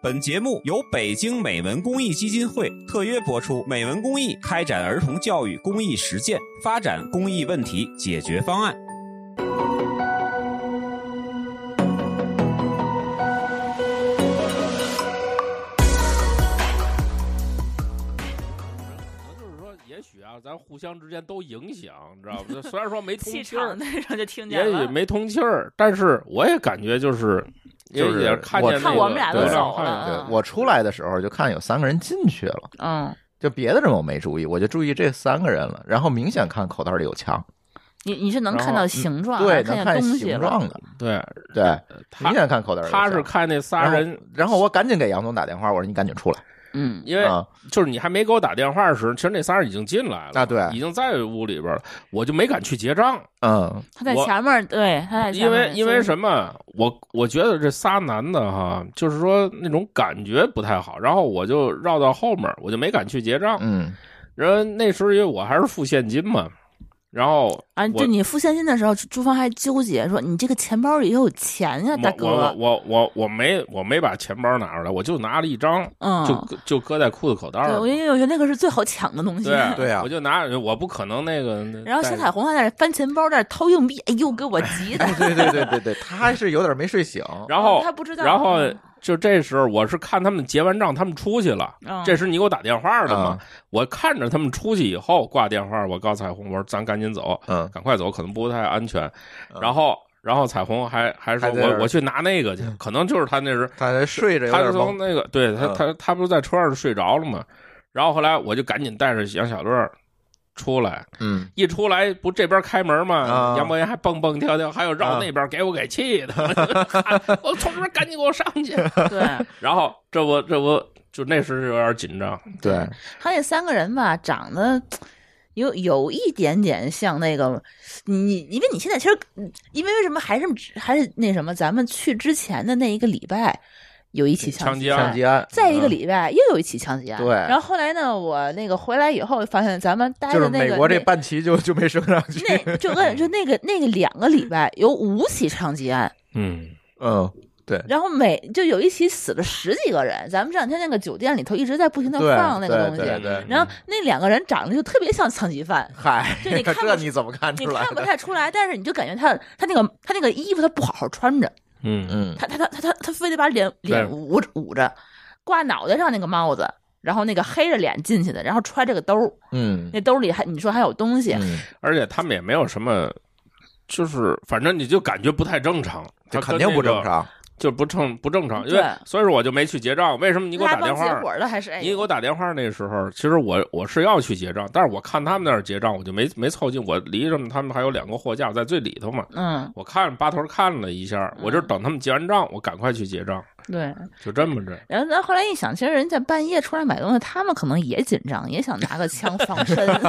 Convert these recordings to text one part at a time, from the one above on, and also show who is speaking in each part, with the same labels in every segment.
Speaker 1: 本节目由北京美文公益基金会特约播出。美文公益开展儿童教育公益实践，发展公益问题解决方案。
Speaker 2: 可能就是说，也许啊，咱互相之间都影响，你知道吧？虽然说没
Speaker 3: 气
Speaker 2: 通气
Speaker 3: 场
Speaker 2: 儿，
Speaker 3: 那种就听
Speaker 2: 也
Speaker 3: 见
Speaker 2: 许
Speaker 3: 了。
Speaker 2: 没通气儿，但是我也感觉就是，
Speaker 4: 就是
Speaker 2: 也看
Speaker 4: 我
Speaker 2: 见
Speaker 4: 看
Speaker 2: 那个
Speaker 4: 我们俩都
Speaker 2: 流浪
Speaker 3: 走
Speaker 2: 汉
Speaker 3: 了
Speaker 4: 对
Speaker 3: 嗯
Speaker 4: 我出来的时候就看有三个人进去了，
Speaker 3: 嗯，
Speaker 4: 就别的人我没注意，我就注意这三个人了。然后明显看口袋里有枪，
Speaker 3: 你你是能
Speaker 4: 然
Speaker 3: 看
Speaker 4: 后
Speaker 3: 到
Speaker 4: 嗯
Speaker 3: 形状，啊
Speaker 4: 对，
Speaker 3: 看
Speaker 4: 能
Speaker 3: 见
Speaker 4: 看
Speaker 3: 东西
Speaker 4: 形
Speaker 3: 了。
Speaker 4: 状的，
Speaker 2: 对，
Speaker 4: 对，
Speaker 2: 他
Speaker 4: 明显看口袋里有
Speaker 2: 他是
Speaker 4: 枪
Speaker 2: 看那仨
Speaker 4: 然后
Speaker 2: 人，
Speaker 4: 然后我赶紧给杨总打电话，我说你赶紧出来
Speaker 3: 嗯，
Speaker 2: 因为
Speaker 4: 啊！
Speaker 2: 就是你还没给我打电话时，其实那仨人已经进来了
Speaker 4: 啊对
Speaker 2: 已经在屋里边了，我就没敢去结账，
Speaker 4: 嗯，
Speaker 3: 他在
Speaker 2: 我
Speaker 3: 前面儿，对，他在前
Speaker 2: 因
Speaker 3: 面
Speaker 2: 为
Speaker 3: 儿。
Speaker 2: 因
Speaker 3: 所
Speaker 2: 为
Speaker 3: 以
Speaker 2: 什么？我我觉得这仨男的哈，就是说那种感觉不太好，然后我就绕到后面，我就没敢去结账。
Speaker 4: 嗯，
Speaker 2: 然后那时候因为我还是付现金嘛，然后
Speaker 3: 啊，
Speaker 2: 我
Speaker 3: 对你付现金的时候，朱芳还纠结说：“你这个钱包里又有钱呀、大
Speaker 2: 我我
Speaker 3: 哥。
Speaker 2: 我我我没我没把钱包拿出来，我就拿了一张”，
Speaker 3: 嗯，
Speaker 2: 就搁就搁在裤子口袋
Speaker 3: 对，
Speaker 2: 儿
Speaker 3: 我
Speaker 2: 了。
Speaker 3: 因为我觉得那个是最好抢的东西。
Speaker 2: 对
Speaker 4: 对啊
Speaker 2: 我就拿，我不可能那个。那
Speaker 3: 然后小
Speaker 2: 带
Speaker 3: 彩虹还在那翻钱包，在那掏硬币，哎呦，给我急的。
Speaker 4: 对对对对对，他还是有点没睡醒，
Speaker 2: 然后
Speaker 3: 他不知道。嗯
Speaker 2: 然后就这时候，我是看他们结完账，他们出去了。
Speaker 3: 嗯
Speaker 2: 这时你给我打电话的嘛
Speaker 4: 嗯？
Speaker 2: 我看着他们出去以后挂电话，我告彩虹，我说咱赶紧走，
Speaker 4: 嗯，
Speaker 2: 赶快走，可能不太安全。
Speaker 4: 嗯
Speaker 2: 然后，然后彩虹还还说
Speaker 4: 还在那
Speaker 2: 我
Speaker 4: 儿嗯
Speaker 2: 我去拿那个去，可能就是他那时
Speaker 4: 他还睡着有
Speaker 2: 他
Speaker 4: 点
Speaker 2: 是
Speaker 4: 懵
Speaker 2: 从，那个对他
Speaker 4: 嗯
Speaker 2: 他他不是在车上睡着了吗？然后后来我就赶紧带着杨小乐儿出来，
Speaker 4: 嗯，
Speaker 2: 一出来不这边开门吗
Speaker 4: 啊？
Speaker 2: 杨博言还蹦蹦跳跳，还有绕那边给我给气的， 我从这边赶紧给我上去。
Speaker 3: 对，
Speaker 2: 然后这不这不就那时有点紧张，
Speaker 4: 对，
Speaker 3: 他那三个人吧，长得有有一点点像那个你，因为你现在其实，嗯因为为什么还是还是那什么，咱们去之前的那一个礼拜有一起
Speaker 2: 枪
Speaker 3: 击
Speaker 2: 击案
Speaker 4: 上
Speaker 3: 案。
Speaker 4: 吉安，
Speaker 3: 再一个
Speaker 4: 嗯
Speaker 3: 礼拜又有一起枪击案，
Speaker 4: 对
Speaker 3: 然后后来呢，我那个回来以后，发现咱们待
Speaker 4: 就是
Speaker 3: 的那个
Speaker 4: 美国这
Speaker 3: 那
Speaker 4: 半旗就就没升上去，
Speaker 3: 那就跟就那个那个两个礼拜有五起枪击案，
Speaker 2: 嗯，
Speaker 4: 嗯，
Speaker 3: 然后每就有一起死了十几个人。咱们这两天那个酒店里头一直在不停的
Speaker 4: 对
Speaker 3: 放那个
Speaker 4: 对
Speaker 3: 东西，
Speaker 4: 对对
Speaker 3: 然
Speaker 2: 嗯
Speaker 3: 后那两个人长得就特别像枪 击犯，
Speaker 4: 嗨，
Speaker 3: 就你看不
Speaker 4: 这你怎么看
Speaker 3: 你
Speaker 4: 出来
Speaker 3: 看不
Speaker 4: 的？
Speaker 3: 太出来，但是你就感觉他他那个他那个衣服他不好好穿着，
Speaker 2: 嗯
Speaker 4: 嗯，
Speaker 3: 他他他他他他非得把脸
Speaker 2: 对
Speaker 3: 脸捂着捂着，挂脑袋上那个帽子，然后那个黑着脸进去的，然后揣这个兜儿，
Speaker 4: 嗯
Speaker 3: 那兜儿里还你说还有东西，
Speaker 4: 嗯，
Speaker 2: 而且他们也没有什么，就是反正你就感觉不太正常，
Speaker 4: 这
Speaker 2: 他啊跟
Speaker 4: 肯定不
Speaker 2: 那个
Speaker 4: 正，常。
Speaker 2: 就不正不正常，因为
Speaker 3: 对
Speaker 2: 所以说我就没去结账。为什么你给我
Speaker 3: 拉
Speaker 2: 打电
Speaker 3: 帮结
Speaker 2: 话？啊
Speaker 3: 伙的还是哎
Speaker 2: 你给我打电话那时候，其实我我是要去结账，但是我看他们那儿结账，我就没没凑近。我离着他们还有两个货架，我在最里头嘛。
Speaker 3: 嗯
Speaker 2: 我看八头看了一下，我就等他们结完账，我赶快去结账，
Speaker 3: 对，
Speaker 2: 就这么着。
Speaker 3: 然后咱后来一想，其实人家半夜出来买东西，他们可能也紧张，也想拿个枪防身， 我觉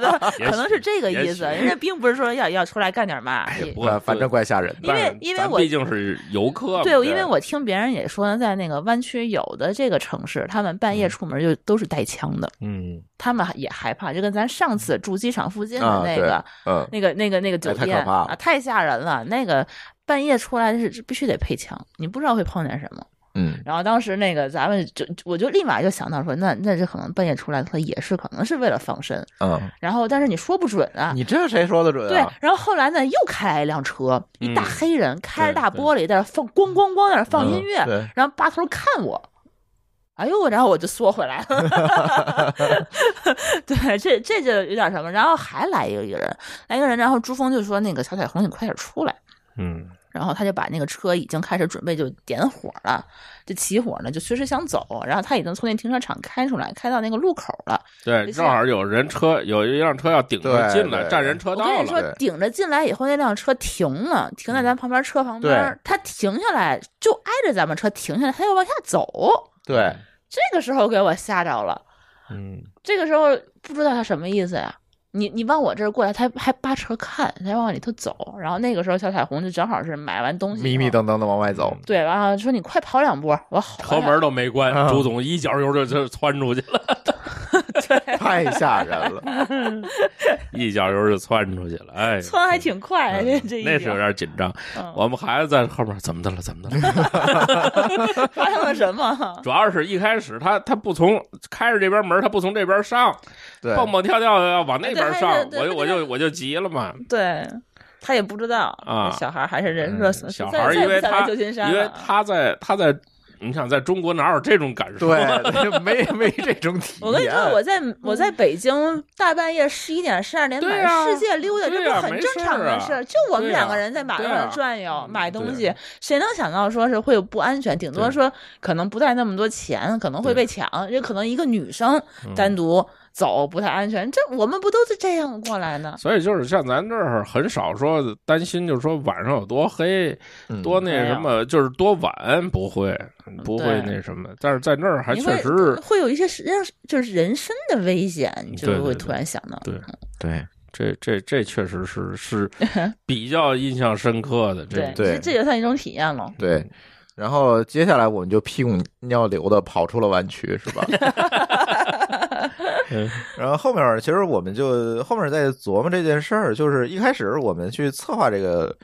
Speaker 3: 得
Speaker 2: 也许
Speaker 3: 可能是这个意
Speaker 2: 也
Speaker 3: 思，
Speaker 2: 许哎
Speaker 3: 人家并不是说要要出来干点嘛，也
Speaker 2: 不过
Speaker 4: 反反正怪吓人的。
Speaker 3: 因为
Speaker 2: 但
Speaker 3: 因为
Speaker 2: 咱
Speaker 3: 我
Speaker 2: 毕竟是游客嘛，
Speaker 3: 对，因为我听别人也说，在那个湾区有的这个城市，他们半
Speaker 4: 嗯
Speaker 3: 夜出门就都是带枪的，
Speaker 2: 嗯，
Speaker 3: 他们也害怕，就跟咱上次住机场附近的
Speaker 4: 啊
Speaker 3: 那
Speaker 4: 对
Speaker 3: 个、
Speaker 4: 嗯，
Speaker 3: 那个、那个、那个酒
Speaker 4: 哎太可
Speaker 3: 店、
Speaker 4: 怕
Speaker 3: 啊，
Speaker 4: 了
Speaker 3: 太吓人了。那个半夜出来是必须得配枪，你不知道会碰见什么。
Speaker 4: 嗯，
Speaker 3: 然后当时那个咱们就我就立马就想到说，那那这可能半夜出来，他也是可能是为了防身。
Speaker 4: 嗯，
Speaker 3: 然后但是你说不准啊，
Speaker 4: 你这谁说的准
Speaker 3: 对
Speaker 4: 嗯啊？，
Speaker 3: 然后后来呢，又开来一辆车，一大
Speaker 2: 嗯
Speaker 3: 黑人开着
Speaker 2: 对
Speaker 3: 大
Speaker 2: 对
Speaker 3: 玻璃，在那放咣咣咣，在那放音
Speaker 4: 嗯
Speaker 3: 乐，
Speaker 4: 对
Speaker 3: 然后八头看我。哎呦，然后我就缩回来了。 对，这这就有点什么。然后还来一个一个人，来一个人，然后朱峰就说：“那个小彩虹，你快点出来。
Speaker 2: 嗯”
Speaker 3: 然后他就把那个车已经开始准备就点火了，就起火呢，就随时想走。然后他已经从那停车场开出来，开到那个路口了。
Speaker 2: 对，
Speaker 3: 就
Speaker 2: 正好有人车有一辆车要顶着
Speaker 4: 对
Speaker 2: 进来，
Speaker 4: 对
Speaker 2: 占人车
Speaker 3: 我
Speaker 2: 道
Speaker 3: 跟你
Speaker 2: 了。
Speaker 3: 说
Speaker 4: 对，
Speaker 3: 顶着进来以后，那辆车停了，停在咱旁边车旁边儿，它停下来就挨着咱们车停下来，它要往下走。
Speaker 4: 对，
Speaker 3: 这个时候给我吓着了，
Speaker 2: 嗯，
Speaker 3: 这个时候不知道他什么意思呀、你你往我这儿过来，他还扒车看，他还往里头走。然后那个时候，小彩虹就正好是买完东西以后，
Speaker 4: 迷迷瞪瞪的往外走。
Speaker 3: 对，然后说你快跑两步，我好
Speaker 2: 车门都没关，
Speaker 4: 啊
Speaker 2: 朱总一脚油就就窜出去了。
Speaker 3: 嗯
Speaker 4: 太吓人 了。
Speaker 2: 一脚油就窜出去了，哎，
Speaker 3: 窜还挺快，这
Speaker 2: 嗯
Speaker 3: 这一
Speaker 2: 那是
Speaker 3: 脚
Speaker 2: 有点紧张。
Speaker 3: 嗯
Speaker 2: 我们孩子在后面怎么的了？怎么的了？
Speaker 3: 嗯发生了什么？
Speaker 2: 主要是一开始他他不从开着这边门，他不从这边上，
Speaker 4: 对，
Speaker 2: 蹦蹦跳跳要往那边上，
Speaker 3: 对
Speaker 2: 我
Speaker 3: 对对
Speaker 2: 就我就我就急了嘛。
Speaker 3: 对他也不知道
Speaker 2: 啊
Speaker 3: 那小孩还是人
Speaker 4: 嗯
Speaker 3: 热死，
Speaker 2: 小
Speaker 3: 再
Speaker 2: 孩儿
Speaker 3: 再
Speaker 2: 因为
Speaker 3: 不再来
Speaker 2: 他
Speaker 3: 旧金山
Speaker 2: 因为
Speaker 3: 了
Speaker 2: 他在他在，你想在中国哪有这种感受？啊
Speaker 4: 对，没没这种体验。
Speaker 3: 我跟你说，我在我在北京大半夜十一点、十二点
Speaker 2: 嗯对
Speaker 3: 满
Speaker 2: 啊
Speaker 3: 世界溜达，这
Speaker 2: 对
Speaker 3: 不
Speaker 2: 啊
Speaker 3: 很
Speaker 2: 没
Speaker 3: 正
Speaker 2: 事
Speaker 3: 常的
Speaker 2: 啊
Speaker 3: 事儿。就我们
Speaker 2: 对
Speaker 3: 两
Speaker 2: 啊
Speaker 3: 个人在马路
Speaker 2: 对
Speaker 3: 上
Speaker 2: 啊
Speaker 3: 转悠、买东
Speaker 2: 对
Speaker 3: 西，谁能想到说是会有不安全？顶多
Speaker 2: 对
Speaker 3: 说可能不带那么多钱，可能会
Speaker 2: 对
Speaker 3: 被抢。这可能一个女生
Speaker 2: 嗯
Speaker 3: 单独走不太安全。这我们不都是这样过来的？
Speaker 2: 所以就是像咱这儿很少说担心，就是说晚上有多黑，
Speaker 4: 嗯
Speaker 2: 多那什么，就是多晚不会不会
Speaker 3: 啊嗯对
Speaker 2: 那什么，但是在那儿还
Speaker 3: 你
Speaker 2: 确
Speaker 3: 会
Speaker 2: 实是嗯
Speaker 3: 会有一些是让就是人身的危险，你就
Speaker 2: 对对
Speaker 3: 会
Speaker 2: 对
Speaker 3: 突然想到。
Speaker 2: 对
Speaker 4: 对
Speaker 2: 这这这确实是 是比较印象深刻的，这
Speaker 4: 对
Speaker 3: 这这也算一种体验了。
Speaker 4: 对。然后接下来我们就屁滚尿流的跑出了湾区，是吧？
Speaker 2: 嗯
Speaker 4: 然后后面儿其实我们就后面儿在琢磨这件事儿，就是一开始我们去策划这个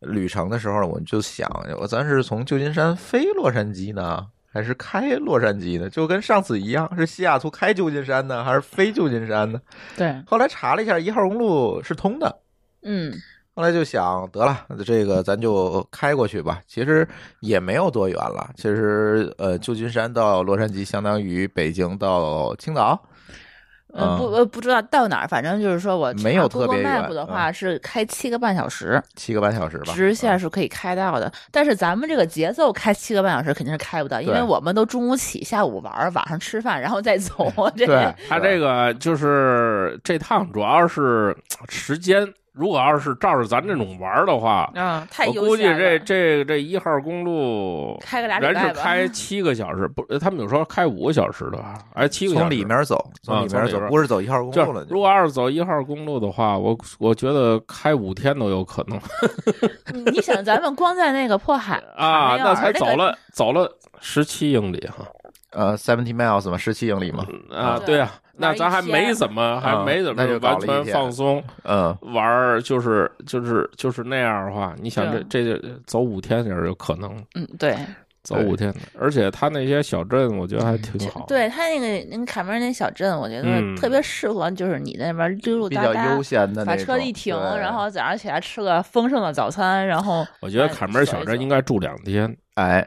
Speaker 4: 旅程的时候，我们就想，我咱是从旧金山飞洛杉矶呢，还是开洛杉矶呢？就跟上次一样，是西雅图开旧金山呢，还是飞旧金山呢？
Speaker 3: 对，
Speaker 4: 后来查了一下，一号公路是通的。
Speaker 3: 嗯，
Speaker 4: 后来就想，得了，这个咱就开过去吧。其实也没有多远了，其实呃，旧金山到洛杉矶相当于北京到青岛，
Speaker 3: 呃，不
Speaker 4: 嗯
Speaker 3: 呃不知道到哪儿，反正就是说我
Speaker 4: 没有特别
Speaker 3: Google
Speaker 4: 远
Speaker 3: Map 的话是开七个半小时，
Speaker 4: 七个半小时吧，嗯啊
Speaker 3: 直线是可以开到的。但是咱们这个节奏开七个半小时肯定是开不到，因为
Speaker 4: 对
Speaker 3: 我们都中午起，下午玩儿，晚上吃饭，然后再走。这
Speaker 4: 对，
Speaker 2: 他这个就是这趟主要是时间，如果要是照着咱这种玩儿的话，
Speaker 3: 嗯，太
Speaker 2: 我
Speaker 3: 悠
Speaker 2: 估计
Speaker 3: 闲
Speaker 2: 这
Speaker 3: 了
Speaker 2: 这这一号公路
Speaker 3: 开个俩礼
Speaker 2: 人
Speaker 3: 拜
Speaker 2: 是
Speaker 3: 吧。
Speaker 2: 开七个小时，不，他们有说开五个小时的吧，哎，七个小时啊
Speaker 4: 从里。面走，从里
Speaker 2: 从
Speaker 4: 面
Speaker 2: 里
Speaker 4: 走，
Speaker 2: 边
Speaker 4: 不是走一号公
Speaker 2: 就
Speaker 4: 路了
Speaker 2: 是
Speaker 4: 就。
Speaker 2: 如果要是走一号公路的话，我我觉得开五天都有可能
Speaker 3: 你嗯你想，咱们光在那个破海
Speaker 2: 啊，
Speaker 3: 卡梅尔
Speaker 2: 那才
Speaker 3: 个
Speaker 2: 走了走了十七英里哈
Speaker 4: 呃，seventy miles 嘛，十七英里嘛，
Speaker 2: 啊，
Speaker 3: 对
Speaker 2: 对啊，
Speaker 3: 玩
Speaker 2: 那
Speaker 3: 一
Speaker 2: 咱还没
Speaker 3: 天
Speaker 2: 怎么还
Speaker 4: 嗯
Speaker 2: 没怎么
Speaker 4: 那就搞
Speaker 2: 完
Speaker 4: 了一
Speaker 2: 全
Speaker 4: 天
Speaker 2: 放松，
Speaker 4: 嗯，
Speaker 2: 玩儿就是就是就是那样的话，你想这
Speaker 3: 对
Speaker 2: 这就走五天也是有可能
Speaker 3: 嗯，对
Speaker 2: 走
Speaker 4: 对
Speaker 2: 五天的，而且他那些小镇我觉得还挺好。
Speaker 3: 对，他那个那个卡梅尔那小镇，我觉得
Speaker 2: 嗯
Speaker 3: 特别适合，就是你在那边溜溜
Speaker 4: 比
Speaker 3: 达
Speaker 4: 较
Speaker 3: 达，
Speaker 4: 悠闲的那
Speaker 3: 把
Speaker 4: 种。
Speaker 3: 车一停，
Speaker 4: 对
Speaker 3: 然后早上起来吃个丰盛的早餐，然后
Speaker 2: 我觉得坎贝尔小镇应该住两天，
Speaker 4: 哎，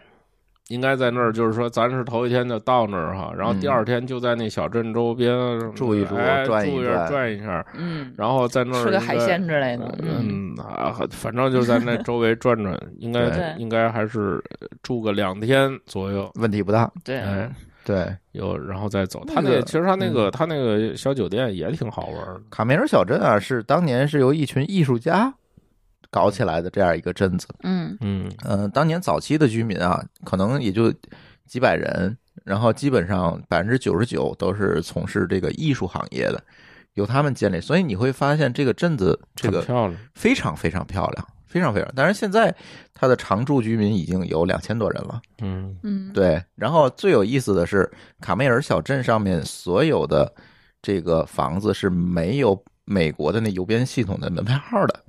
Speaker 2: 应该在那儿，就是说咱是头一天就到那儿哈，然
Speaker 3: 嗯
Speaker 2: 后第二天就在那小镇周边
Speaker 4: 住一住
Speaker 2: 哎
Speaker 4: 转一
Speaker 2: 住
Speaker 4: 转
Speaker 2: 转一下，
Speaker 3: 嗯，
Speaker 2: 然后在那儿
Speaker 3: 吃个海
Speaker 2: 应该
Speaker 3: 鲜之类的，
Speaker 2: 嗯
Speaker 3: 嗯，
Speaker 2: 啊，反正就是在那周围转 转，应该
Speaker 3: 对
Speaker 2: 应该还是住个两天左右。
Speaker 4: 问题不大。
Speaker 3: 对，
Speaker 2: 哎，
Speaker 4: 对，
Speaker 2: 有，然后再走。
Speaker 4: 那
Speaker 2: 他那
Speaker 4: 个嗯
Speaker 2: 其实他那个他那个小酒店也挺好玩的。
Speaker 4: 卡梅尔小镇啊，是当年是由一群艺术家搞起来的这样一个镇子。
Speaker 3: 嗯
Speaker 2: 嗯，
Speaker 4: 嗯、当年早期的居民啊，可能也就几百人，然后基本上百分之九十九都是从事这个艺术行业的，由他们建立。所以你会发现这个镇子这
Speaker 2: 很
Speaker 4: 个
Speaker 2: 漂亮。
Speaker 4: 非常非常漂亮，非常非常。但是现在它的常住居民已经有两千多人了。
Speaker 2: 嗯，
Speaker 3: 嗯，
Speaker 4: 对，然后最有意思的是，卡梅尔小镇上面所有的这个房子是没有美国的那邮编系统的门牌号的，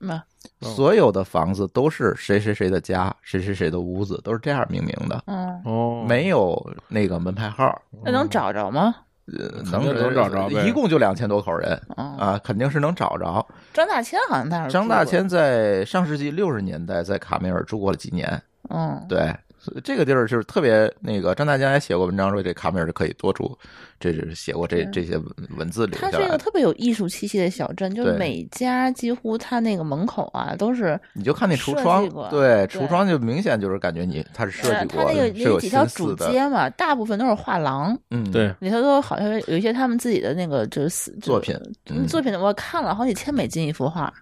Speaker 3: 那
Speaker 2: 哦
Speaker 4: 所有的房子都是谁谁谁的家，谁谁谁的屋子，都是这样命名的，
Speaker 3: 嗯，
Speaker 2: 哦，
Speaker 4: 没有那个门牌号，
Speaker 3: 那能找着吗？
Speaker 4: 呃
Speaker 2: 肯
Speaker 4: 能
Speaker 2: 定能找着呗
Speaker 4: 一共就两千多口人
Speaker 3: 嗯，
Speaker 4: 啊，肯定是能找着。
Speaker 3: 张大千好像那儿
Speaker 4: 张大
Speaker 3: 住过，
Speaker 4: 千在上世纪六十年代在卡梅尔住过了几年，
Speaker 3: 嗯，
Speaker 4: 对，所以这个地儿就是特别那个，张大江还写过文章说这卡米尔就可以多住，这是写过这
Speaker 3: 嗯
Speaker 4: 这些文文字留
Speaker 3: 它
Speaker 4: 下
Speaker 3: 是一个
Speaker 4: 来。
Speaker 3: 特别有艺术气息的小镇，就
Speaker 4: 对
Speaker 3: 每家几乎它那个门口啊都是，
Speaker 4: 你就看那橱
Speaker 3: 设计
Speaker 4: 窗
Speaker 3: 过，对
Speaker 4: 对，橱窗就明显就是感觉你它是设
Speaker 3: 呃
Speaker 4: 计
Speaker 3: 它
Speaker 4: 过
Speaker 3: 那个
Speaker 4: 的，
Speaker 3: 那
Speaker 4: 是有
Speaker 3: 几条
Speaker 4: 心
Speaker 3: 主
Speaker 4: 思的。
Speaker 3: 街嘛，大部分都是画廊，
Speaker 4: 嗯，
Speaker 2: 对，
Speaker 3: 里头都好像有一些他们自己的那个就是私
Speaker 4: 作品，
Speaker 3: 嗯
Speaker 4: 嗯
Speaker 3: 作品我看了好几千美金一幅画，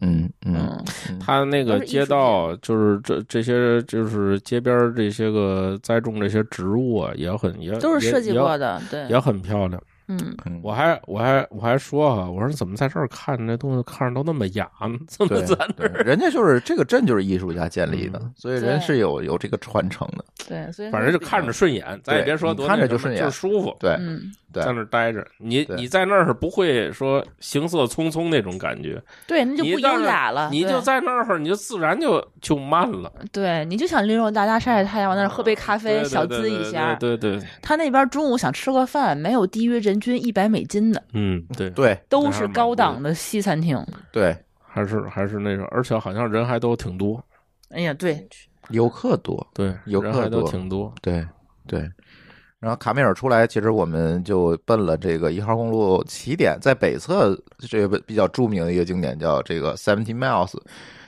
Speaker 4: 嗯嗯，
Speaker 3: 嗯
Speaker 2: 他那
Speaker 3: 都
Speaker 2: 个
Speaker 3: 是艺
Speaker 2: 街
Speaker 3: 术
Speaker 2: 道就是这这些就是街边儿这些个栽种这些植物啊，也很也
Speaker 3: 嗯都是
Speaker 2: 也
Speaker 3: 设计
Speaker 2: 也
Speaker 3: 过的，对，
Speaker 2: 也很漂亮。
Speaker 3: 嗯，
Speaker 4: 嗯
Speaker 2: 我还我还我还说哈、我说怎么在这儿看这东西看着都那么雅呢？ 怎么
Speaker 4: 对
Speaker 2: 在那
Speaker 4: 对，
Speaker 2: 儿？
Speaker 4: 人家就是这个镇就是艺术家建立的
Speaker 2: 嗯，
Speaker 4: 所以
Speaker 3: 对
Speaker 4: 人是有有这个传承的。
Speaker 3: 对，所以
Speaker 2: 反正就看着顺眼，咱也
Speaker 4: 对
Speaker 2: 别说
Speaker 4: 你
Speaker 2: 多
Speaker 4: 看
Speaker 2: 那
Speaker 4: 着就
Speaker 2: 什么
Speaker 4: 顺
Speaker 2: 就
Speaker 4: 眼
Speaker 2: 是舒服。
Speaker 4: 对，
Speaker 3: 嗯，
Speaker 4: 对
Speaker 2: 在那儿待着，你
Speaker 4: 对
Speaker 2: 你在那儿是不会说行色匆匆那种感觉，
Speaker 3: 对，那就
Speaker 2: 你
Speaker 3: 不
Speaker 2: 到
Speaker 3: 优
Speaker 2: 那
Speaker 3: 雅了，
Speaker 2: 你
Speaker 3: 对
Speaker 2: 就在那儿，你就自然就就慢了，
Speaker 3: 对，你就想利用大家晒晒太阳，往那儿喝杯咖啡，
Speaker 2: 对对
Speaker 3: 小
Speaker 2: 对
Speaker 3: 资一
Speaker 2: 对
Speaker 3: 下。
Speaker 2: 对对，对
Speaker 3: 他那边中午想吃个饭，没有低于人均一百美金的，
Speaker 2: 嗯，对，
Speaker 4: 对
Speaker 3: 都
Speaker 2: 那还
Speaker 3: 是
Speaker 2: 是蛮
Speaker 3: 高
Speaker 2: 贵
Speaker 3: 档的西餐厅。
Speaker 4: 对，
Speaker 2: 还是还是那种，而且好像人还都挺多，
Speaker 3: 哎呀，对，
Speaker 4: 游客多，
Speaker 2: 对，
Speaker 4: 游
Speaker 2: 人
Speaker 4: 客
Speaker 2: 还都
Speaker 4: 多
Speaker 2: 挺多，
Speaker 4: 对对。然后卡米尔出来，其实我们就奔了这个一号公路起点，在北侧这个比较著名的一个景点叫这个 Seventy Miles。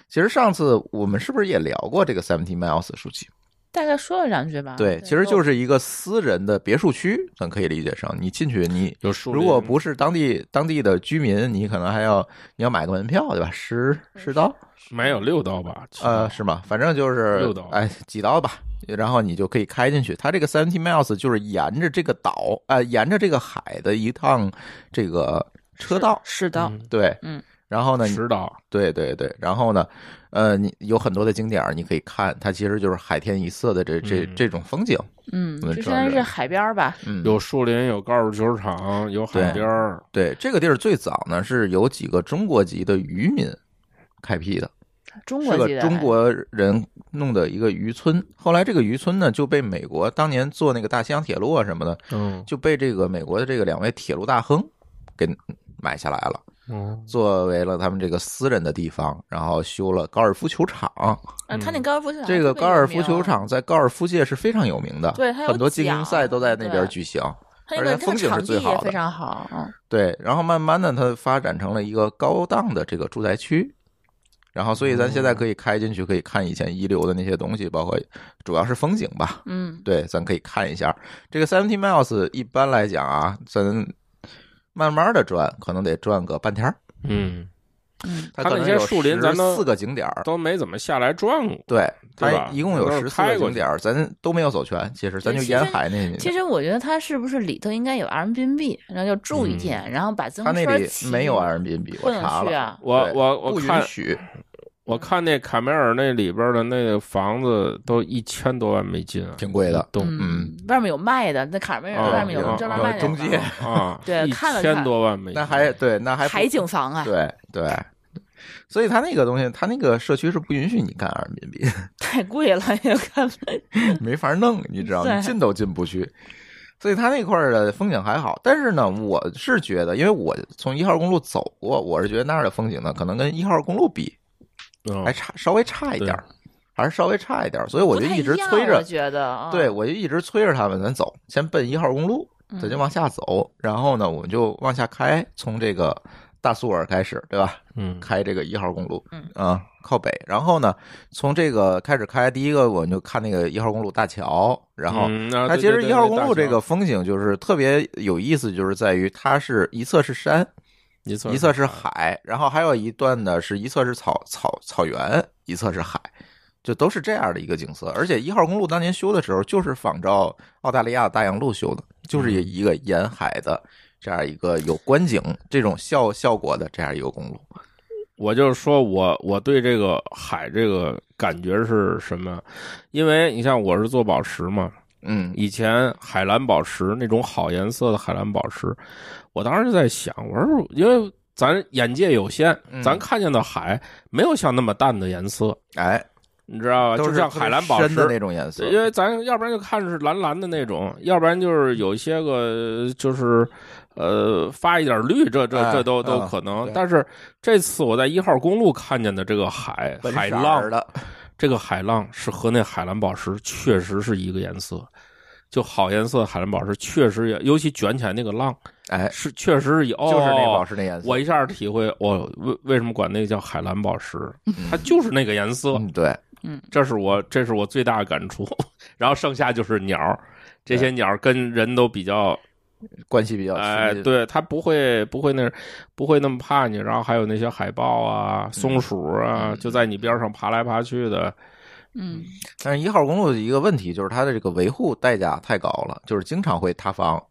Speaker 4: 其实上次我们是不是也聊过这个 Seventy Miles 书记？
Speaker 3: 大概说了两句吧。
Speaker 4: 啊对，其实就是是一个私人的别墅区，咱可以理解成你进去你
Speaker 2: 有树林。
Speaker 4: 如果不是当地当地的居民，你可能还要你要买个门票，对吧？十十刀，
Speaker 2: 没有六刀吧？七刀
Speaker 4: 呃，是吗？反正就是
Speaker 2: 六刀
Speaker 4: 哎，几刀吧。然后你就可以开进去。它这个 Seventy Miles 就是沿着这个岛，呃，沿着这个海的一趟这个车道，
Speaker 3: 是的，
Speaker 2: 嗯
Speaker 4: 对，
Speaker 3: 嗯。
Speaker 4: 然后呢，你
Speaker 2: 十刀，
Speaker 4: 对对对，然后呢，呃，你有很多的景点儿你可以看，它其实就是海天一色的这这
Speaker 2: 嗯
Speaker 4: 这种风景。
Speaker 3: 嗯，
Speaker 4: 嗯
Speaker 3: 之前
Speaker 4: 专门
Speaker 3: 是海边儿吧？
Speaker 4: 嗯，
Speaker 2: 有树林，有高尔夫球场，有海
Speaker 4: 对
Speaker 2: 边儿，
Speaker 4: 对这个地儿最早呢是有几个中国籍的渔民开辟的。
Speaker 3: 中
Speaker 4: 是
Speaker 3: 国籍的
Speaker 4: 个中
Speaker 3: 还
Speaker 4: 国人弄的一个渔村。后来这个渔村呢，就被美国当年做那个大西洋铁路啊什么的，
Speaker 2: 嗯，
Speaker 4: 就被这个美国的这个两位铁路大亨给买下来了，
Speaker 2: 嗯
Speaker 4: 作为了他们这个私人的地方，然后修了高尔夫球场。
Speaker 3: 嗯，他那
Speaker 2: 嗯
Speaker 3: 高尔夫球场
Speaker 4: 这个
Speaker 3: 特别
Speaker 4: 高
Speaker 3: 有
Speaker 4: 尔夫
Speaker 3: 名
Speaker 4: 球，场在高尔夫界是非常有名的，
Speaker 3: 对它有
Speaker 4: 很多精英
Speaker 3: 奖
Speaker 4: 赛都在那边
Speaker 3: 对
Speaker 4: 举行。
Speaker 3: 他那
Speaker 4: 而
Speaker 3: 个
Speaker 4: 且
Speaker 3: 它
Speaker 4: 风景是
Speaker 3: 场
Speaker 4: 最
Speaker 3: 地也
Speaker 4: 好
Speaker 3: 非
Speaker 4: 的
Speaker 3: 常好。嗯，
Speaker 4: 对，然后慢慢的它发展成了一个高档的这个住宅区，然后所以咱
Speaker 2: 哦
Speaker 4: 现在可以开进去，可以看以前遗留的那些东西，包括主要是风景吧。
Speaker 3: 嗯，
Speaker 4: 对，咱可以看一下这个 Seventy Miles。一般来讲啊，咱慢慢的转，可能得转个半天儿。
Speaker 2: 嗯，
Speaker 4: 它
Speaker 2: 它
Speaker 4: 可
Speaker 2: 那
Speaker 4: 能
Speaker 2: 些
Speaker 4: 有
Speaker 2: 树林咱都
Speaker 4: 四个景点儿，
Speaker 2: 都没怎么下来转过。
Speaker 4: 对，
Speaker 2: 对
Speaker 4: 它
Speaker 2: 吧
Speaker 4: 一共有
Speaker 2: 都是
Speaker 4: 十四
Speaker 2: 开
Speaker 4: 个
Speaker 2: 过去
Speaker 4: 景点儿，咱都没有走全。其实咱
Speaker 3: 对
Speaker 4: 就
Speaker 3: 其
Speaker 4: 沿
Speaker 3: 实
Speaker 4: 海那，
Speaker 3: 嗯其实我觉得他是不是里头应该有 Airbnb，然后就住一
Speaker 2: 嗯
Speaker 3: 天，然后把自
Speaker 4: 它
Speaker 3: 行
Speaker 4: 那
Speaker 3: 车
Speaker 4: 里
Speaker 3: 骑
Speaker 4: 没有 Airbnb，
Speaker 3: 不
Speaker 4: 我
Speaker 3: 能
Speaker 4: 查
Speaker 3: 去
Speaker 4: 了，
Speaker 3: 啊。
Speaker 2: 我
Speaker 4: 对
Speaker 2: 我我
Speaker 4: 不
Speaker 2: 看
Speaker 4: 允许。
Speaker 2: 我看那卡梅尔那里边的那个房子都一千多万美金啊，
Speaker 4: 挺贵的
Speaker 2: 都
Speaker 4: 嗯，
Speaker 3: 外面有卖的，那卡梅
Speaker 2: 啊
Speaker 3: 尔外面
Speaker 2: 有
Speaker 3: 有专门
Speaker 2: 有
Speaker 3: 卖那
Speaker 4: 中
Speaker 3: 房
Speaker 4: 介
Speaker 2: 啊，
Speaker 3: 对
Speaker 2: 一
Speaker 3: 看了
Speaker 2: 千
Speaker 3: 看
Speaker 2: 多万美金，
Speaker 4: 那还对，那还不
Speaker 3: 海景房啊，
Speaker 4: 对对，所以他那个东西，他那个社区是不允许你干二人民币，
Speaker 3: 太贵了， 也看不
Speaker 4: 没法弄，你知道，
Speaker 3: 对
Speaker 4: 你进都进不去。所以他那块儿的风景还好，但是呢，我是觉得，因为我从一号公路走过，我是觉得那儿的风景呢，可能跟一号公路比
Speaker 2: 嗯
Speaker 4: 还差稍微差一点儿，还是稍微差一点儿，所以我
Speaker 3: 不
Speaker 4: 就
Speaker 3: 太
Speaker 4: 一直
Speaker 3: 样
Speaker 4: 催着
Speaker 3: 我，觉得啊，
Speaker 4: 对，我就一直催着他们，咱走，先奔一号公路，
Speaker 3: 嗯
Speaker 4: 咱就往下走，然后呢，我们就往下开，从这个大苏尔开始，对吧？
Speaker 2: 嗯
Speaker 4: 开这个一号公路，
Speaker 3: 嗯
Speaker 4: 啊，靠北。然后呢，从这个开始开，第一个我们就看那个一号公路大桥，然后。
Speaker 2: 嗯啊对
Speaker 4: 它其
Speaker 2: 对
Speaker 4: 实
Speaker 2: 对
Speaker 4: 一号
Speaker 2: 对
Speaker 4: 公
Speaker 2: 大
Speaker 4: 路这
Speaker 2: 桥
Speaker 4: 个风景就是特别有意思，就是在于它是一侧是山，
Speaker 2: 一侧
Speaker 4: 一侧是海，然后还有一段呢是一侧是草草草原，一侧是海，就都是这样的一个景色。而且一号公路当年修的时候，就是仿照澳大利亚大洋路修的，就是
Speaker 2: 嗯
Speaker 4: 一个沿海的这样一个有观景这种效效果的这样一个公路。
Speaker 2: 我就是说我我对这个海这个感觉是什么？因为你像我是做宝石嘛，
Speaker 4: 嗯，
Speaker 2: 以前海蓝宝石那种好颜色的海蓝宝石，我当时就在想，我说因为咱眼界有限，
Speaker 4: 嗯
Speaker 2: 咱看见的海没有像那么淡的颜色，
Speaker 4: 哎，
Speaker 2: 你知道吧？
Speaker 4: 都
Speaker 2: 啊就是像
Speaker 4: 特
Speaker 2: 海
Speaker 4: 别
Speaker 2: 蓝宝
Speaker 4: 深的那
Speaker 2: 石。
Speaker 4: 种颜色。
Speaker 2: 因为咱要不然就看是蓝蓝的那种，要不然就是有一些个就是，呃，发一点绿，这这
Speaker 4: 哎
Speaker 2: 这都都
Speaker 4: 嗯
Speaker 2: 可能
Speaker 4: 对。
Speaker 2: 但是这次我在一号公路看见的这个海
Speaker 4: 本
Speaker 2: 海
Speaker 4: 色儿
Speaker 2: 浪，
Speaker 4: 的，
Speaker 2: 这个海浪是和那海蓝宝石确实是一个颜色，就好颜色的海蓝宝石确实也，尤其卷起来那个浪
Speaker 4: 哎，
Speaker 2: 是确实是有，
Speaker 4: 就是那宝
Speaker 2: 石。
Speaker 4: 石那颜色。
Speaker 2: 哦我一下体会，我、为为什么管那个叫海蓝宝石，它就是那个颜色，
Speaker 4: 嗯，对，
Speaker 2: 这是我这是我最大的感触。 然后剩下就是鸟儿，这些鸟儿跟人都比较，
Speaker 4: 关系比较亲
Speaker 2: 哎，
Speaker 4: 密，
Speaker 2: 对，它不会不会那不会那么怕你。然后还有那些海豹啊、松鼠啊，就在你边上爬来爬去的，
Speaker 3: 嗯，
Speaker 4: 但是一号公路的一个问题就是它的这个维护代价太高了，就是经常会塌方、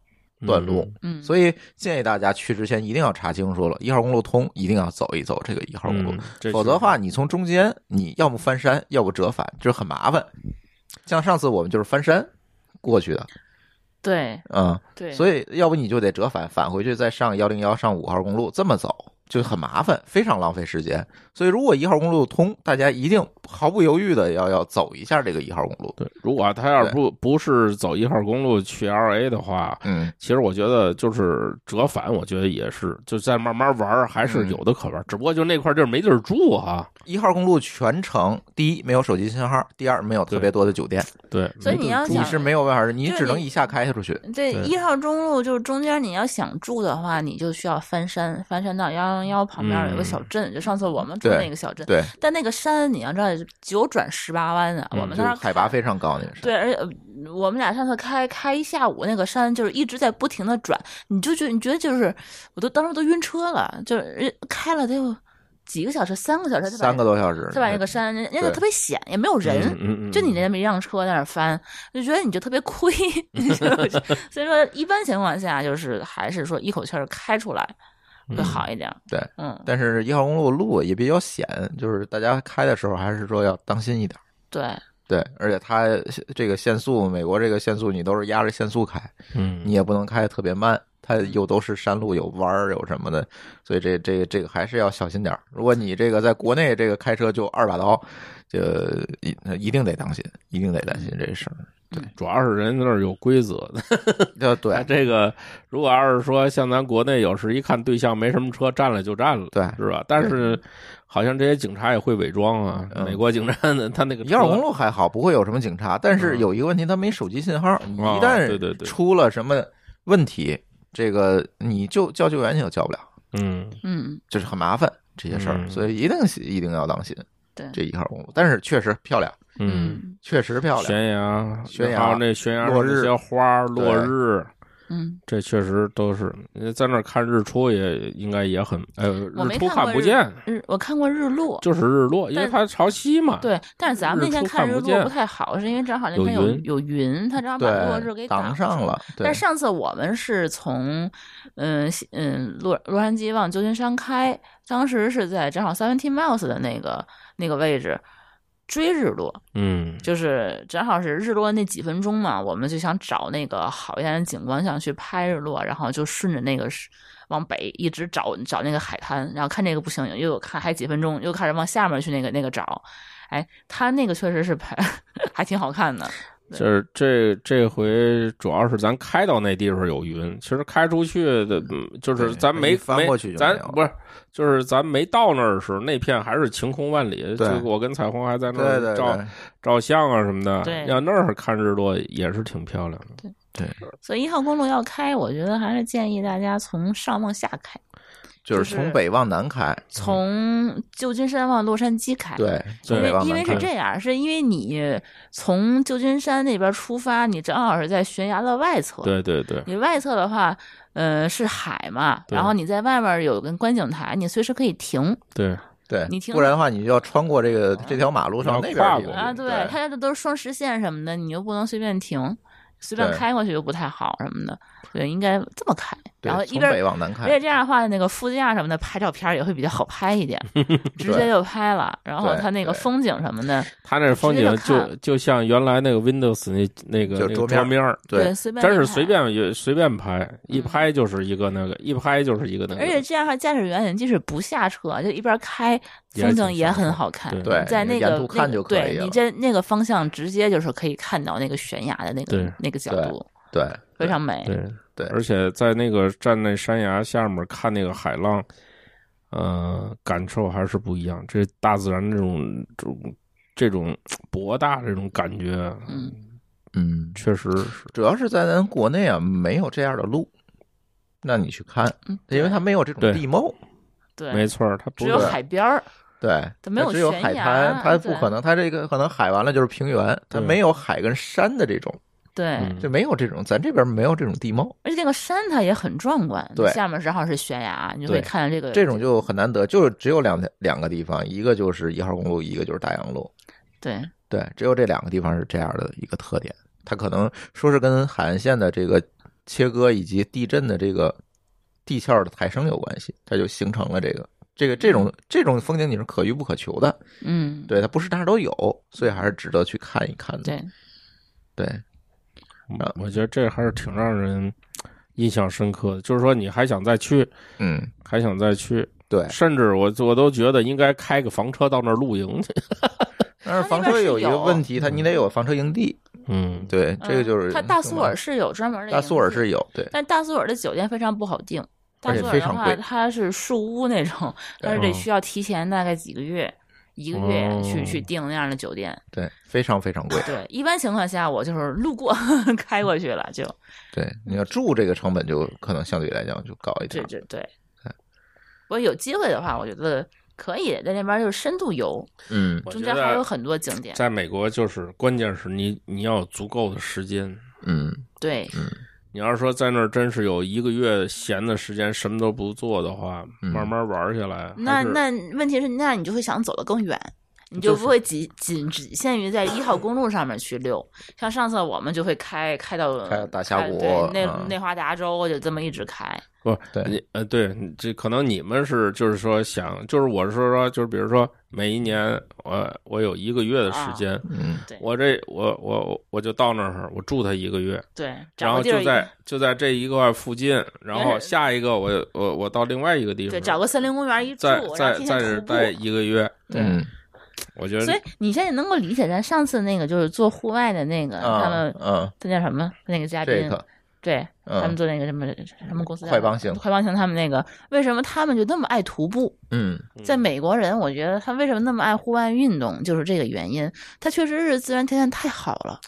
Speaker 4: 断路，
Speaker 3: 嗯，
Speaker 4: 所以建议大家去之前一定要查清楚了，一号公路通一定要走一走这个一号公路，
Speaker 2: 嗯这
Speaker 4: 否
Speaker 2: 是
Speaker 4: 则的话，你从中间你要么翻山，要不折返，就是很麻烦。像上次我们就是翻山过去的，
Speaker 3: 对
Speaker 4: 嗯，
Speaker 3: 对，
Speaker 4: 所以要不你就得折返返回去，再上幺零幺上五号公路这么走就很麻烦，非常浪费时间。所以如果一号公路通，大家一定毫不犹豫的要要走一下这个一号公路。
Speaker 2: 对，如果他要是
Speaker 4: 对
Speaker 2: 不不是走一号公路去 L A 的话，
Speaker 4: 嗯，
Speaker 2: 其实我觉得就是折返，我觉得也是，就再慢慢玩儿，还是
Speaker 4: 嗯
Speaker 2: 有的可玩儿。只不过就那块地儿没地儿住哈、
Speaker 4: 一号公路全程第一没有手机信号，第二没有特别多的酒店，
Speaker 2: 对，
Speaker 3: 所以
Speaker 2: 没
Speaker 3: 你
Speaker 2: 地儿
Speaker 3: 要
Speaker 2: 住
Speaker 3: 想
Speaker 4: 你是没有办法的，你
Speaker 3: 就是
Speaker 4: 只能
Speaker 3: 你
Speaker 4: 一下开出去。
Speaker 2: 对
Speaker 3: 这一号中路就是中间你要想住的话，你就需要翻山，翻山到幺零幺旁边有个小镇，就上次我们住
Speaker 4: 嗯对
Speaker 3: 那个小镇，
Speaker 4: 对，
Speaker 3: 但那个山你要知道九转十八弯啊，
Speaker 2: 嗯
Speaker 3: 我们
Speaker 4: 就
Speaker 3: 当
Speaker 4: 是
Speaker 3: 时
Speaker 4: 海拔非常高那个是。
Speaker 3: 对，而且呃我们俩上次开开一下午，那个山就是一直在不停的转，你就觉你觉得就是，我都当时都晕车了，就是呃开了得有几个小时，三个小时，
Speaker 4: 三个多小时，
Speaker 3: 才把那个山，人家就
Speaker 4: 对
Speaker 3: 特别险，也没有人，
Speaker 2: 嗯嗯嗯，
Speaker 3: 就你那么一辆车在那儿翻，就觉得你就特别 亏。你知道吗所以说，一般情况下就是还是说一口气儿开出来会好一点。
Speaker 4: 对，
Speaker 3: 嗯，
Speaker 4: 但是一号公路路也比较险，就是大家开的时候还是说要当心一点。
Speaker 3: 对，
Speaker 4: 对，而且它这个限速，美国这个限速你都是压着限速开，
Speaker 2: 嗯，
Speaker 4: 你也不能开得特别慢，它又都是山路，有弯儿，有什么的，所以这这个这个还是要小心点儿。如果你这个在国内这个开车就二把刀，就一一定得当心，一定得担心这事儿。呃
Speaker 2: 主要是人家那儿有规则，嗯
Speaker 4: 对对
Speaker 2: 这个如果要是说像咱国内有时一看对象没什么车，占了就占了，
Speaker 4: 对
Speaker 2: 是吧？但是好像这些警察也会伪装啊，
Speaker 4: 嗯
Speaker 2: 美国警察呢他那个
Speaker 4: 一号
Speaker 2: 车
Speaker 4: 公路还好，不会有什么警察，但是
Speaker 2: 嗯
Speaker 4: 有一个问题，它没手机信号，你一
Speaker 2: 啊对对
Speaker 4: 旦
Speaker 2: 对
Speaker 4: 出了什么问题，这个你就叫救援你都叫不了，
Speaker 2: 嗯，
Speaker 3: 嗯，
Speaker 4: 就是很麻烦这些事儿，
Speaker 2: 嗯
Speaker 4: 所以一定一定要当心
Speaker 3: 对，
Speaker 4: 这一号公路。但是确实漂亮，
Speaker 2: 嗯，
Speaker 4: 确实漂亮，
Speaker 2: 悬崖，
Speaker 4: 悬崖
Speaker 2: 还有那悬崖
Speaker 4: 落
Speaker 2: 上那
Speaker 4: 日
Speaker 2: 些花儿落
Speaker 4: 对
Speaker 2: 日，
Speaker 3: 嗯，
Speaker 2: 这确实都是呃在那儿看日出也应该也很，呃，
Speaker 3: 我没
Speaker 2: 出
Speaker 3: 看
Speaker 2: 看
Speaker 3: 过
Speaker 2: 不
Speaker 3: 日
Speaker 2: 见，
Speaker 3: 嗯日我看过日落，
Speaker 2: 就是日落，因为
Speaker 3: 但
Speaker 2: 它潮汐嘛。，
Speaker 3: 对，但是咱们那天
Speaker 2: 啊日出看
Speaker 3: 看日
Speaker 2: 不
Speaker 3: 落
Speaker 2: 见
Speaker 3: 不太好，是因为正好那
Speaker 2: 有
Speaker 3: 天有
Speaker 2: 云
Speaker 3: 有云，它正好把落日给
Speaker 4: 对，挡上
Speaker 3: 了。
Speaker 4: 了。对
Speaker 3: 但，上次我们是从，嗯西嗯洛洛杉矶往旧金山开，当时是在正好 Seventeen Miles 的那个那个位置追日落，
Speaker 2: 嗯，
Speaker 3: 就是正好是日落那几分钟嘛，我们就想找那个好一点的景观，想去拍日落，然后就顺着那个是往北一直找找那个海滩，然后看这个不行，又有看还几分钟，又开始往下面去那个那个找，哎，它那个确实是拍 还挺好看的，
Speaker 2: 就是这这回主要是咱开到那地方有云，其实开出去的，嗯就是
Speaker 4: 对
Speaker 2: 咱没
Speaker 4: 一翻
Speaker 2: 没
Speaker 4: 过去就
Speaker 2: 咱
Speaker 4: 没有了
Speaker 2: 不是，就是咱没到那儿的时候，那片还是晴空万里。
Speaker 4: 对
Speaker 2: 就我跟彩虹还在那
Speaker 4: 对
Speaker 2: 儿
Speaker 4: 对
Speaker 2: 照
Speaker 4: 对，
Speaker 2: 照相啊什么的。
Speaker 3: 对
Speaker 2: 要那儿看日落也是挺漂亮的。
Speaker 3: 所以一号公路要开，我觉得还是建议大家从上往下开，
Speaker 4: 嗯就是
Speaker 3: 是
Speaker 4: 从北往南开，
Speaker 3: 从旧金山往洛杉矶开，
Speaker 4: 对，从
Speaker 3: 因
Speaker 4: 北
Speaker 3: 为
Speaker 4: 往
Speaker 3: 因
Speaker 4: 南
Speaker 3: 为是
Speaker 4: 开。
Speaker 3: 这样，是因为你从旧金山那边出发，你正好是在悬崖的外侧。
Speaker 2: 对对对，
Speaker 3: 你外侧的话，呃，是海嘛，
Speaker 2: 对
Speaker 3: 然后你在外面有个观景台，你随时可以停
Speaker 2: 对
Speaker 4: 对
Speaker 3: 你，听
Speaker 4: 不然的话你就要穿过这个这条马路上
Speaker 2: 要
Speaker 4: 那边
Speaker 2: 跨
Speaker 4: 儿有
Speaker 2: 过
Speaker 3: 啊。
Speaker 4: 云
Speaker 3: 对，它这都是双实线什么的，你又不能随便停，随便
Speaker 4: 对
Speaker 3: 开过去又不太好什么的。对，应该这么开，然后
Speaker 4: 对，
Speaker 3: 一
Speaker 4: 从
Speaker 3: 边
Speaker 4: 北往南开
Speaker 3: 而。且这样的话，那个副驾什么的拍照片儿也会比较好拍一点， 直接就拍了。然后
Speaker 4: 对
Speaker 3: 它那个
Speaker 4: 对
Speaker 3: 风景什么的，
Speaker 2: 它那风景
Speaker 3: 直接就
Speaker 2: 就
Speaker 3: 看
Speaker 2: 就像原来那个 Windows 那那个那
Speaker 4: 就
Speaker 2: 个
Speaker 4: 桌面
Speaker 2: 桌面儿，
Speaker 4: 对
Speaker 3: 对，随便
Speaker 2: 真
Speaker 3: 一
Speaker 2: 是
Speaker 3: 拍嗯
Speaker 2: 随。便也随便拍，一拍就是一个那个，一拍就是一个那个。
Speaker 3: 而且这样的话，驾驶员你即使不下车，就一边开，
Speaker 2: 也
Speaker 3: 风景
Speaker 2: 挺
Speaker 3: 也
Speaker 2: 爽
Speaker 3: 很
Speaker 2: 的
Speaker 3: 好看。
Speaker 2: 对
Speaker 4: 对
Speaker 3: 在
Speaker 4: 你
Speaker 3: 那
Speaker 4: 沿
Speaker 3: 个
Speaker 4: 途
Speaker 3: 那
Speaker 4: 看
Speaker 3: 个
Speaker 4: 就可以
Speaker 3: 对
Speaker 4: 了
Speaker 3: 你在那个方向直接就是可以看到那个悬崖的那个
Speaker 2: 对
Speaker 3: 那个角
Speaker 4: 对
Speaker 3: 度，
Speaker 4: 对，
Speaker 3: 非常美。
Speaker 2: 对
Speaker 4: 对
Speaker 2: 而且在那个站在山崖下面看那个海浪，呃，感受还是不一样。这大自然这种这种这种博大这种感觉，
Speaker 3: 嗯，
Speaker 4: 嗯，
Speaker 2: 确实是
Speaker 4: 主要是在咱国内啊没有这样的路，那你去看，
Speaker 3: 嗯
Speaker 4: 因为它没有这
Speaker 2: 对
Speaker 4: 种地貌。
Speaker 3: 对，
Speaker 2: 没错儿，它不
Speaker 3: 只
Speaker 2: 是
Speaker 3: 有海边儿。
Speaker 4: 对，
Speaker 3: 它没有
Speaker 4: 只有
Speaker 3: 悬
Speaker 4: 海
Speaker 3: 崖啊
Speaker 4: 滩，它不
Speaker 3: 对
Speaker 4: 可能，它这个可能海完了就是平原，它
Speaker 2: 对
Speaker 4: 没有海跟山的这种，
Speaker 3: 对，
Speaker 2: 嗯
Speaker 4: 就没有这种，咱这边没有这种地貌，
Speaker 3: 而且那个山它也很壮观，
Speaker 4: 对
Speaker 3: 下面正好是悬崖，你就会
Speaker 4: 对
Speaker 3: 看到这个
Speaker 4: 这种就很难得，就是只有两两个地方，一个就是一号公路，一个就是大洋路，
Speaker 3: 对
Speaker 4: 对，只有这两个地方是这样的一个特点，它可能说是跟海岸线的这个切割以及地震的这个地壳的抬升有关系，它就形成了这个。这个这种这种风景你是可遇不可求的，
Speaker 3: 嗯
Speaker 4: 对它不是哪儿都有，所以还是值得去看一看的。
Speaker 3: 对，
Speaker 4: 对，啊
Speaker 2: 嗯我觉得这还是挺让人印象深刻的。就是说，你还想再去，
Speaker 4: 嗯，
Speaker 2: 还想再去，
Speaker 4: 对。
Speaker 2: 甚至我我都觉得应该开个房车到那儿露营去。
Speaker 4: 但
Speaker 3: 它那
Speaker 4: 是房
Speaker 3: 边
Speaker 4: 车
Speaker 3: 是
Speaker 4: 有一个
Speaker 3: 有
Speaker 4: 问题，它你得有房车营地，
Speaker 2: 嗯，
Speaker 4: 对，这个就是
Speaker 3: 它大苏尔是有专门的，
Speaker 4: 大苏尔是，有对，
Speaker 3: 但大苏尔的酒店非常不好订。大
Speaker 4: 而且
Speaker 3: 苏尔
Speaker 4: 非
Speaker 3: 的
Speaker 4: 常
Speaker 3: 话，
Speaker 4: 贵
Speaker 3: 它是树屋那种，但是得
Speaker 2: 嗯
Speaker 3: 需要提前大概几个月。一个月去、
Speaker 2: 哦
Speaker 3: 去订那样的酒店，
Speaker 4: 对，非常非常贵。
Speaker 3: 对，一般情况下我就是路过 开过去了，就
Speaker 4: 对，你要住这个成本就可能相对来讲就高一
Speaker 3: 这
Speaker 4: 点。
Speaker 3: 这嗯对。
Speaker 2: 嗯
Speaker 3: 我有机会的话，我觉得可以在那边就是深度游，
Speaker 4: 嗯
Speaker 2: 我
Speaker 3: 中
Speaker 2: 觉
Speaker 3: 间还
Speaker 2: 得
Speaker 3: 有很多景点。
Speaker 2: 在美国就是关键是你你要有足够的时间。
Speaker 4: 嗯
Speaker 3: 对，
Speaker 2: 你要是说在那儿真是有一个月闲的时间，什么都不做的话，
Speaker 4: 嗯
Speaker 2: 慢慢玩起来，
Speaker 3: 那
Speaker 2: 还是
Speaker 3: 那问题是，那你就会想走得更远，你就
Speaker 2: 就是
Speaker 3: 不会仅仅只限于在一号公路上面去溜。像上次我们就会开开到
Speaker 4: 开到大峡谷
Speaker 2: 啊
Speaker 3: 对，内
Speaker 4: 嗯
Speaker 3: 内华达州就这么一直开。
Speaker 2: 不，
Speaker 4: 对
Speaker 2: 你呃，对，你这可能你们是就是说想，就是我是说说，就是比如说每一年我我有一个月的
Speaker 3: 啊
Speaker 2: 时间，
Speaker 4: 嗯
Speaker 3: 对
Speaker 2: 我这我我我就到那儿，我住他一个月，
Speaker 3: 对，
Speaker 2: 然
Speaker 3: 找
Speaker 2: 后
Speaker 3: 个地
Speaker 2: 就
Speaker 3: 儿
Speaker 2: 在就在这一块附近，然后
Speaker 3: 原始
Speaker 2: 下一个我我我到另外一个地方，
Speaker 3: 对找个森林公园一住，
Speaker 2: 在
Speaker 3: 然
Speaker 2: 在
Speaker 3: 后天
Speaker 2: 在这
Speaker 3: 天
Speaker 2: 儿
Speaker 3: 徒步。
Speaker 2: 待一个月，
Speaker 3: 对
Speaker 4: 嗯
Speaker 2: 我觉得
Speaker 3: 所以你现在能够理解咱上次那个就是做户外的那个、呃他
Speaker 4: 嗯
Speaker 3: 们
Speaker 4: 嗯，
Speaker 3: 他叫什么那个嘉
Speaker 4: 这
Speaker 3: 宾，
Speaker 4: 个
Speaker 3: 对、
Speaker 4: 嗯
Speaker 3: 他们做那个什么什么公司叫
Speaker 4: 快帮行
Speaker 3: 快帮行他们那个为什么他们就那么爱徒步？
Speaker 4: 嗯
Speaker 3: 在美国人，我觉得他为什么那么爱户外运动，就是这个原因。他确实是自然条件太好了，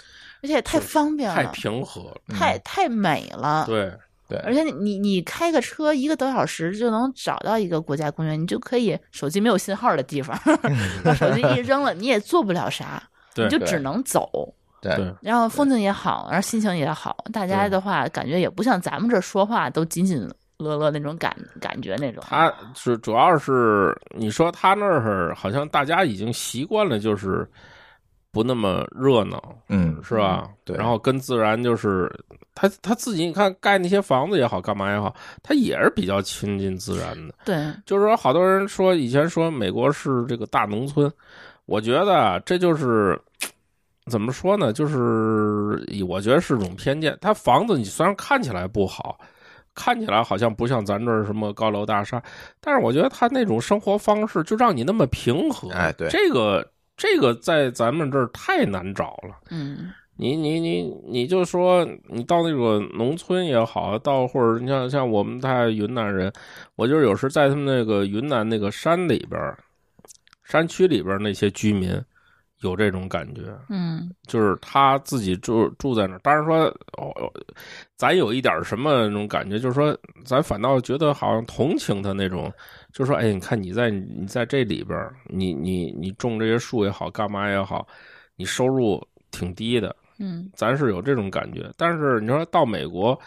Speaker 3: 而且太方便
Speaker 2: 太
Speaker 3: 了，
Speaker 2: 平和了，
Speaker 4: 嗯
Speaker 3: 太太美了。
Speaker 2: 对，
Speaker 4: 对，
Speaker 3: 而且你你你开个车一个多小时就能找到一个国家公园，你就可以手机没有信号的地方，把手机一扔了，你也做不了啥，
Speaker 2: 对
Speaker 3: 你就
Speaker 4: 对
Speaker 3: 只能走。
Speaker 4: 对
Speaker 2: 对
Speaker 3: 然后风景也好，然后心情也好，大家的话感觉也不像咱们这说话都津津乐乐那种感感觉那种。
Speaker 2: 他主主要是你说他那儿好像大家已经习惯了，就是不那么热闹，
Speaker 4: 嗯
Speaker 2: 是吧？
Speaker 4: 对
Speaker 2: 然后跟自然就是他他自己，你看盖那些房子也好，干嘛也好，他也是比较亲近自然的。
Speaker 3: 对，
Speaker 2: 就是说，好多人说以前说美国是这个大农村，我觉得啊这就是。怎么说呢？就是我觉得是种偏见。它房子你虽然看起来不好，看起来好像不像咱这儿什么高楼大厦，但是我觉得他那种生活方式就让你那么平和。
Speaker 4: 哎对
Speaker 2: 这个这个在咱们这儿太难找了。
Speaker 3: 嗯，
Speaker 2: 你你你你就说你到那种农村也好，到或者你像像我们在云南人，我就是有时在他们那个云南那个山里边儿，山区里边儿那些居民有这种感觉，
Speaker 3: 嗯，
Speaker 2: 就是他自己住住在那儿。当然说，哦，咱有一点儿什么那种感觉，就是说，咱反倒觉得好像同情他那种，就是说，哎，你看你在你在这里边儿，你你你种这些树也好，干嘛也好，你收入挺低的，
Speaker 3: 嗯，
Speaker 2: 咱是有这种感觉。但是你说到美国，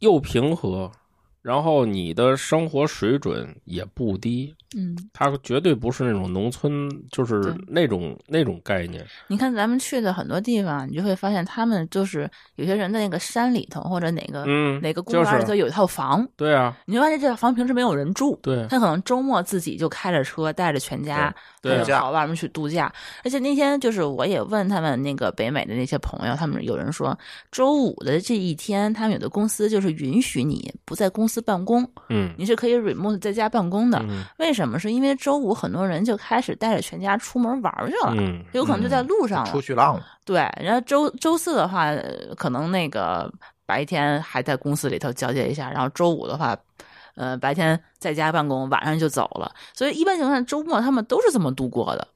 Speaker 2: 又平和，然后你的生活水准也不低，
Speaker 3: 嗯。
Speaker 2: 它绝对不是那种农村，就是
Speaker 3: 对
Speaker 2: 那种那种概念。
Speaker 3: 你看咱们去的很多地方，你就会发现他们就是有些人在那个山里头或者哪个、
Speaker 2: 嗯，
Speaker 3: 呃哪个公
Speaker 2: 就
Speaker 3: 园里头
Speaker 2: 是
Speaker 3: 有一套房，
Speaker 2: 对啊，
Speaker 3: 你就发现这套房平时没有人住。
Speaker 2: 对
Speaker 3: 他可能周末自己就开着车，带着全家，
Speaker 2: 对
Speaker 3: 带
Speaker 2: 对
Speaker 3: 着
Speaker 4: 啊
Speaker 3: 跑外面去度假。而且那天就是我也问他们那个北美的那些朋友，他们有人说周五的这一天，他们有的公司就是允许你不在公司办公，
Speaker 2: 嗯
Speaker 3: 你是可以 remote 在家办公的。
Speaker 2: 嗯
Speaker 3: 为什么？是因为周五很多人就开始带着全家出门玩儿去了，
Speaker 2: 嗯
Speaker 3: 有可能就在路上了。
Speaker 4: 出去浪了，
Speaker 3: 对，然后周周四的话，呃可能那个白天还在公司里头交接一下，然后周五的话，呃，白天在家办公，晚上就走了。所以一般情况下，周末他们都是这么度过的。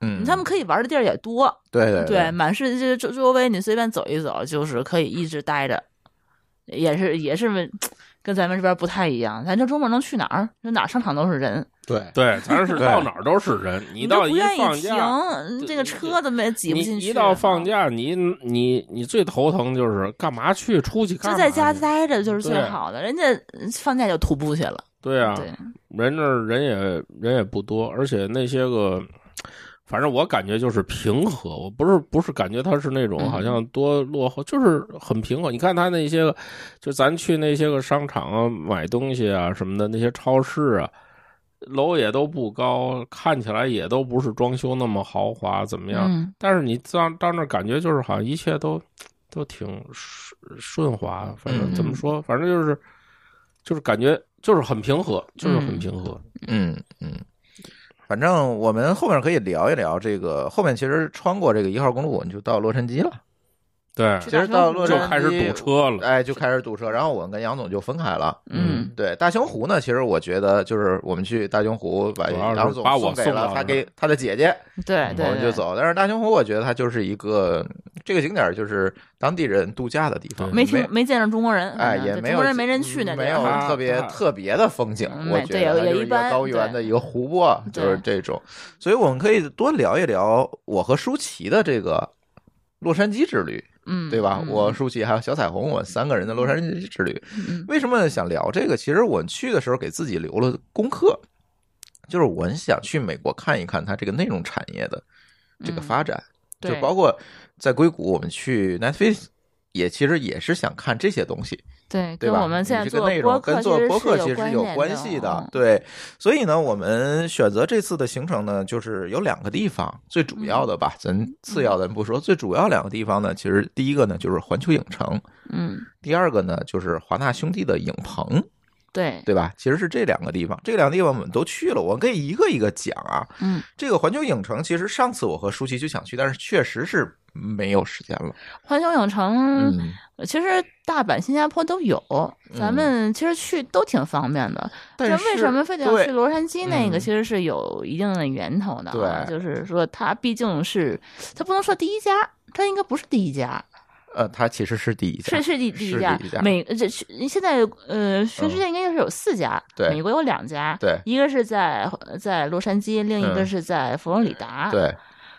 Speaker 4: 嗯，
Speaker 3: 他们可以玩的地儿也多，
Speaker 4: 对对
Speaker 3: 对，，满世界周周围你随便走一走，就是可以一直待着，也是也是跟咱们这边不太一样。咱这周末能去哪儿？就哪儿商场都是人，
Speaker 4: 对
Speaker 2: 对，咱是
Speaker 4: 对
Speaker 2: 到哪儿都是人，你到
Speaker 3: 就
Speaker 2: 一
Speaker 3: 不愿
Speaker 2: 放
Speaker 3: 意停
Speaker 2: 假。，
Speaker 3: 这个车都没挤不
Speaker 2: 你
Speaker 3: 进去。啊嗯
Speaker 2: 一到放假，你你你最头疼就是干嘛去出去干
Speaker 3: 就
Speaker 2: 嘛去？
Speaker 3: 在家待着就是最
Speaker 2: 对
Speaker 3: 好的，人家放假就徒步去了。
Speaker 2: 对啊，
Speaker 3: 对，
Speaker 2: 人那儿人也人也不多，而且那些个，反正我感觉就是平和，我不是不是感觉他是那种
Speaker 3: 嗯
Speaker 2: 好像多落后，就是很平和。你看他那些个，就咱去那些个商场啊买东西啊什么的，那些超市啊，楼也都不高，看起来也都不是装修那么豪华，怎么样？
Speaker 3: 嗯，
Speaker 2: 但是你到到那儿感觉就是好像一切都都挺顺顺滑，反正
Speaker 4: 嗯
Speaker 2: 怎么说，反正就是就是感觉就是很平和，就是很
Speaker 3: 嗯
Speaker 2: 平和。
Speaker 4: 嗯嗯，反正我们后面可以聊一聊这个。后面其实穿过这个一号公路，你就到洛杉矶了。
Speaker 2: 对，
Speaker 4: 其实到洛
Speaker 2: 就
Speaker 4: 杉矶
Speaker 2: 开始堵，车了。
Speaker 4: 哎，就开始堵车。然后我跟杨总就分开了。
Speaker 3: 嗯
Speaker 4: 对，大熊湖呢，其实我觉觉得就是我们去大熊湖把
Speaker 2: 主要是
Speaker 4: 杨总
Speaker 2: 把我
Speaker 4: 给
Speaker 2: 送到
Speaker 4: 了他
Speaker 2: 那儿
Speaker 4: 给他的姐姐，
Speaker 3: 对
Speaker 4: 我
Speaker 3: 对，
Speaker 4: 嗯们就走。但是大熊湖，我觉得它就是一个这个景点，就是当地人度假的地方，
Speaker 2: 对
Speaker 3: 没听没见着中国人，
Speaker 4: 哎，
Speaker 3: 反正
Speaker 4: 也
Speaker 3: 对
Speaker 4: 没
Speaker 3: 中
Speaker 4: 有
Speaker 3: 国人没人去那地
Speaker 4: 没有
Speaker 3: 儿，
Speaker 2: 啊
Speaker 4: 特别
Speaker 2: 对
Speaker 4: 特别的风景，
Speaker 3: 嗯
Speaker 4: 我
Speaker 3: 没
Speaker 4: 觉
Speaker 3: 对也
Speaker 4: 得它
Speaker 3: 也
Speaker 4: 就是
Speaker 3: 一
Speaker 4: 个
Speaker 3: 般
Speaker 4: 高原
Speaker 3: 对
Speaker 4: 的一个湖泊，就是这种。所以我们可以多聊一聊我和舒淇的这个洛杉矶之旅，
Speaker 3: 嗯，
Speaker 4: 对吧？
Speaker 3: 嗯
Speaker 4: 我舒淇还有小彩虹，我们三个人的洛杉矶之旅。
Speaker 3: 嗯
Speaker 4: 为什么想聊这个？其实我去的时候给自己留了功课，就是我很想去美国看一看它这个内容产业的这个
Speaker 3: 嗯
Speaker 4: 发展。就
Speaker 3: 对
Speaker 4: 包括在硅谷，我们去 Netflix 也其实也是想看这些东西，
Speaker 3: 对，
Speaker 4: 对
Speaker 3: 跟
Speaker 4: 吧？
Speaker 3: 我们现在
Speaker 4: 你这个
Speaker 3: 做
Speaker 4: 内
Speaker 3: 播
Speaker 4: 容
Speaker 3: 客
Speaker 4: 跟做播客其
Speaker 3: 其
Speaker 4: 实
Speaker 3: 实
Speaker 4: 是
Speaker 3: 是
Speaker 4: 有关
Speaker 3: 关
Speaker 4: 系
Speaker 3: 的
Speaker 4: 的
Speaker 3: 哦，，
Speaker 4: 对。所以呢，我们选择这次的行程呢，就是有两个地方，最
Speaker 3: 嗯
Speaker 4: 主要的吧，咱次要的不说，最主要两个地方呢，其实第一个呢就是环球影城，
Speaker 3: 嗯，
Speaker 4: 第二个呢就是华纳兄弟的影棚，
Speaker 3: 对，
Speaker 4: 对吧？其实是这两个地方，这两个地方我们都去了，我可以一个一个讲啊。
Speaker 3: 嗯，
Speaker 4: 这个环球影城其实上次我和舒淇就想去，但是确实是没有时间了。
Speaker 3: 环球影城，
Speaker 4: 嗯
Speaker 3: 其实大阪、新加坡都有，咱们其实去都挺方便的。
Speaker 4: 但
Speaker 3: 就是为什么非得要
Speaker 4: 对
Speaker 3: 去洛杉矶？那个
Speaker 4: 嗯
Speaker 3: 其实是有一定的源头的啊，
Speaker 4: 对
Speaker 3: 就是说它毕竟是，它不能说第一家，它应该不是第一家，
Speaker 4: 呃，它其实是第一家，
Speaker 3: 是是第第一家
Speaker 4: 是第一家。嗯
Speaker 3: 美这是现在呃，全世界应该是有四家，
Speaker 4: 对
Speaker 3: 美国有两家，
Speaker 4: 对
Speaker 3: 一个是在在洛杉矶，另一个
Speaker 4: 嗯
Speaker 3: 是在佛罗里达。，
Speaker 4: 对，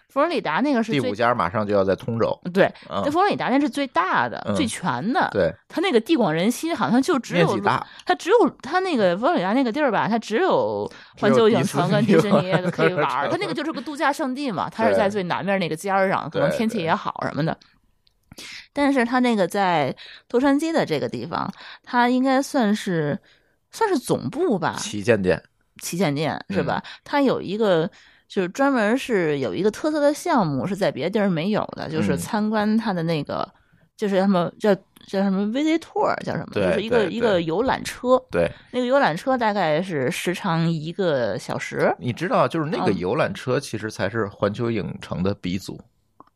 Speaker 3: 佛罗里达那啊个是
Speaker 4: 第
Speaker 3: 最
Speaker 4: 五家马上就要在通州，
Speaker 3: 对，
Speaker 4: 嗯
Speaker 3: 那，佛罗里达那是最大的、
Speaker 4: 嗯
Speaker 3: 最全的，
Speaker 4: 对，
Speaker 3: 它那个地广人稀，好像就只
Speaker 4: 面
Speaker 3: 有啊
Speaker 4: 积
Speaker 3: 洛
Speaker 4: 大，
Speaker 3: 它只有它那个佛罗里达那个地儿吧，它只有环球影城跟
Speaker 4: 只有
Speaker 3: 迪
Speaker 4: 迪士
Speaker 3: 士
Speaker 4: 尼
Speaker 3: 尼 可以玩儿，它那个就是个度假胜地嘛，它是在最南面那个尖儿上，可能
Speaker 4: 对
Speaker 3: 天气
Speaker 4: 对
Speaker 3: 也好什么的。但是它那个在洛杉矶的这个地方，它应该算是算是总部吧，
Speaker 4: 旗嗯舰店，
Speaker 3: 旗舰店是吧？它有一个就是专门是有一个特色的项目是在别的地儿没有的，就是
Speaker 4: 嗯
Speaker 3: 参观它的那个，就是什么叫叫什么 VJ tour 叫什么，
Speaker 4: 对
Speaker 3: 就是一个
Speaker 4: 对
Speaker 3: 一个
Speaker 4: 对
Speaker 3: 游览车，
Speaker 4: 对，
Speaker 3: 那个游览车大概是时长一个小时。
Speaker 4: 你知道，啊就是那个
Speaker 3: 嗯
Speaker 4: 游览车其实才是环球影城的鼻祖，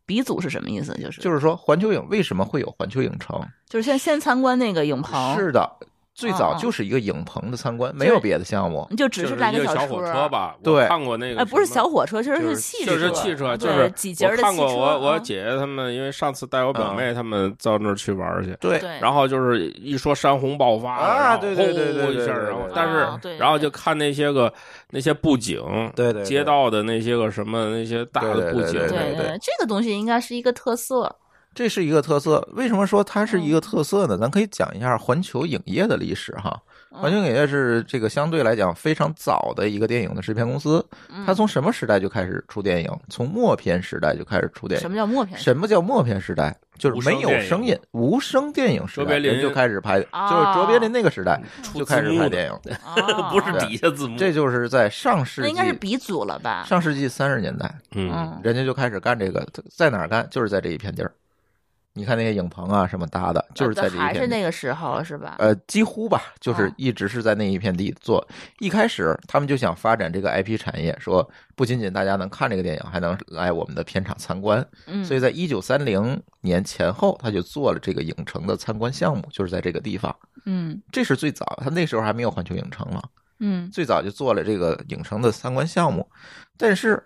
Speaker 3: 鼻祖是什么意思？就是
Speaker 4: 就是说环球影为什么会有环球影城？
Speaker 3: 就是先先参观那个影棚，
Speaker 4: 是的，最早
Speaker 3: 嗯嗯
Speaker 4: 就是一个影棚的参观，没有别的项目。
Speaker 3: 你就嗯只
Speaker 2: 就是是
Speaker 3: 来
Speaker 2: 一个
Speaker 3: 小
Speaker 2: 火车。吧，我
Speaker 4: 对
Speaker 2: 看过那个
Speaker 3: 哎，不是
Speaker 2: 什么
Speaker 3: 小火车，其实
Speaker 2: 就是
Speaker 3: 汽
Speaker 2: 汽
Speaker 3: 车，
Speaker 2: 就是汽车，就
Speaker 3: 对
Speaker 2: 是
Speaker 3: 几节
Speaker 2: 我
Speaker 3: 儿的汽车。
Speaker 2: 看过我我
Speaker 3: 啊
Speaker 2: 姐姐他们，因为上次带我表
Speaker 4: 嗯
Speaker 2: 妹他们到那儿去玩儿去，
Speaker 4: 对
Speaker 3: 对，
Speaker 2: 然后就是一说山洪爆发
Speaker 4: 啊
Speaker 2: 然后
Speaker 4: 对对对对
Speaker 2: 呼一下，
Speaker 4: 对对对
Speaker 2: 然后
Speaker 4: 对
Speaker 2: 但
Speaker 3: 啊对
Speaker 2: 是
Speaker 3: 对
Speaker 2: 然后
Speaker 3: 对
Speaker 2: 就看那些个那些布景，
Speaker 4: 对对对
Speaker 2: 街道的那些个什么那些大的布景，
Speaker 4: 对
Speaker 3: 对
Speaker 4: 对
Speaker 3: 这个东西应该是一个特色。
Speaker 4: 这是一个特色。为什么说它是一
Speaker 3: 嗯
Speaker 4: 个特色呢？咱可以讲一下环球影业的历史哈。
Speaker 3: 嗯
Speaker 4: 环球影业是这个相对来讲非常早的一个电影的制片公司。
Speaker 3: 嗯
Speaker 4: 它从什么时代就开始出电影？从默片时代就开始出电
Speaker 3: 嗯什
Speaker 4: 影。
Speaker 3: 么叫默片？
Speaker 4: 什么叫默片时代？就是没有声音，无声电影时
Speaker 2: 卓
Speaker 4: 代
Speaker 2: 别林
Speaker 4: 人就开始拍，
Speaker 3: 啊
Speaker 4: 就是卓别林那个时代就开始拍电影，
Speaker 3: 哦
Speaker 2: 不是底下字幕，
Speaker 4: 这就是在上
Speaker 3: 那
Speaker 4: 世
Speaker 3: 应该是啊
Speaker 4: 纪
Speaker 3: 鼻祖了吧？
Speaker 4: 上世纪三十年代，
Speaker 2: 嗯，
Speaker 3: 嗯，
Speaker 4: 人家就开始干这个，在哪儿干？就是在这一片地儿。你看那些影棚啊什么搭的，就是在这一
Speaker 3: 还啊是
Speaker 4: 片地。
Speaker 3: 那个时候是吧？
Speaker 4: 呃，几乎吧，就是
Speaker 3: 哦
Speaker 4: 一直是在那一片地做。一开始他们就想发展这个 IP 产业，说不仅仅大家能看这个电影，还能来我们的片场参观。
Speaker 3: 嗯，
Speaker 4: 所以在一九三零年前后，他就做了这个影城的参观项目，就是在这个地方。
Speaker 3: 嗯
Speaker 4: 这是最早，他那时候还没有环球影城了，
Speaker 3: 嗯
Speaker 4: 最早就做了这个影城的参观项目。但是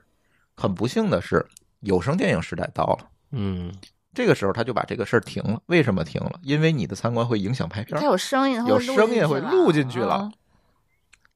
Speaker 4: 很不幸的是，有声电影时代到了，
Speaker 2: 嗯，
Speaker 4: 这个时候他就把这个事儿停了。为什么停了？因为你的参观会影响拍片
Speaker 3: 它
Speaker 4: 儿。
Speaker 3: 有声音，它
Speaker 4: 有
Speaker 3: 录
Speaker 4: 声
Speaker 3: 进
Speaker 4: 音
Speaker 3: 去
Speaker 4: 会
Speaker 3: 了
Speaker 4: 录进去了
Speaker 3: 哦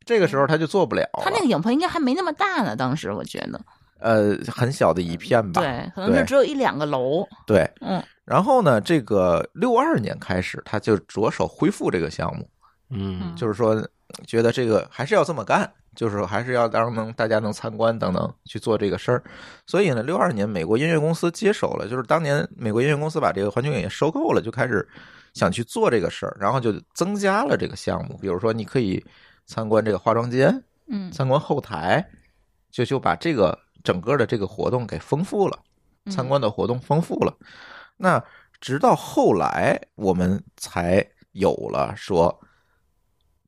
Speaker 4: 这个时候他就做不了了。
Speaker 3: 它那个影棚应该还没那么大呢，当时我觉得，
Speaker 4: 呃很小的一片吧，
Speaker 3: 对，可能
Speaker 4: 对
Speaker 3: 就只有一两个楼。
Speaker 4: 对。
Speaker 3: 嗯
Speaker 4: 然后呢，这个六二年开始，他就着手恢复这个项目。
Speaker 2: 嗯，
Speaker 4: 就是说觉得这个还是要这么干，就是还是要让能大家能参观等等去做这个事儿。所以呢，六二年美国音乐公司接手了，就是当年美国音乐公司把这个环球影业收购了，就开始想去做这个事儿，然后就增加了这个项目，比如说你可以参观这个化妆间，
Speaker 3: 嗯，
Speaker 4: 参观后台，就就把这
Speaker 3: 嗯
Speaker 4: 个整个的这个活动给丰富了。参观的活动丰富了。那直到后来我们才有了说，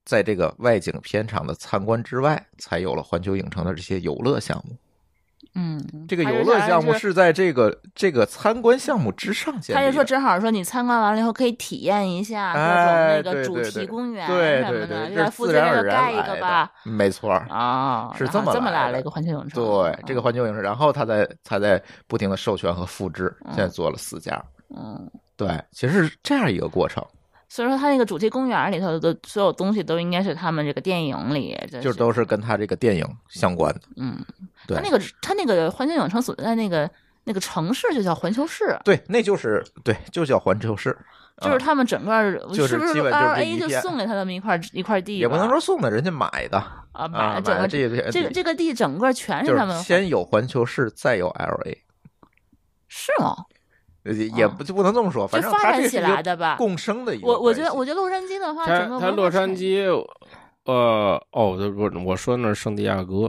Speaker 4: 在这个外景片场的参观之外，才有了环球影城的这些游乐项目。
Speaker 3: 嗯，
Speaker 4: 这个
Speaker 3: 他
Speaker 4: 游
Speaker 3: 就
Speaker 4: 乐
Speaker 3: 想
Speaker 4: 项目
Speaker 3: 是，
Speaker 4: 是在这个这个参观项目之上建立
Speaker 3: 他
Speaker 4: 的。
Speaker 3: 就说正好说你参观完了以后可以体验一下各
Speaker 4: 哎
Speaker 3: 种那个
Speaker 4: 对
Speaker 3: 主
Speaker 4: 对
Speaker 3: 题
Speaker 4: 对
Speaker 3: 公园
Speaker 4: 对
Speaker 3: 什
Speaker 4: 对
Speaker 3: 么的，
Speaker 4: 对，
Speaker 3: 就
Speaker 4: 这
Speaker 3: 在
Speaker 4: 是
Speaker 3: 附
Speaker 4: 自
Speaker 3: 近
Speaker 4: 然
Speaker 3: 那
Speaker 4: 而
Speaker 3: 儿
Speaker 4: 然
Speaker 3: 盖一
Speaker 4: 来
Speaker 3: 个
Speaker 4: 的
Speaker 3: 吧。
Speaker 4: 没错儿，
Speaker 3: 哦，
Speaker 4: 是
Speaker 3: 然
Speaker 4: 这
Speaker 3: 后
Speaker 4: 么
Speaker 3: 这么
Speaker 4: 来
Speaker 3: 来
Speaker 4: 的
Speaker 3: 了一个环球影城。嗯
Speaker 4: 对这个环球影城，然后他再他再不停的授权和复制，现在
Speaker 3: 嗯
Speaker 4: 做了四家。
Speaker 3: 嗯，
Speaker 4: 对，其实是这样一个过程，
Speaker 3: 所以说它那个主题公园里头的所有东西都应该是他们这个电影里，真
Speaker 4: 就是
Speaker 3: 是
Speaker 4: 都是跟他这个电影相关的。
Speaker 3: 嗯，
Speaker 4: 对
Speaker 3: 它那个它那个环球影城所在那个那个城市就叫环球市，
Speaker 4: 对，那就是对，就叫环球市，
Speaker 3: 就是
Speaker 4: 啊
Speaker 3: 他们整个儿
Speaker 4: 就是
Speaker 3: 不
Speaker 4: 基
Speaker 3: 是
Speaker 4: 本就是
Speaker 3: L
Speaker 4: 这一
Speaker 3: A 就
Speaker 4: 片
Speaker 3: 送给他那么一块一块地吧，
Speaker 4: 也不能说送的，人家买的啊，
Speaker 3: 啊买
Speaker 4: 买
Speaker 3: 了整
Speaker 4: 的
Speaker 3: 个
Speaker 4: 这个
Speaker 3: 这个这个地整个全
Speaker 4: 就是
Speaker 3: 他们
Speaker 4: 是先有环球市，再有 L A，呃
Speaker 3: 是吗？
Speaker 4: 也不就不能这么说，
Speaker 3: 哦
Speaker 4: 反
Speaker 3: 就
Speaker 4: 正
Speaker 3: 发
Speaker 4: 它这
Speaker 3: 展
Speaker 4: 是
Speaker 3: 起
Speaker 4: 一
Speaker 3: 来
Speaker 4: 个
Speaker 3: 的吧。
Speaker 4: 共生的一个
Speaker 3: 我
Speaker 4: 关系。
Speaker 3: 我觉得我觉得洛杉矶的话，
Speaker 2: 他
Speaker 3: 整个
Speaker 2: 他
Speaker 3: 文化
Speaker 2: 洛杉
Speaker 3: 产业，
Speaker 2: 矶，呃，哦，对不是，我说那是圣地亚哥，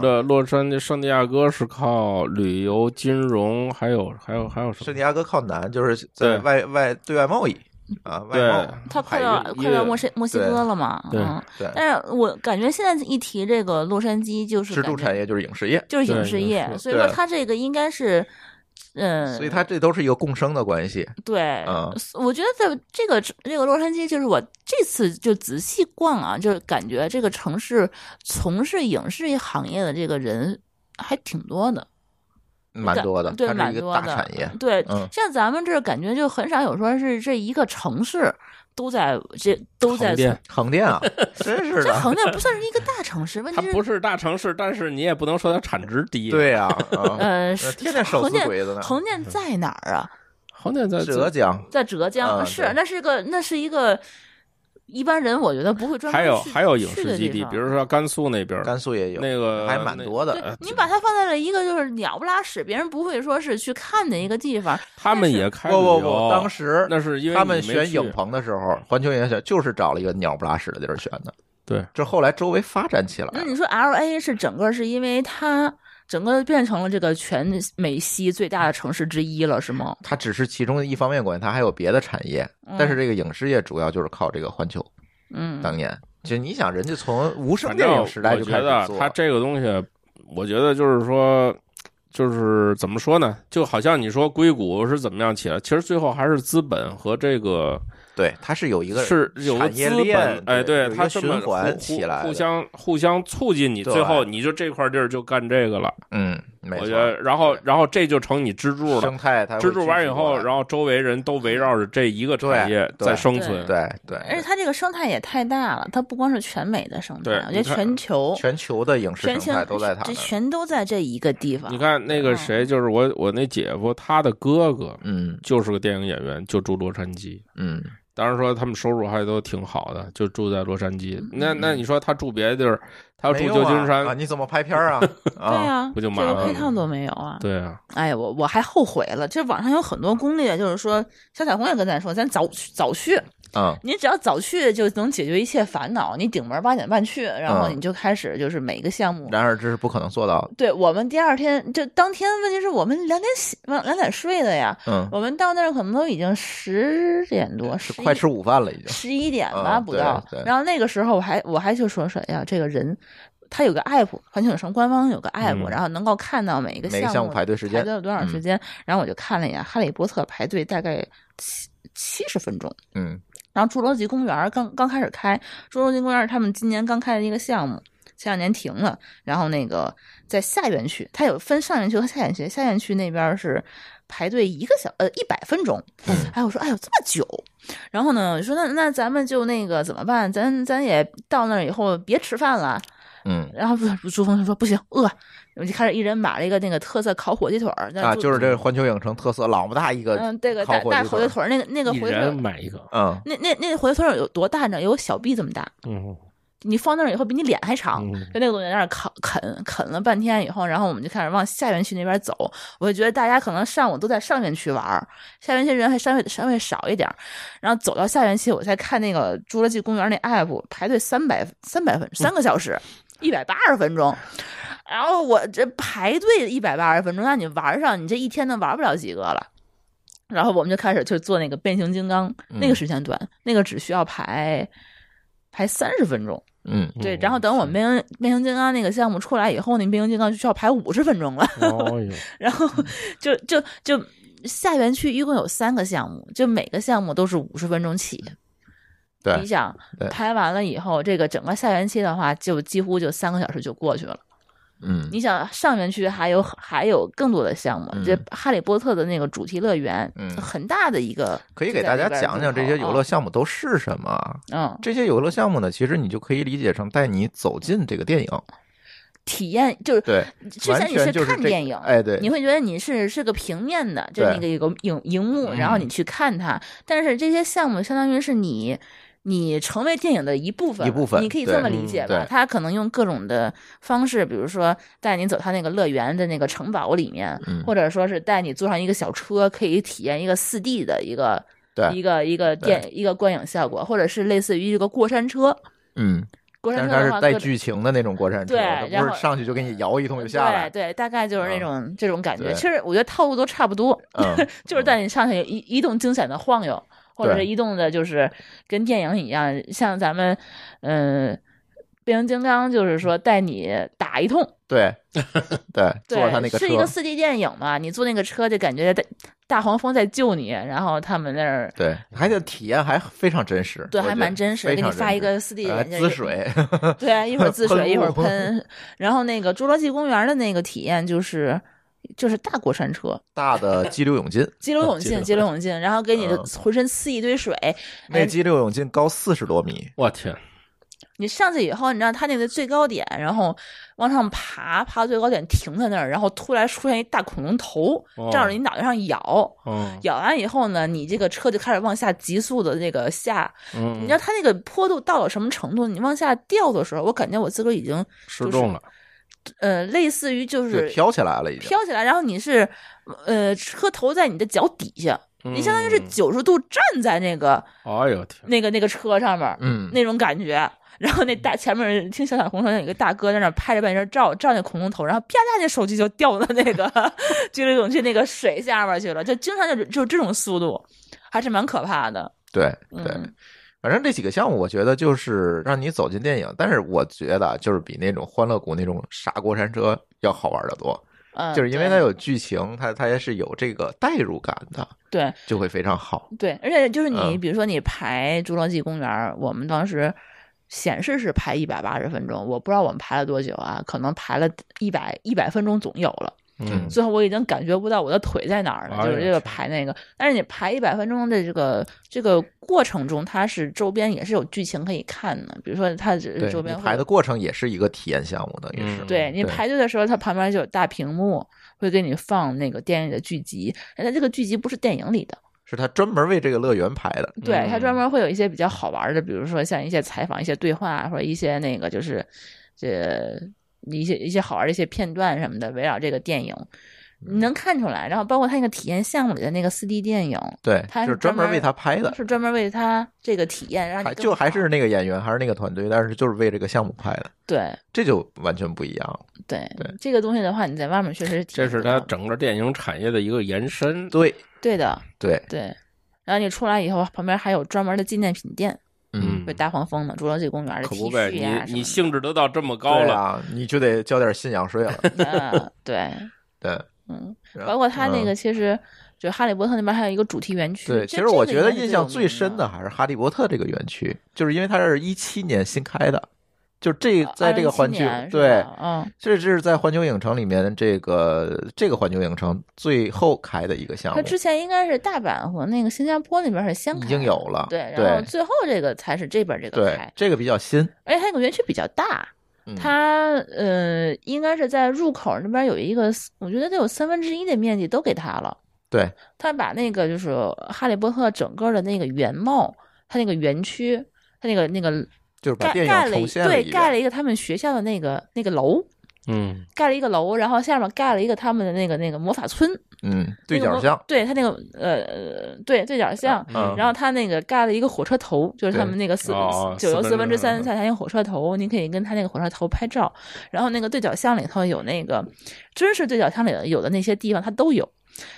Speaker 3: 嗯，
Speaker 2: 那洛杉矶圣地亚哥是靠旅游、金融，还有还有还有什么？
Speaker 4: 圣地亚哥靠南，就是
Speaker 2: 对
Speaker 4: 在外外对外贸易啊，外
Speaker 2: 对
Speaker 4: 贸，
Speaker 3: 它快
Speaker 4: 海
Speaker 3: 到
Speaker 4: 运
Speaker 3: 快到墨西墨西
Speaker 4: 对
Speaker 3: 哥了嘛，
Speaker 2: 对
Speaker 3: 嗯，
Speaker 4: 对
Speaker 3: 但是我感觉现在一提这个洛杉矶，就是
Speaker 4: 支柱
Speaker 3: 感觉
Speaker 4: 产业就是影视业，
Speaker 3: 就是影
Speaker 2: 对
Speaker 3: 视
Speaker 2: 影
Speaker 3: 业
Speaker 2: 视，
Speaker 3: 所以说
Speaker 4: 对
Speaker 3: 它这个应该是，嗯，
Speaker 4: 所以它这都是一个共生的关系。
Speaker 3: 对
Speaker 4: 嗯，
Speaker 3: 我觉得在这个这个洛杉矶，就是我这次就仔细逛啊，就是感觉这个城市从事影视行业的这个人还挺多的，
Speaker 4: 蛮
Speaker 3: 感
Speaker 4: 多的，
Speaker 3: 对
Speaker 4: 它是
Speaker 3: 蛮
Speaker 4: 一个
Speaker 3: 多
Speaker 4: 大
Speaker 3: 的
Speaker 4: 产业。
Speaker 3: 对，
Speaker 4: 嗯
Speaker 3: 像咱们这儿感觉就很少有说是这一个城市都在这都在
Speaker 2: 横店，
Speaker 4: 横 店啊，真是
Speaker 3: 这
Speaker 4: 的，
Speaker 3: 横店不算是一个大城市，问
Speaker 2: 它
Speaker 3: 题是
Speaker 2: 不是大城市，但是你也不能说它产值低。，
Speaker 4: 对呀， 啊
Speaker 3: 呃，
Speaker 4: 那
Speaker 3: 是
Speaker 4: 天天手
Speaker 3: 横
Speaker 4: 撕
Speaker 3: 店
Speaker 4: 鬼子呢
Speaker 3: 横
Speaker 2: 嗯
Speaker 3: 店在哪儿啊？
Speaker 2: 横店在
Speaker 4: 浙江
Speaker 3: 在浙江
Speaker 4: 啊
Speaker 3: 是
Speaker 4: 对，
Speaker 3: 那是个那是一个一般人我觉得不会专门
Speaker 2: 还有
Speaker 3: 去
Speaker 2: 还有影
Speaker 3: 去
Speaker 2: 视
Speaker 3: 的
Speaker 2: 基
Speaker 3: 地
Speaker 2: 地，
Speaker 3: 方
Speaker 2: 比如说甘肃那边儿，
Speaker 4: 甘肃也有，
Speaker 2: 那个
Speaker 4: 还蛮多的。
Speaker 3: 对你把它放在了一个就是鸟不拉屎，别人不会说是去看的一个地方。
Speaker 2: 他们
Speaker 3: 但是
Speaker 2: 也开
Speaker 4: 不不
Speaker 2: 旅
Speaker 4: 不，
Speaker 2: 游
Speaker 4: 当时
Speaker 2: 那是因为
Speaker 4: 他们
Speaker 2: 你没
Speaker 4: 选
Speaker 2: 去
Speaker 4: 影棚的时候，环球影业选就是找了一个鸟不拉屎的地儿选的。
Speaker 2: 对，
Speaker 4: 这后来周围发展起来
Speaker 3: 那
Speaker 4: 了
Speaker 3: 你说 L A 是整个是因为它整个变成了这个全美西最大的城市之一了，是吗？
Speaker 4: 它只是其中的一方面关系，它还有别的产业，
Speaker 3: 嗯
Speaker 4: 但是呃这个影视业主要就是靠这个环球。
Speaker 3: 嗯，
Speaker 4: 当年，就你想，人家从无声
Speaker 2: 反
Speaker 4: 电
Speaker 2: 正
Speaker 4: 影时代就开
Speaker 2: 我觉得
Speaker 4: 始做
Speaker 2: 他，这个东西，我觉得就是说，就是怎么说呢？就好像你说硅谷是怎么样起来，其实最后还是资本和这个
Speaker 4: 对，它是有一个
Speaker 2: 是有个
Speaker 4: 产业
Speaker 2: 资
Speaker 4: 链
Speaker 2: 本，，哎，
Speaker 4: 对，有一
Speaker 2: 它
Speaker 4: 个
Speaker 2: 这么
Speaker 4: 循
Speaker 2: 互
Speaker 4: 环起来
Speaker 2: 互
Speaker 4: 的
Speaker 2: 互相互相促进你，
Speaker 4: 对
Speaker 2: 最后你就这块地儿就干这个了。
Speaker 4: 嗯，没
Speaker 2: 我
Speaker 4: 错
Speaker 2: 觉。得，然后然后这就成你支柱了
Speaker 4: 生。态它会
Speaker 2: 支柱完以
Speaker 4: 聚集
Speaker 2: 后，
Speaker 4: 过来
Speaker 2: 然后周围人都围绕着这一个产
Speaker 4: 对
Speaker 2: 业
Speaker 4: 对
Speaker 2: 在生存。
Speaker 4: 对对，
Speaker 3: 而且哎它这个生态也太大了，它不光是全美的生态，
Speaker 2: 对
Speaker 3: 我觉
Speaker 2: 你
Speaker 3: 得
Speaker 2: 看
Speaker 3: 全球
Speaker 4: 全球的影视
Speaker 3: 全
Speaker 4: 生
Speaker 3: 球
Speaker 4: 态都在它
Speaker 3: 这
Speaker 4: 那儿。
Speaker 3: 全都在这一个地方。
Speaker 2: 你，看那个谁，就是我我那姐夫，他的哥哥
Speaker 4: 嗯
Speaker 2: 就是个电影演员，就住洛杉矶。
Speaker 4: 嗯，
Speaker 2: 当然说他们收入还都挺好的，就住在洛杉矶。
Speaker 3: 嗯
Speaker 2: 那那你说他住别的地儿，他要住
Speaker 4: 没有
Speaker 2: 旧金山，
Speaker 4: 啊啊，你怎么拍片儿 啊？
Speaker 3: 对
Speaker 4: 啊，
Speaker 3: 呀、
Speaker 2: 不就麻
Speaker 3: 这个
Speaker 2: 烦
Speaker 3: 配
Speaker 2: 了
Speaker 3: 套都没有啊？
Speaker 2: 对啊，
Speaker 3: 哎呀，我我还后悔了，这网上有很多攻略，就是说小彩虹也跟咱说，咱早去早去，
Speaker 4: 嗯，
Speaker 3: 你只要早去就能解决一切烦恼。你顶门八点半去，然后
Speaker 4: 嗯
Speaker 3: 你就开始就是每个项目。
Speaker 4: 然而这是不可能做到的。
Speaker 3: 对我们第二天就当天，问题是我们两点醒，两点睡的呀。
Speaker 4: 嗯，
Speaker 3: 我们到那儿可能都已经十点多，
Speaker 4: 是
Speaker 3: 十
Speaker 4: 快吃午饭了已经。
Speaker 3: 十一点吧
Speaker 4: 嗯
Speaker 3: 不
Speaker 4: 对
Speaker 3: 到
Speaker 4: 对。
Speaker 3: 然后那个时候我还我还就说说哎呀，这个人他有个 app，环球影城官方有个 app，、
Speaker 2: 嗯
Speaker 3: 然后能够看到每一个
Speaker 4: 每个
Speaker 3: 项
Speaker 4: 项目排队时间
Speaker 3: 排队有多少
Speaker 4: 嗯
Speaker 3: 时间。然后我就看了一眼《哈利波特》排队大概七七十分钟。
Speaker 4: 嗯
Speaker 3: 然后侏罗纪公园儿刚刚开始开，侏罗纪公园儿是他们今年刚开的一个项目，前两年停了。然后那个在下园区，它有分上园区和下园区，下园区那边儿是排队一个小呃一百分钟。
Speaker 4: 嗯
Speaker 3: 哎，我说哎呦这么久，然后呢，我说那那咱们就那个怎么办？咱咱也到那儿以后别吃饭了。
Speaker 4: 嗯
Speaker 3: 然后不朱峰就说不行饿，我就开始一人买了一个那个特色烤火鸡腿儿，
Speaker 4: 啊，
Speaker 3: 那
Speaker 4: 就是这环球影城特色老么大一个，
Speaker 3: 嗯这个
Speaker 4: 烤
Speaker 3: 大
Speaker 4: 火
Speaker 3: 大
Speaker 4: 鸡
Speaker 3: 火
Speaker 4: 腿
Speaker 3: 鸡
Speaker 4: 儿
Speaker 3: 腿儿那个那个
Speaker 2: 一
Speaker 3: 火鸡腿儿
Speaker 2: 人买一个，
Speaker 4: 嗯
Speaker 3: 那那那回头有多大？你知道有我小臂这么大，
Speaker 2: 嗯，
Speaker 3: 你放那儿以后比你脸还长。
Speaker 2: 嗯
Speaker 3: 就那个东西在那儿啃啃啃了半天以后，然后我们就开始往下园区那边走。我就觉得大家可能上午都在上园区玩儿，下园区人还稍微稍微少一点儿。然后走到下园区，我再看那个侏罗纪公园那 app 排队三百三百分三个小时，一百八十分钟。然后我这排队一百八十分钟，让你玩上，你这一天都玩不了几个了。然后我们就开始就做那个变形金刚，
Speaker 4: 嗯
Speaker 3: 那个时间段，那个只需要排排三十分钟。
Speaker 4: 嗯，
Speaker 3: 对，
Speaker 2: 嗯
Speaker 3: 然后等我们变形变形金刚那个项目出来以后，那变形金刚就需要排五十分钟了。
Speaker 2: 哦哟，
Speaker 3: 然后
Speaker 4: 嗯
Speaker 3: 就就就下园区一共有三个项目，就每个项目都是五十分钟起。
Speaker 4: 嗯对
Speaker 3: 你想
Speaker 4: 对
Speaker 3: 拍完了以后，这个整个下园期的话，就几乎就三个小时就过去了。
Speaker 4: 嗯
Speaker 3: 你想上园区还有还有更多的项目，
Speaker 4: 嗯
Speaker 3: 这哈利波特的那个主题乐园，
Speaker 4: 嗯
Speaker 3: 很大的一个，
Speaker 4: 可以给大家讲讲这些
Speaker 3: 啊
Speaker 4: 游乐项目都是什么啊。
Speaker 3: 嗯，
Speaker 4: 这些游乐项目呢，其实你就可以理解成带你走进这个电影，
Speaker 3: 体验就是
Speaker 4: 对，
Speaker 3: 之前你
Speaker 4: 完全就是
Speaker 3: 看
Speaker 4: 这个
Speaker 3: 电影，
Speaker 4: 哎，对，
Speaker 3: 你会觉得你是是个平面的，就
Speaker 4: 对
Speaker 3: 那
Speaker 4: 嗯
Speaker 3: 个有个影荧幕，然后你去看它。但是这些项目相当于是你你成为电影的一部分了，
Speaker 4: 一部分
Speaker 3: 你可以
Speaker 4: 对
Speaker 3: 这么理解
Speaker 4: 嗯
Speaker 3: 吧
Speaker 4: 对？
Speaker 3: 它可能用各种的方式，比如说带你走它那个乐园的那个城堡里面，
Speaker 4: 嗯
Speaker 3: 或者说是带你坐上一个小车，可以体验一个四 D 的一个。
Speaker 4: 对
Speaker 3: 一个一个电一个观影效果，或者是类似于一个过山车，
Speaker 4: 嗯，
Speaker 3: 过
Speaker 4: 但
Speaker 3: 山车
Speaker 4: 是它
Speaker 3: 的
Speaker 4: 是
Speaker 3: 话，
Speaker 4: 带
Speaker 3: 各种
Speaker 4: 剧情的那种过山车，
Speaker 3: 对
Speaker 4: 它
Speaker 3: 然
Speaker 4: 不
Speaker 3: 后
Speaker 4: 是上去就给你摇一通就下来
Speaker 3: 对，对，大概就是那
Speaker 4: 啊
Speaker 3: 种、这种感觉。
Speaker 4: 对
Speaker 3: 其实我觉得套路都差不多，
Speaker 4: 嗯，
Speaker 3: 就是带你上去一一动惊险的晃悠，或者
Speaker 4: 对
Speaker 3: 是移动的，就是跟电影一样，像咱们嗯。变形金刚就是说带你打一通，
Speaker 4: 对对，坐
Speaker 3: 对
Speaker 4: 着它那，个车
Speaker 3: 是一，个四 D 电影嘛？你坐那个车就感觉大大黄蜂在救你，然后他们那儿
Speaker 4: 对，还得体验还非常真实，
Speaker 3: 对
Speaker 4: 我觉
Speaker 3: 还
Speaker 4: 得
Speaker 3: 蛮真实，
Speaker 4: 非
Speaker 3: 给你
Speaker 4: 常真
Speaker 3: 发一
Speaker 4: 实
Speaker 3: 个四 D
Speaker 4: 呃
Speaker 3: 眼镜，
Speaker 4: 滋水，
Speaker 3: 对，一会儿滋水
Speaker 4: 喷
Speaker 3: 一会儿
Speaker 4: 雾
Speaker 3: 喷。 然后那个侏罗纪公园的那个体验就是就是大过山车，
Speaker 4: 大的激哦流 勇进，
Speaker 3: 激流勇进，激流勇进，然后给你
Speaker 4: 嗯
Speaker 3: 浑身呲一堆水，哎
Speaker 4: 那激流勇进高四十多米，
Speaker 2: 我 天，
Speaker 3: 你上去以后，你知道它那个最高点，然后往上爬，爬到最高点停在那儿，然后突然出现一大恐龙头
Speaker 2: 哦，
Speaker 3: 照着你脑袋上咬，
Speaker 2: 哦，
Speaker 3: 咬完以后呢，你这个车就开始往下急速的那个下，你
Speaker 2: 嗯
Speaker 3: 知，道它那个坡度到了什么程度？你往下掉的时候，我感觉我自个儿已经
Speaker 2: 失重了，
Speaker 3: 呃，类似于就
Speaker 4: 就是飘起来了，已经。
Speaker 3: 飘起来，然后你是呃车头在你的脚底下，你相当于是
Speaker 2: 嗯，
Speaker 3: 九十度站在那个
Speaker 2: 哎呦天，
Speaker 3: 那个那个车上面，
Speaker 4: 嗯，
Speaker 3: 那种感觉。然后那大前面听小彩虹说有一个大哥在那儿拍着半身照照那恐龙头，然后啪嗒，那手机就掉到那个 激流勇进那个水下面去了，就经常就是就这种速度，还是蛮可怕的。
Speaker 4: 对对，
Speaker 3: 嗯，
Speaker 4: 反正这几个项目，我觉得就是让你走进电影，但是我觉得啊就是比那种欢乐谷那种傻过山车要好玩的多，
Speaker 3: 嗯
Speaker 4: 就是因为它
Speaker 3: 对
Speaker 4: 有剧情，它它也是有这个代入感的，
Speaker 3: 对
Speaker 4: 就会非常好。
Speaker 3: 对，而且就是你
Speaker 4: 嗯
Speaker 3: 比如说你排侏罗纪公园，我们当时显示是排一百八十分钟，我不知道我们排了多久啊，可能排了一百一百分钟总有了。
Speaker 2: 嗯，
Speaker 3: 最后我已经感觉不到我的腿在哪儿
Speaker 2: 哎
Speaker 3: 了，
Speaker 2: 呀
Speaker 3: 就是这个排那个。但是你排一百分钟的这个这个过程中，它是周边也是有剧情可以看的，比如说它只
Speaker 4: 对
Speaker 3: 周
Speaker 4: 你
Speaker 3: 边会
Speaker 4: 排的过程也是一个体验项目，等于是
Speaker 2: 嗯
Speaker 3: 对你
Speaker 4: 对
Speaker 3: 排队的时候，它旁边就有大屏幕，会给你放那个电影的剧集。但它这个剧集不是电影里的，
Speaker 4: 是他专门为这个乐园排的。
Speaker 3: 对，它
Speaker 2: 嗯
Speaker 3: 专门会有一些比较好玩的，比如说像一些采访、一些对话啊，或者一些那个就是这一些一些好玩的一些片段什么的，围绕这个电影。你
Speaker 2: 嗯
Speaker 3: 能看出来，然后包括它那个体验项目里的那个四 D 电影，
Speaker 4: 对，
Speaker 3: 他
Speaker 4: 就是专
Speaker 3: 专
Speaker 4: 门
Speaker 3: 门
Speaker 4: 为他拍的，
Speaker 3: 是专门为他这个体验，让你
Speaker 4: 还
Speaker 3: 更
Speaker 4: 就还
Speaker 3: 好
Speaker 4: 是那个演员，还是那个团队，但是就是为这个项目拍的，
Speaker 3: 对
Speaker 4: 这就完全不一样了。
Speaker 3: 对
Speaker 4: 对
Speaker 3: 这个东西的话，你在外面确实体
Speaker 2: 这
Speaker 3: 验
Speaker 2: 是
Speaker 3: 不
Speaker 2: 它
Speaker 3: 到
Speaker 2: 整个电影产业的一个延伸，
Speaker 4: 对
Speaker 3: 对的
Speaker 4: 对，
Speaker 3: 对。然后你出来以后，旁边还有专门的纪念品店，
Speaker 2: 嗯
Speaker 3: 被大黄蜂的、侏罗纪公园的
Speaker 2: 可
Speaker 3: T
Speaker 2: 不呗，
Speaker 3: 恤
Speaker 2: 你
Speaker 3: 呀、啊什
Speaker 2: 你
Speaker 3: 么
Speaker 2: 兴致都到这么高
Speaker 4: 对
Speaker 2: 了，
Speaker 4: 啊，你就得交点信仰税了。
Speaker 3: 的嗯，对，
Speaker 4: 对，
Speaker 3: 嗯，
Speaker 4: 然后
Speaker 3: 包括他那个
Speaker 4: 嗯
Speaker 3: 其实。就哈利波特那边还有一个主题园区，
Speaker 4: 对，
Speaker 3: 这
Speaker 4: 其实我
Speaker 3: 这
Speaker 4: 觉
Speaker 3: 个
Speaker 4: 得
Speaker 3: 应该是
Speaker 4: 印象
Speaker 3: 有
Speaker 4: 最
Speaker 3: 名
Speaker 4: 深的还是哈利波特这个园区，就是因为它是一七年新开的，就这
Speaker 3: 呃
Speaker 4: 在这个
Speaker 3: 2017
Speaker 4: 环球
Speaker 3: 年是
Speaker 4: 对
Speaker 3: 吧，嗯，
Speaker 4: 这这是在环球影城里面这个这个环球影城最后开的一个项
Speaker 3: 他
Speaker 4: 目，
Speaker 3: 之前应该是大阪和那个新加坡那边是先
Speaker 4: 已
Speaker 3: 开
Speaker 4: 经
Speaker 3: 的
Speaker 4: 有了
Speaker 3: 对，然后
Speaker 4: 对
Speaker 3: 最后这个才是这边这个
Speaker 4: 对
Speaker 3: 开，
Speaker 4: 这个比较新，
Speaker 3: 而且它那个园区比较大，
Speaker 4: 嗯
Speaker 3: 它呃，应该是在入口那边有一个，我觉得得有三分之一的面积都给他了。
Speaker 4: 对，
Speaker 3: 他把那个就是哈利波特整个的那个原貌，他那个园区，他那个那个
Speaker 4: 就是把
Speaker 3: 盖
Speaker 4: 电
Speaker 3: 盖
Speaker 4: 影
Speaker 3: 了一
Speaker 4: 重现了
Speaker 3: 对
Speaker 4: 一
Speaker 3: 盖
Speaker 4: 遍，
Speaker 3: 了一个他们学校的那个那个楼，
Speaker 2: 嗯，
Speaker 3: 盖了一个楼，然后下面盖了一个他们的那个那个魔法村
Speaker 4: 嗯，对
Speaker 3: 那个
Speaker 4: 角
Speaker 3: 魔
Speaker 4: 巷，
Speaker 3: 对他那个呃对对角巷。
Speaker 4: 嗯
Speaker 3: 然后他那个盖了一个火车头，就是他
Speaker 4: 对
Speaker 3: 们那个四
Speaker 2: 哦
Speaker 3: 九游
Speaker 2: 四
Speaker 3: 四
Speaker 2: 分
Speaker 3: 分
Speaker 2: 之
Speaker 3: 之
Speaker 2: 嗯
Speaker 3: 三下那个火车头，你可以跟他那个火车头拍照。然后那个对角巷里头有那个，真是对角巷里的有的那些地方它都有，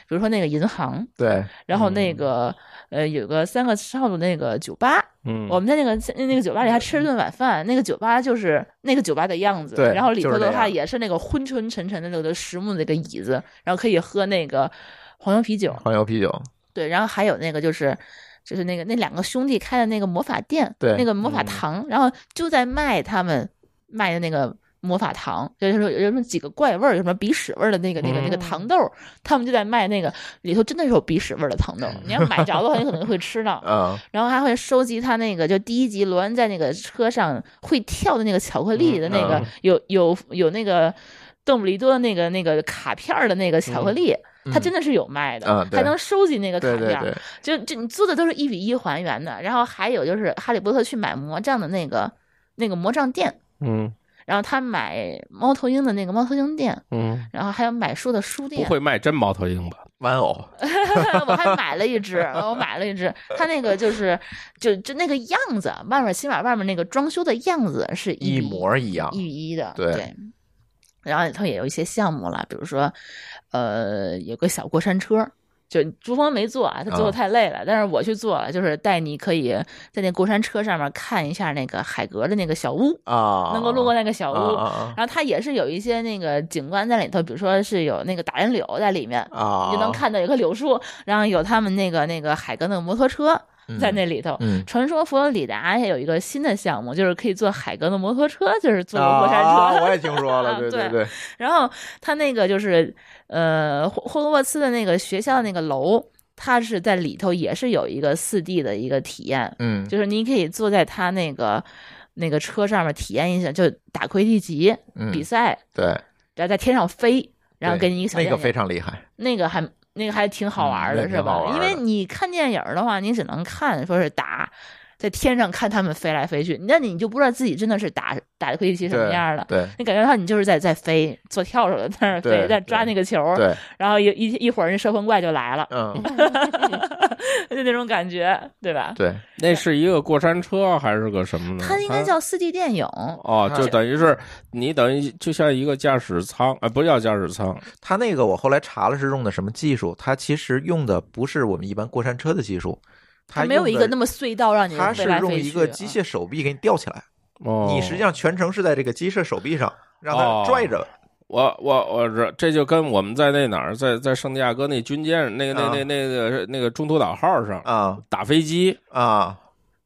Speaker 3: 比如说那个银行，
Speaker 4: 对，
Speaker 3: 然后
Speaker 4: 嗯
Speaker 3: 那个、呃有个三个少女那个酒吧，
Speaker 2: 嗯，
Speaker 3: 我们在那个在那个酒吧里还吃了顿晚饭，那个酒吧就是那个酒吧的样子。
Speaker 4: 对
Speaker 3: 然后里
Speaker 4: 就
Speaker 3: 头
Speaker 4: 是
Speaker 3: 的
Speaker 4: 这
Speaker 3: 话
Speaker 4: 样
Speaker 3: 也是那个昏沉沉沉的那个实木的那个椅子，然后可以喝那个黄油啤酒。
Speaker 4: 黄油啤酒，
Speaker 3: 对，然后还有那个就是。就是那个那两个兄弟开的那个魔法店，
Speaker 4: 对
Speaker 3: 那个魔法
Speaker 2: 嗯
Speaker 3: 糖，然后就在卖他们卖的那个魔法糖，就是说有什么几个怪味儿，有什么鼻屎味儿的那个那个那个
Speaker 4: 嗯
Speaker 3: 糖豆儿，他们就在卖那个里头真的是有鼻屎味儿的糖豆儿，你要买着的话，你可能会吃到。
Speaker 4: 嗯，
Speaker 3: 然后还会收集他那个，就第一集罗恩在那个车上会跳的那个巧克力的那个，
Speaker 4: 嗯
Speaker 3: 有有有那个邓布利多那个那个卡片儿的那个巧克力，他真的是有卖的，
Speaker 4: 嗯嗯对
Speaker 3: 还能收集那个卡
Speaker 4: 对
Speaker 3: 片。
Speaker 4: 对对，
Speaker 3: 就这你做的都是一比一还原的。然后还有就是哈利波特去买魔杖的那个那个魔杖店，
Speaker 2: 嗯
Speaker 3: 然后他买猫头鹰的那个猫头鹰店，
Speaker 2: 嗯，
Speaker 3: 然后还有买书的书
Speaker 2: 不
Speaker 3: 店。
Speaker 2: 会卖真猫头鹰吧？
Speaker 4: 玩偶，
Speaker 3: 呃 我还买了一只，我买了一只，它那个就是就就那个样子，外面起码外面那个装修的样子是一
Speaker 4: 一
Speaker 3: 比
Speaker 4: 模一样，
Speaker 3: 一比一的，
Speaker 4: 对
Speaker 3: 然后里头也有一些项目了，比如说，呃，有个小过山车，就朱峰没坐啊，他坐的
Speaker 4: 啊
Speaker 3: 太累了，但是我去做了，就是带你可以在那过山车上面看一下那个海格的那个小屋，
Speaker 4: 啊，
Speaker 3: 能够路过那个小屋。
Speaker 4: 啊啊
Speaker 3: 然后它也是有一些那个景观在里头，比如说是有那个打人柳在里面，
Speaker 4: 啊，
Speaker 3: 你就能看到有个柳树，然后有他们那个那个海格那个摩托车在那里头。
Speaker 4: 嗯，
Speaker 3: 传说佛罗里达也有一个新的项目，就是可以坐海格的摩托车，就是坐过山车。
Speaker 4: 啊，我也听说
Speaker 3: 啊
Speaker 4: 了，对
Speaker 3: 对
Speaker 4: 对，
Speaker 3: 然后他那个就是呃霍霍格沃茨的那个学校的那个楼，它是在里头也是有一个四 D 的一个体验，
Speaker 4: 嗯，
Speaker 3: 就是你可以坐在他那个那个车上面体验一下，就打魁地奇
Speaker 4: 嗯
Speaker 3: 比赛，
Speaker 4: 对，
Speaker 3: 然后在天上飞，然后
Speaker 4: 对
Speaker 3: 给你一个小
Speaker 4: 那
Speaker 3: 电
Speaker 4: 个
Speaker 3: 影
Speaker 4: 非常厉害，
Speaker 3: 那个还那个还挺好玩的，
Speaker 4: 嗯那
Speaker 3: 是
Speaker 4: 挺
Speaker 3: 吧？
Speaker 4: 好玩
Speaker 3: 因
Speaker 4: 的
Speaker 3: 为你看电影儿的话，你只能看说是打，在天上看他们飞来飞去，那你就不知道自己真的是打打的魁地奇什么
Speaker 4: 对
Speaker 3: 样了。
Speaker 4: 对
Speaker 3: 你感觉到你就是在在飞，做跳蚤的在那儿飞，
Speaker 4: 对
Speaker 3: 在抓那个球儿，
Speaker 4: 对，
Speaker 3: 然后一一一会儿那摄魂怪就来了，
Speaker 4: 嗯，
Speaker 3: 就那种感觉，对吧？
Speaker 4: 对，嗯
Speaker 2: 那是一个过山车还是个什么呢？
Speaker 3: 它应该叫四 D 电影，
Speaker 2: 哦，就
Speaker 4: 它
Speaker 2: 等于是你等于就像一个驾驶舱，啊，不叫驾驶舱，
Speaker 4: 它那个我后来查了是用的什么技术，它其实用的不是我们一般过山车的技术，它
Speaker 3: 没有一个那
Speaker 4: 么。
Speaker 3: 么隧道让你
Speaker 4: 它
Speaker 3: 飞
Speaker 4: 是
Speaker 3: 来
Speaker 4: 用
Speaker 3: 飞去。啊
Speaker 4: 一个机械手臂给你吊起来，
Speaker 2: 哦，
Speaker 4: 你实际上全程是在这个机械手臂上让
Speaker 2: 哦
Speaker 4: 它拽着，
Speaker 2: 我我我这这就跟我们在那哪儿，在在圣地亚哥那军舰那个那
Speaker 4: 啊
Speaker 2: 那那个那个中途岛号上
Speaker 4: 啊
Speaker 2: 打飞机，
Speaker 4: 啊，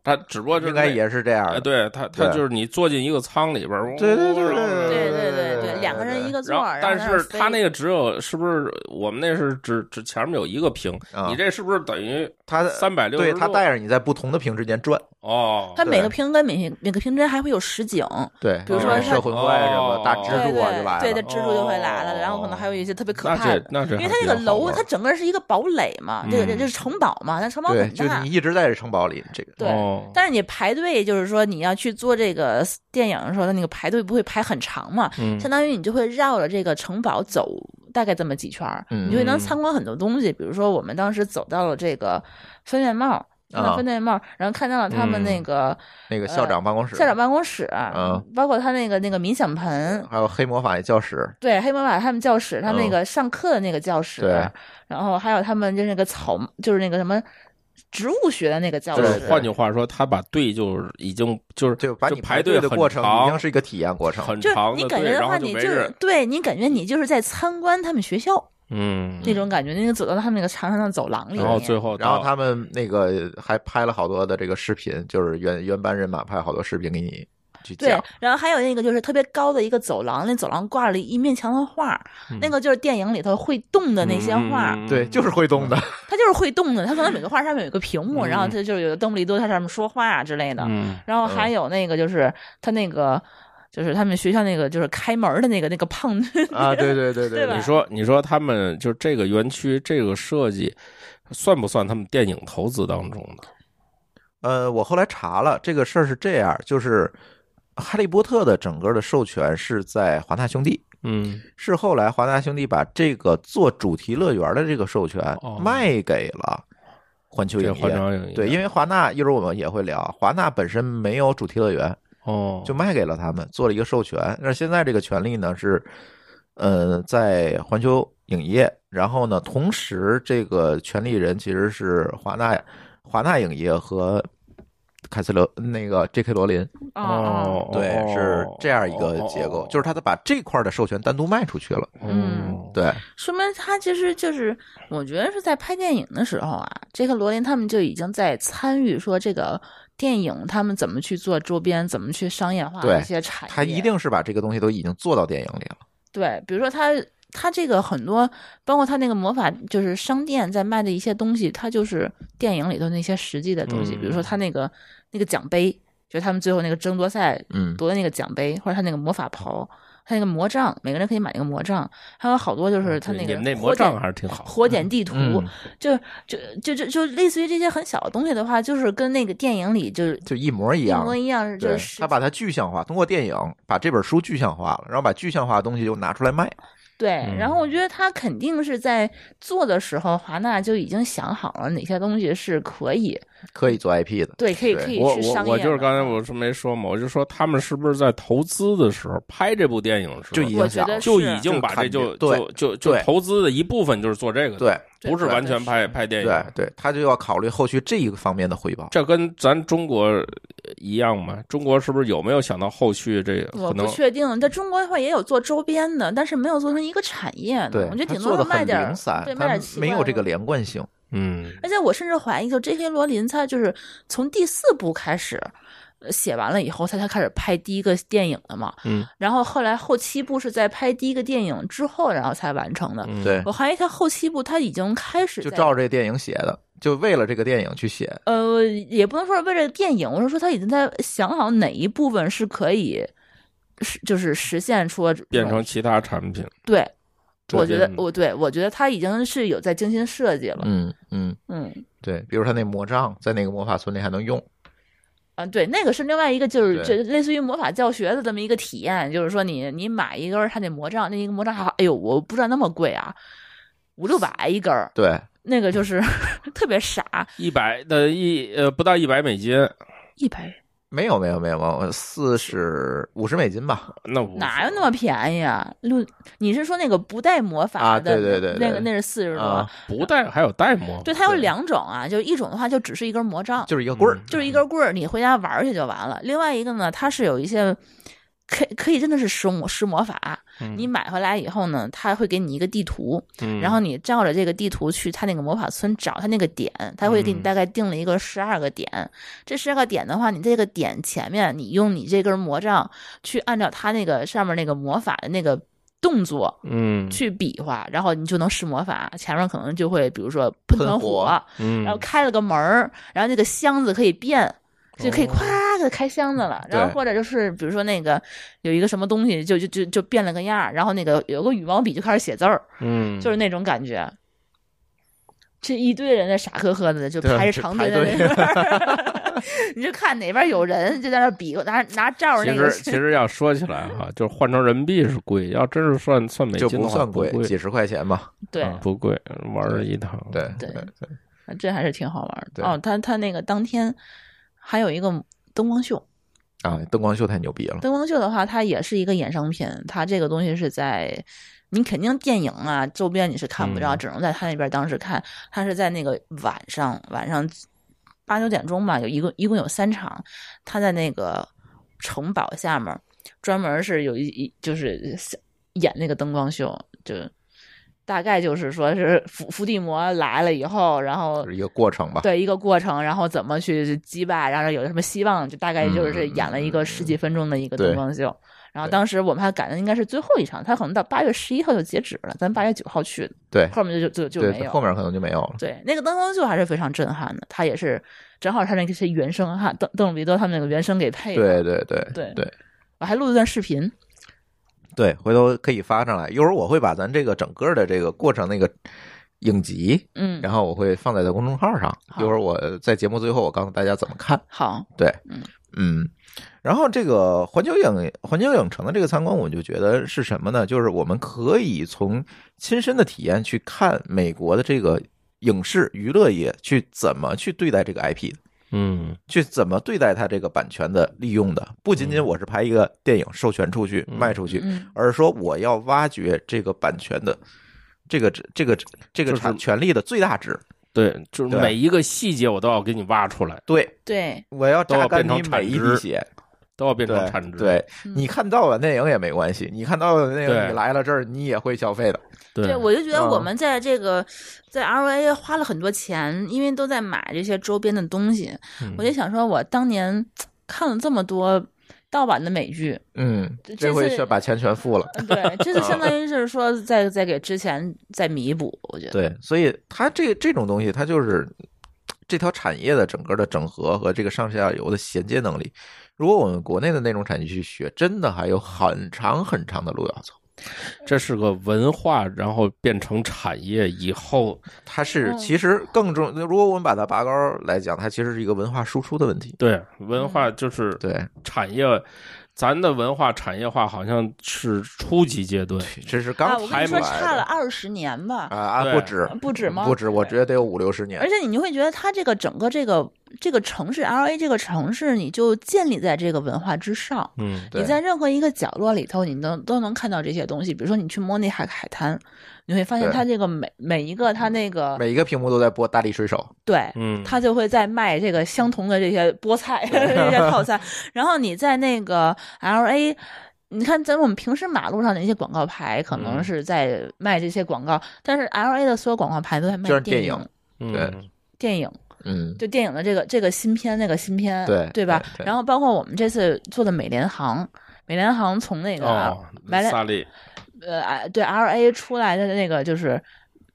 Speaker 2: 它只不过就是
Speaker 4: 应该
Speaker 2: 那
Speaker 4: 也是这样
Speaker 2: 哎，
Speaker 4: 的。
Speaker 2: 对它它
Speaker 4: 对
Speaker 2: 就是你坐进一个舱里边儿，嗡
Speaker 4: 对对对
Speaker 2: 嗡嗡
Speaker 4: 对
Speaker 2: 嗡
Speaker 4: 对
Speaker 3: 对对
Speaker 4: 对
Speaker 3: 对，
Speaker 4: 对
Speaker 3: 两个人一个座
Speaker 2: 然后
Speaker 3: 儿，，
Speaker 2: 但
Speaker 3: 然后
Speaker 2: 是
Speaker 3: 在
Speaker 2: 它
Speaker 3: 飞
Speaker 2: 那个只有是不是我们那是只只前面有一个屏，
Speaker 4: 啊
Speaker 2: 你这是不是等于
Speaker 4: 它
Speaker 2: 三百六
Speaker 4: 对
Speaker 2: 十
Speaker 4: 它带着你在不同的屏之间转，
Speaker 2: 哦
Speaker 3: 它每个
Speaker 4: 对
Speaker 3: 屏跟每每个屏之间还会有实景，
Speaker 4: 对，
Speaker 3: 比如说它
Speaker 4: 嗯摄魂怪什
Speaker 2: 哦
Speaker 4: 么大蜘
Speaker 3: 对
Speaker 4: 蛛啊就来了，哦
Speaker 3: 对，对，蜘蛛就会来了，然后可能还有一些特别可
Speaker 2: 那
Speaker 3: 怕
Speaker 2: 这
Speaker 3: 的。
Speaker 2: 那这
Speaker 3: 因为
Speaker 2: 还
Speaker 3: 它那
Speaker 2: 比
Speaker 3: 个
Speaker 2: 较好
Speaker 3: 楼，
Speaker 2: 玩
Speaker 3: 它整个是一个堡垒嘛，这个这
Speaker 2: 嗯
Speaker 3: 这是城堡嘛，但城堡
Speaker 4: 对，
Speaker 3: 很
Speaker 4: 就
Speaker 3: 大
Speaker 4: 你。一直在这城堡里，这个
Speaker 3: 对
Speaker 2: 哦
Speaker 3: 但是你排队，就是说你要去做这个电影的时候，它那个排队不会排很长嘛，
Speaker 2: 嗯
Speaker 3: 相当于你就会绕着这个城堡走大概这么几圈儿，
Speaker 4: 嗯
Speaker 3: 你就能参观很多东西。比如说，我们当时走到了这个分院帽，看到
Speaker 4: 啊
Speaker 3: 分院帽，然后看到了他们那个
Speaker 4: 那个校长办公室，
Speaker 3: 呃校长办公室，
Speaker 4: 嗯
Speaker 3: 包括他那个那个冥想盆，
Speaker 4: 还有黑魔法教室，
Speaker 3: 对黑魔法他们教室，他们那
Speaker 4: 嗯
Speaker 3: 个上课的那个教室，
Speaker 4: 对
Speaker 3: 然后还有他们就是那个草，就是那个什么植物学的那个教
Speaker 2: 就
Speaker 3: 室，
Speaker 2: 是换句话说，他把队就是已经就是
Speaker 4: 就把你
Speaker 2: 排
Speaker 4: 队的
Speaker 2: 很
Speaker 4: 过程已经
Speaker 2: 长
Speaker 4: 是一个体验过程，
Speaker 2: 很
Speaker 3: 就是
Speaker 2: 长
Speaker 3: 你
Speaker 2: 的
Speaker 3: 感
Speaker 2: 队，
Speaker 3: 觉的
Speaker 2: 然
Speaker 3: 话，
Speaker 2: 后就
Speaker 3: 你
Speaker 2: 没
Speaker 3: 就是
Speaker 2: 人。
Speaker 3: 对你感觉你就是在参观他们学校
Speaker 2: 嗯，
Speaker 3: 那种感觉，那个走到他们那个长长的走廊里面，
Speaker 2: 然后最后
Speaker 4: 然后
Speaker 2: 哦到
Speaker 4: 他们那个还拍了好多的这个视频，就是原原班人马拍好多视频给你去
Speaker 3: 对
Speaker 4: 讲，，
Speaker 3: 然后还有那个就是特别高的一个走廊，那走廊挂了一面墙的画，那个就是电影里头会动的那些画，
Speaker 2: 嗯
Speaker 4: 对，就是会动的，
Speaker 3: 它就是会动的，它可能每个画上面有一个屏幕，然后它就是有邓布利多在上面说话啊之类的，
Speaker 2: 嗯
Speaker 3: 然后还有那个就是他那个就是他们学校那个就是开门的那个那个胖墩，
Speaker 4: 啊，对对 对
Speaker 3: 嗯对吧
Speaker 2: 你说你说他们就这个园区这个设计，算不算他们电影投资当中的？
Speaker 4: 呃，我后来查了这个事儿是这样，就是《哈利波特》的整个的授权是在华纳兄弟，
Speaker 2: 嗯，
Speaker 4: 是后来华纳兄弟把这个做主题乐园的这个授权
Speaker 2: 哦
Speaker 4: 卖给了环球
Speaker 2: 这
Speaker 4: 影
Speaker 2: 换
Speaker 4: 业。
Speaker 2: 张影
Speaker 4: 对，因为华纳一会儿我们也会聊，华纳本身没有主题乐园，
Speaker 2: 哦，
Speaker 4: 就卖给了他们，做了一个授权。那现在这个权利呢是，呃，在环球影业，然后呢，同时这个权利人其实是华纳华纳影业和凯瑟罗那个 J.K. 罗琳，
Speaker 3: 啊啊，
Speaker 2: 哦
Speaker 4: 对，是这样一
Speaker 3: 哦
Speaker 4: 个结构，就是他的把这块的授权单独卖出去了，
Speaker 3: 哦
Speaker 2: 嗯，
Speaker 4: 对，
Speaker 3: 说明他其实就是，我觉得是在拍电影的时候啊，这个罗琳他们就已经在参与说这个电影他们怎么去做周边，怎么去商业化
Speaker 4: 对
Speaker 3: 一些产业。
Speaker 4: 他一定是把这个东西都已经做到电影里了，
Speaker 3: 对，比如说他他这个很多，包括他那个魔法，就是商店在卖的一些东西，它就是电影里头那些实际的东西，
Speaker 2: 嗯
Speaker 3: 比如说他那个那个奖杯，就是他们最后那个争夺赛
Speaker 4: 嗯，
Speaker 3: 夺的那个奖杯，或者他那个魔法袍，他那个魔杖，每个人可以买那个魔杖，还有好多就是他那
Speaker 2: 嗯你
Speaker 3: 个
Speaker 2: 们那
Speaker 3: 火
Speaker 2: 魔
Speaker 3: 点
Speaker 2: 杖还是挺好，
Speaker 3: 火点地图，
Speaker 4: 嗯
Speaker 3: 就就就就就类似于这些很小的东西的话，就是跟那个电影里就是
Speaker 4: 就一模一
Speaker 3: 一
Speaker 4: 样
Speaker 3: 模。一样，就
Speaker 4: 对
Speaker 3: 是，
Speaker 4: 他把它具象化，通过电影把这本书具象化了，然后把具象化的东西又拿出来卖。
Speaker 3: 对。
Speaker 2: 嗯
Speaker 3: 然后我觉得他肯定是在做的时候，华纳就已经想好了哪些东西是可以
Speaker 4: 可以做 IP 的，
Speaker 3: 对，可以
Speaker 4: 对
Speaker 3: 可以
Speaker 2: 我
Speaker 3: 去
Speaker 2: 我
Speaker 3: 商业
Speaker 2: 我就是
Speaker 3: 的嗯
Speaker 2: 刚才我是没说嘛，我就说他们是不是在投资的时候拍这部电影的时
Speaker 4: 就
Speaker 2: 候
Speaker 4: 已
Speaker 3: 我觉
Speaker 4: 经想
Speaker 3: 得
Speaker 4: 了
Speaker 2: 就
Speaker 3: 是
Speaker 2: 已经把这就
Speaker 4: 对
Speaker 2: 就就就
Speaker 4: 对
Speaker 2: 投资的一部分就是做这个的，
Speaker 4: 对
Speaker 2: 不是
Speaker 3: 对
Speaker 2: 完全
Speaker 3: 对
Speaker 2: 拍拍电影，
Speaker 4: 对对，他就要考虑后续这一个方面的回报。
Speaker 2: 这跟咱中国呃一样嘛？中国是不是有没有想到后续这个
Speaker 3: 我
Speaker 2: 可
Speaker 3: 不
Speaker 2: 能？
Speaker 3: 确定，在中国的话也有做周边的，但是没有做成一个产业呢。
Speaker 4: 对，
Speaker 3: 我觉得
Speaker 4: 他
Speaker 3: 顶
Speaker 4: 做
Speaker 3: 多
Speaker 4: 的
Speaker 3: 是卖
Speaker 4: 很
Speaker 3: 点儿
Speaker 4: 零散
Speaker 3: 对，卖
Speaker 4: 他
Speaker 3: 点奇
Speaker 4: 没
Speaker 3: 怪
Speaker 4: 有
Speaker 3: 的
Speaker 4: 这个
Speaker 3: 东西
Speaker 4: 连贯性。
Speaker 2: 嗯，
Speaker 3: 而且我甚至怀疑，就 J.K. 罗琳，他就是从第四部开始呃写完了以后，他才开始拍第一个电影的嘛。
Speaker 2: 嗯，
Speaker 3: 然后后来后七部是在拍第一个电影之后，然后才完成的。
Speaker 2: 嗯
Speaker 4: 对，
Speaker 3: 我怀疑他后七部他已经开始
Speaker 4: 就
Speaker 3: 在
Speaker 4: 照着这电影写的，就为了这个电影去写。
Speaker 3: 呃，也不能说是为了电影，我是说他已经在想好哪一部分是可以是就是实现出
Speaker 2: 变成其他产品，
Speaker 3: 对。
Speaker 2: 周
Speaker 3: 我觉得
Speaker 2: 边，
Speaker 3: 我对我觉得他已经是有在精心设计了，
Speaker 4: 嗯嗯，
Speaker 3: 嗯，
Speaker 4: 对，比如他那魔杖在那个魔法村里还能用。
Speaker 3: 啊，对，那个是另外一个，就是这
Speaker 4: 对
Speaker 3: 类似于魔法教学的这么一个体验，就是说你你买一根儿它那魔杖，那一个魔杖还，哎呦，我不知道那么贵啊，五六百一根儿，
Speaker 4: 对，
Speaker 3: 那个就是 特别傻，
Speaker 2: 一百的一呃不到一百美金，
Speaker 3: 一百
Speaker 4: 没有没有没有，四十五十美金吧。
Speaker 3: 嗯
Speaker 2: 那我
Speaker 3: 哪有那么便宜啊？六，你是说那个不带魔法
Speaker 4: 啊
Speaker 3: 的那，
Speaker 4: 对对对
Speaker 3: 那个
Speaker 4: 对
Speaker 3: 那是四十多，
Speaker 4: 啊，
Speaker 2: 不带还有带吗？
Speaker 3: 对，它有
Speaker 4: 对
Speaker 3: 两种啊，就一种的话就只是一根魔杖，
Speaker 4: 就是一个棍儿
Speaker 2: 嗯。
Speaker 3: 就是一根棍儿，你回家玩儿去就完了。另外一个呢，它是有一些可可以真的是施魔施魔法，
Speaker 2: 嗯
Speaker 3: 你买回来以后呢，它会给你一个地图，
Speaker 2: 嗯
Speaker 3: 然后你照着这个地图去它那个魔法村找它那个点，它会给你
Speaker 2: 嗯
Speaker 3: 大概定了一个十二个点。这十二个点的话，你这个点前面，你用你这根魔杖去按照它那个上面那个魔法的那个动作。
Speaker 2: 嗯
Speaker 3: 去比划，然后你就能施魔法。前面可能就会，比如说喷
Speaker 4: 喷
Speaker 3: 喷
Speaker 4: 火
Speaker 2: 嗯，
Speaker 3: 然后开了个门儿，然后那个箱子可以变，就可以咵就开箱子了。然后
Speaker 4: 哦对
Speaker 3: 或者就是比如说那个有一个什么东西就就就就变了个样儿，然后那个有个羽毛笔就开始写字儿，
Speaker 2: 嗯
Speaker 3: 就是那种感觉。这一堆人在傻呵呵的，就
Speaker 4: 对
Speaker 3: 排着
Speaker 4: 就
Speaker 3: 长
Speaker 4: 排
Speaker 3: 队在那
Speaker 4: 队
Speaker 3: 边儿， 你就看哪边有人就在那比划，拿拿照着
Speaker 2: 其
Speaker 3: 那个
Speaker 2: 实其实要说起来哈，就是换成人民币是贵，要真是算算
Speaker 3: 嗯
Speaker 2: 美
Speaker 4: 就
Speaker 2: 金的
Speaker 4: 不
Speaker 2: 话
Speaker 4: 算
Speaker 2: 不啊
Speaker 4: 贵，几十块钱吧。
Speaker 3: 对，
Speaker 2: 不贵，玩儿一趟。
Speaker 4: 对
Speaker 3: 嗯对
Speaker 4: 嗯对
Speaker 3: 这还是挺好玩的。
Speaker 4: 对
Speaker 3: 哦，他他那个当天还有一个灯光秀，
Speaker 4: 啊，灯光秀太牛逼了。
Speaker 3: 灯光秀的话，它也是一个衍生品，它这个东西是在你肯定电影啊周边你是看不着，
Speaker 2: 嗯
Speaker 3: 只能在它那边当时看。它是在那个晚上，晚上八九点钟吧，有一共一共有三场，它在那个城堡下面，专门是有一一就是演那个灯光秀，就大概就是说是伏伏地魔来了以后，然后
Speaker 4: 就是一个过程吧。
Speaker 3: 对一个过程，然后怎么去击败，然后有什么希望，就大概就是演了一个十几分钟的一个灯光秀。然后当时我们还赶的应该是最后一场，他可能到八月十一号就截止了，咱八月九号去的，
Speaker 4: 对
Speaker 3: 后面就就就就没
Speaker 4: 对，
Speaker 3: 有。
Speaker 4: 后面可能就没有了。
Speaker 3: 对那个灯光秀还是非常震撼的，他也是正好他那个是原声哈，邓邓彼得他们那个原声给配的。
Speaker 4: 对对对
Speaker 3: 对
Speaker 4: 对
Speaker 3: 我还录了一段视频，
Speaker 4: 对，回头可以发上来。一会儿我会把咱这个整个的这个过程那个影集，
Speaker 3: 嗯，
Speaker 4: 然后我会放在在公众号上。
Speaker 3: 好
Speaker 4: 一会儿我在节目最后我告诉大家怎么看。
Speaker 3: 好，
Speaker 4: 对，
Speaker 3: 嗯
Speaker 4: 嗯然后这个环球影环球影城的这个参观，我就觉得是什么呢？就是我们可以从亲身的体验去看美国的这个影视娱乐业去怎么去对待这个 IP 的
Speaker 2: 嗯
Speaker 4: 去怎么对待它这个版权的利用的，不仅仅
Speaker 2: 嗯
Speaker 4: 我是拍一个电影授权出去卖出去，
Speaker 3: 嗯
Speaker 4: 而是说我要挖掘这个版权的这个这个这个
Speaker 2: 就是
Speaker 4: 产权利的最大值。
Speaker 2: 对，就是
Speaker 4: 对
Speaker 2: 每一个细节我都要给你挖出来，
Speaker 4: 对，
Speaker 3: 对，
Speaker 4: 我要
Speaker 2: 都要
Speaker 4: 榨干
Speaker 2: 变成
Speaker 4: 你
Speaker 2: 产
Speaker 4: 每一滴
Speaker 2: 值
Speaker 4: 血。
Speaker 2: 都要变成
Speaker 4: 对
Speaker 2: 产值。
Speaker 4: 对，
Speaker 3: 嗯
Speaker 4: 你看盗版电影也没关系，你看盗版电
Speaker 2: 对
Speaker 4: 影你来了这儿，你也会消费的。
Speaker 2: 对
Speaker 3: 对，我就觉得我
Speaker 4: 嗯
Speaker 3: 们在这个在 RVA 花了很多钱，因为都在买这些周边的东西。
Speaker 2: 嗯
Speaker 3: 我就想说，我当年看了这么多盗版的美 剧，
Speaker 4: 嗯
Speaker 3: 这，
Speaker 4: 这回
Speaker 3: 次
Speaker 4: 却把钱全付了。
Speaker 3: 对，这
Speaker 4: 嗯
Speaker 3: 次相当于是说再再给之前再弥补，我觉得。
Speaker 4: 对，所以它这这种东西，它就是这条产业的整个的整合和这个上下游的衔接能力。如果我们国内的内容产业去学，真的还有很长很长的路要走。
Speaker 2: 这是个文化，然后变成产业以后，
Speaker 4: 它是
Speaker 3: 嗯
Speaker 4: 其实更重，如果我们把它拔高来讲，它其实是一个文化输出的问题。
Speaker 2: 对文化
Speaker 3: 嗯
Speaker 2: 就是
Speaker 4: 对，
Speaker 2: 产业，咱的文化产业化好像是初级阶段，
Speaker 4: 这是
Speaker 3: 啊，
Speaker 4: 刚
Speaker 3: 我跟
Speaker 4: 才
Speaker 3: 你说
Speaker 4: 出来
Speaker 3: 差
Speaker 4: 的
Speaker 3: 了二十年吧，
Speaker 4: 啊啊，
Speaker 2: 对
Speaker 4: 不止
Speaker 3: 不止吗？
Speaker 4: 不止，我觉得得有五六十年
Speaker 3: 而。且你就会觉得它这个整个这个这个城市 L A 这个城市，你就建立在这个文化之上。
Speaker 2: 嗯，
Speaker 4: 对
Speaker 3: 你在任何一个角落里头，你都都能看到这些东西。比如说，你去摸那海海滩，你会发现
Speaker 4: 对
Speaker 3: 它这个每每一个它那个
Speaker 4: 每一个屏幕都在播《大力水手》，
Speaker 3: 对，
Speaker 2: 嗯
Speaker 3: 他就会在卖这个相同的这些菠菜 这些套 餐。然后你在那个 L A，你看咱们我们平时马路上的一些广告牌，可能
Speaker 2: 嗯
Speaker 3: 是在卖这些广告，但是 L A 的所有广告牌都在卖
Speaker 4: 就是
Speaker 3: 电
Speaker 4: 电
Speaker 3: 影
Speaker 4: 影，
Speaker 2: 嗯
Speaker 4: 对，
Speaker 3: 电影
Speaker 4: 嗯，
Speaker 3: 就电影的这个这个新片那个新片，
Speaker 4: 对
Speaker 3: 对吧？
Speaker 4: 对对
Speaker 3: 然后包括我们这次做的美联航。美联航从那个、
Speaker 2: 哦，
Speaker 3: 买了
Speaker 2: 萨利，
Speaker 3: 呃啊对 L A 出来的那个就是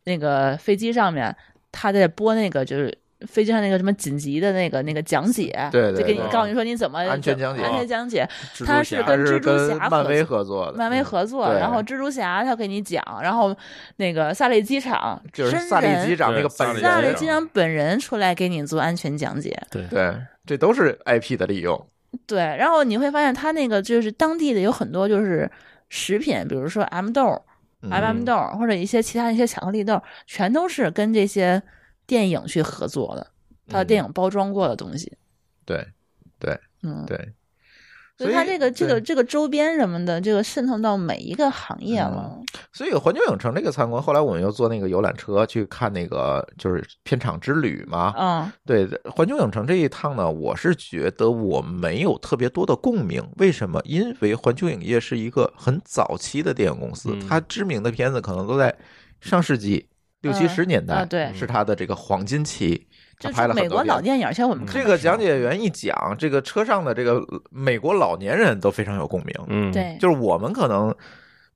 Speaker 3: 那个飞机上面，他在播那个就是飞机上那个什么紧急的那个那个讲解，
Speaker 4: 对对
Speaker 3: 就给你
Speaker 4: 对
Speaker 3: 告诉你说你怎么
Speaker 4: 安全讲解
Speaker 3: 安全讲解，
Speaker 2: 蜘蛛侠
Speaker 3: 他是
Speaker 4: 它
Speaker 3: 跟
Speaker 4: 是
Speaker 3: 呃蜘蛛
Speaker 4: 跟
Speaker 3: 侠合
Speaker 4: 漫威
Speaker 3: 作
Speaker 4: 合作的，
Speaker 3: 漫威合作，
Speaker 4: 嗯对
Speaker 3: 然后蜘蛛侠他给你讲，然后那个萨利机场
Speaker 4: 就是
Speaker 3: 真
Speaker 4: 萨利
Speaker 3: 人
Speaker 4: 机长那个
Speaker 2: 对
Speaker 4: 本
Speaker 2: 机
Speaker 4: 人，
Speaker 3: 萨
Speaker 2: 萨
Speaker 3: 利
Speaker 2: 利
Speaker 3: 机
Speaker 2: 机
Speaker 3: 长本人出来给你做安全讲解，
Speaker 2: 对
Speaker 4: 对，这都是 IP 的利用。
Speaker 3: 对，然后你会发现他那个就是当地的有很多就是食品，比如说 M 豆儿、
Speaker 4: 嗯
Speaker 3: MM 豆儿或者一些其他的一些巧克力豆儿，全都是跟这些电影去合作的，它的
Speaker 4: 嗯
Speaker 3: 电影包装过的东西。
Speaker 4: 对，
Speaker 3: 嗯，
Speaker 4: 对。
Speaker 3: 所以它这个这个
Speaker 4: 对，
Speaker 3: 这个周边什么的，这个渗透到每一个行业了。
Speaker 4: 所以环球影城这个参观，后来我们又坐那个游览车去看那个就是片场之旅嘛。
Speaker 3: 嗯
Speaker 4: 对，环球影城这一趟呢，我是觉得我没有特别多的共鸣。为什么？因为环球影业是一个很早期的电影公司，
Speaker 2: 嗯
Speaker 4: 它知名的片子可能都在上世纪六七十年
Speaker 3: 嗯
Speaker 4: 代，
Speaker 3: 啊，对，
Speaker 4: 是它的这个黄金期。它
Speaker 3: 就
Speaker 4: 拍
Speaker 3: 是
Speaker 4: 了
Speaker 3: 美
Speaker 4: 很多
Speaker 3: 国
Speaker 4: 片
Speaker 3: 老
Speaker 4: 子。
Speaker 3: 电影，像我们
Speaker 2: 嗯
Speaker 3: 看
Speaker 4: 这个讲解员一讲，这个车上的这个美国老年人都非常有共鸣。
Speaker 2: 嗯，
Speaker 3: 对，
Speaker 4: 就是我们可能，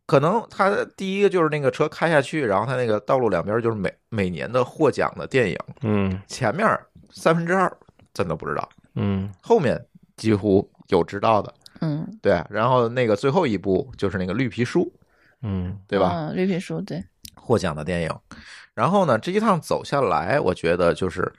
Speaker 4: 可能他第一个就是那个车开下去，然后他那个道路两边就是每每年的获奖的电影，
Speaker 2: 嗯
Speaker 4: 前面三分之二咱都不知道，
Speaker 2: 嗯
Speaker 4: 后面几乎有知道的，
Speaker 3: 嗯，
Speaker 4: 对。啊然后那个最后一部就是那个绿皮书，
Speaker 2: 嗯
Speaker 4: 对吧？
Speaker 3: 嗯，绿皮书，对，
Speaker 4: 获奖的电影。然后呢，这一趟走下来，我觉得就是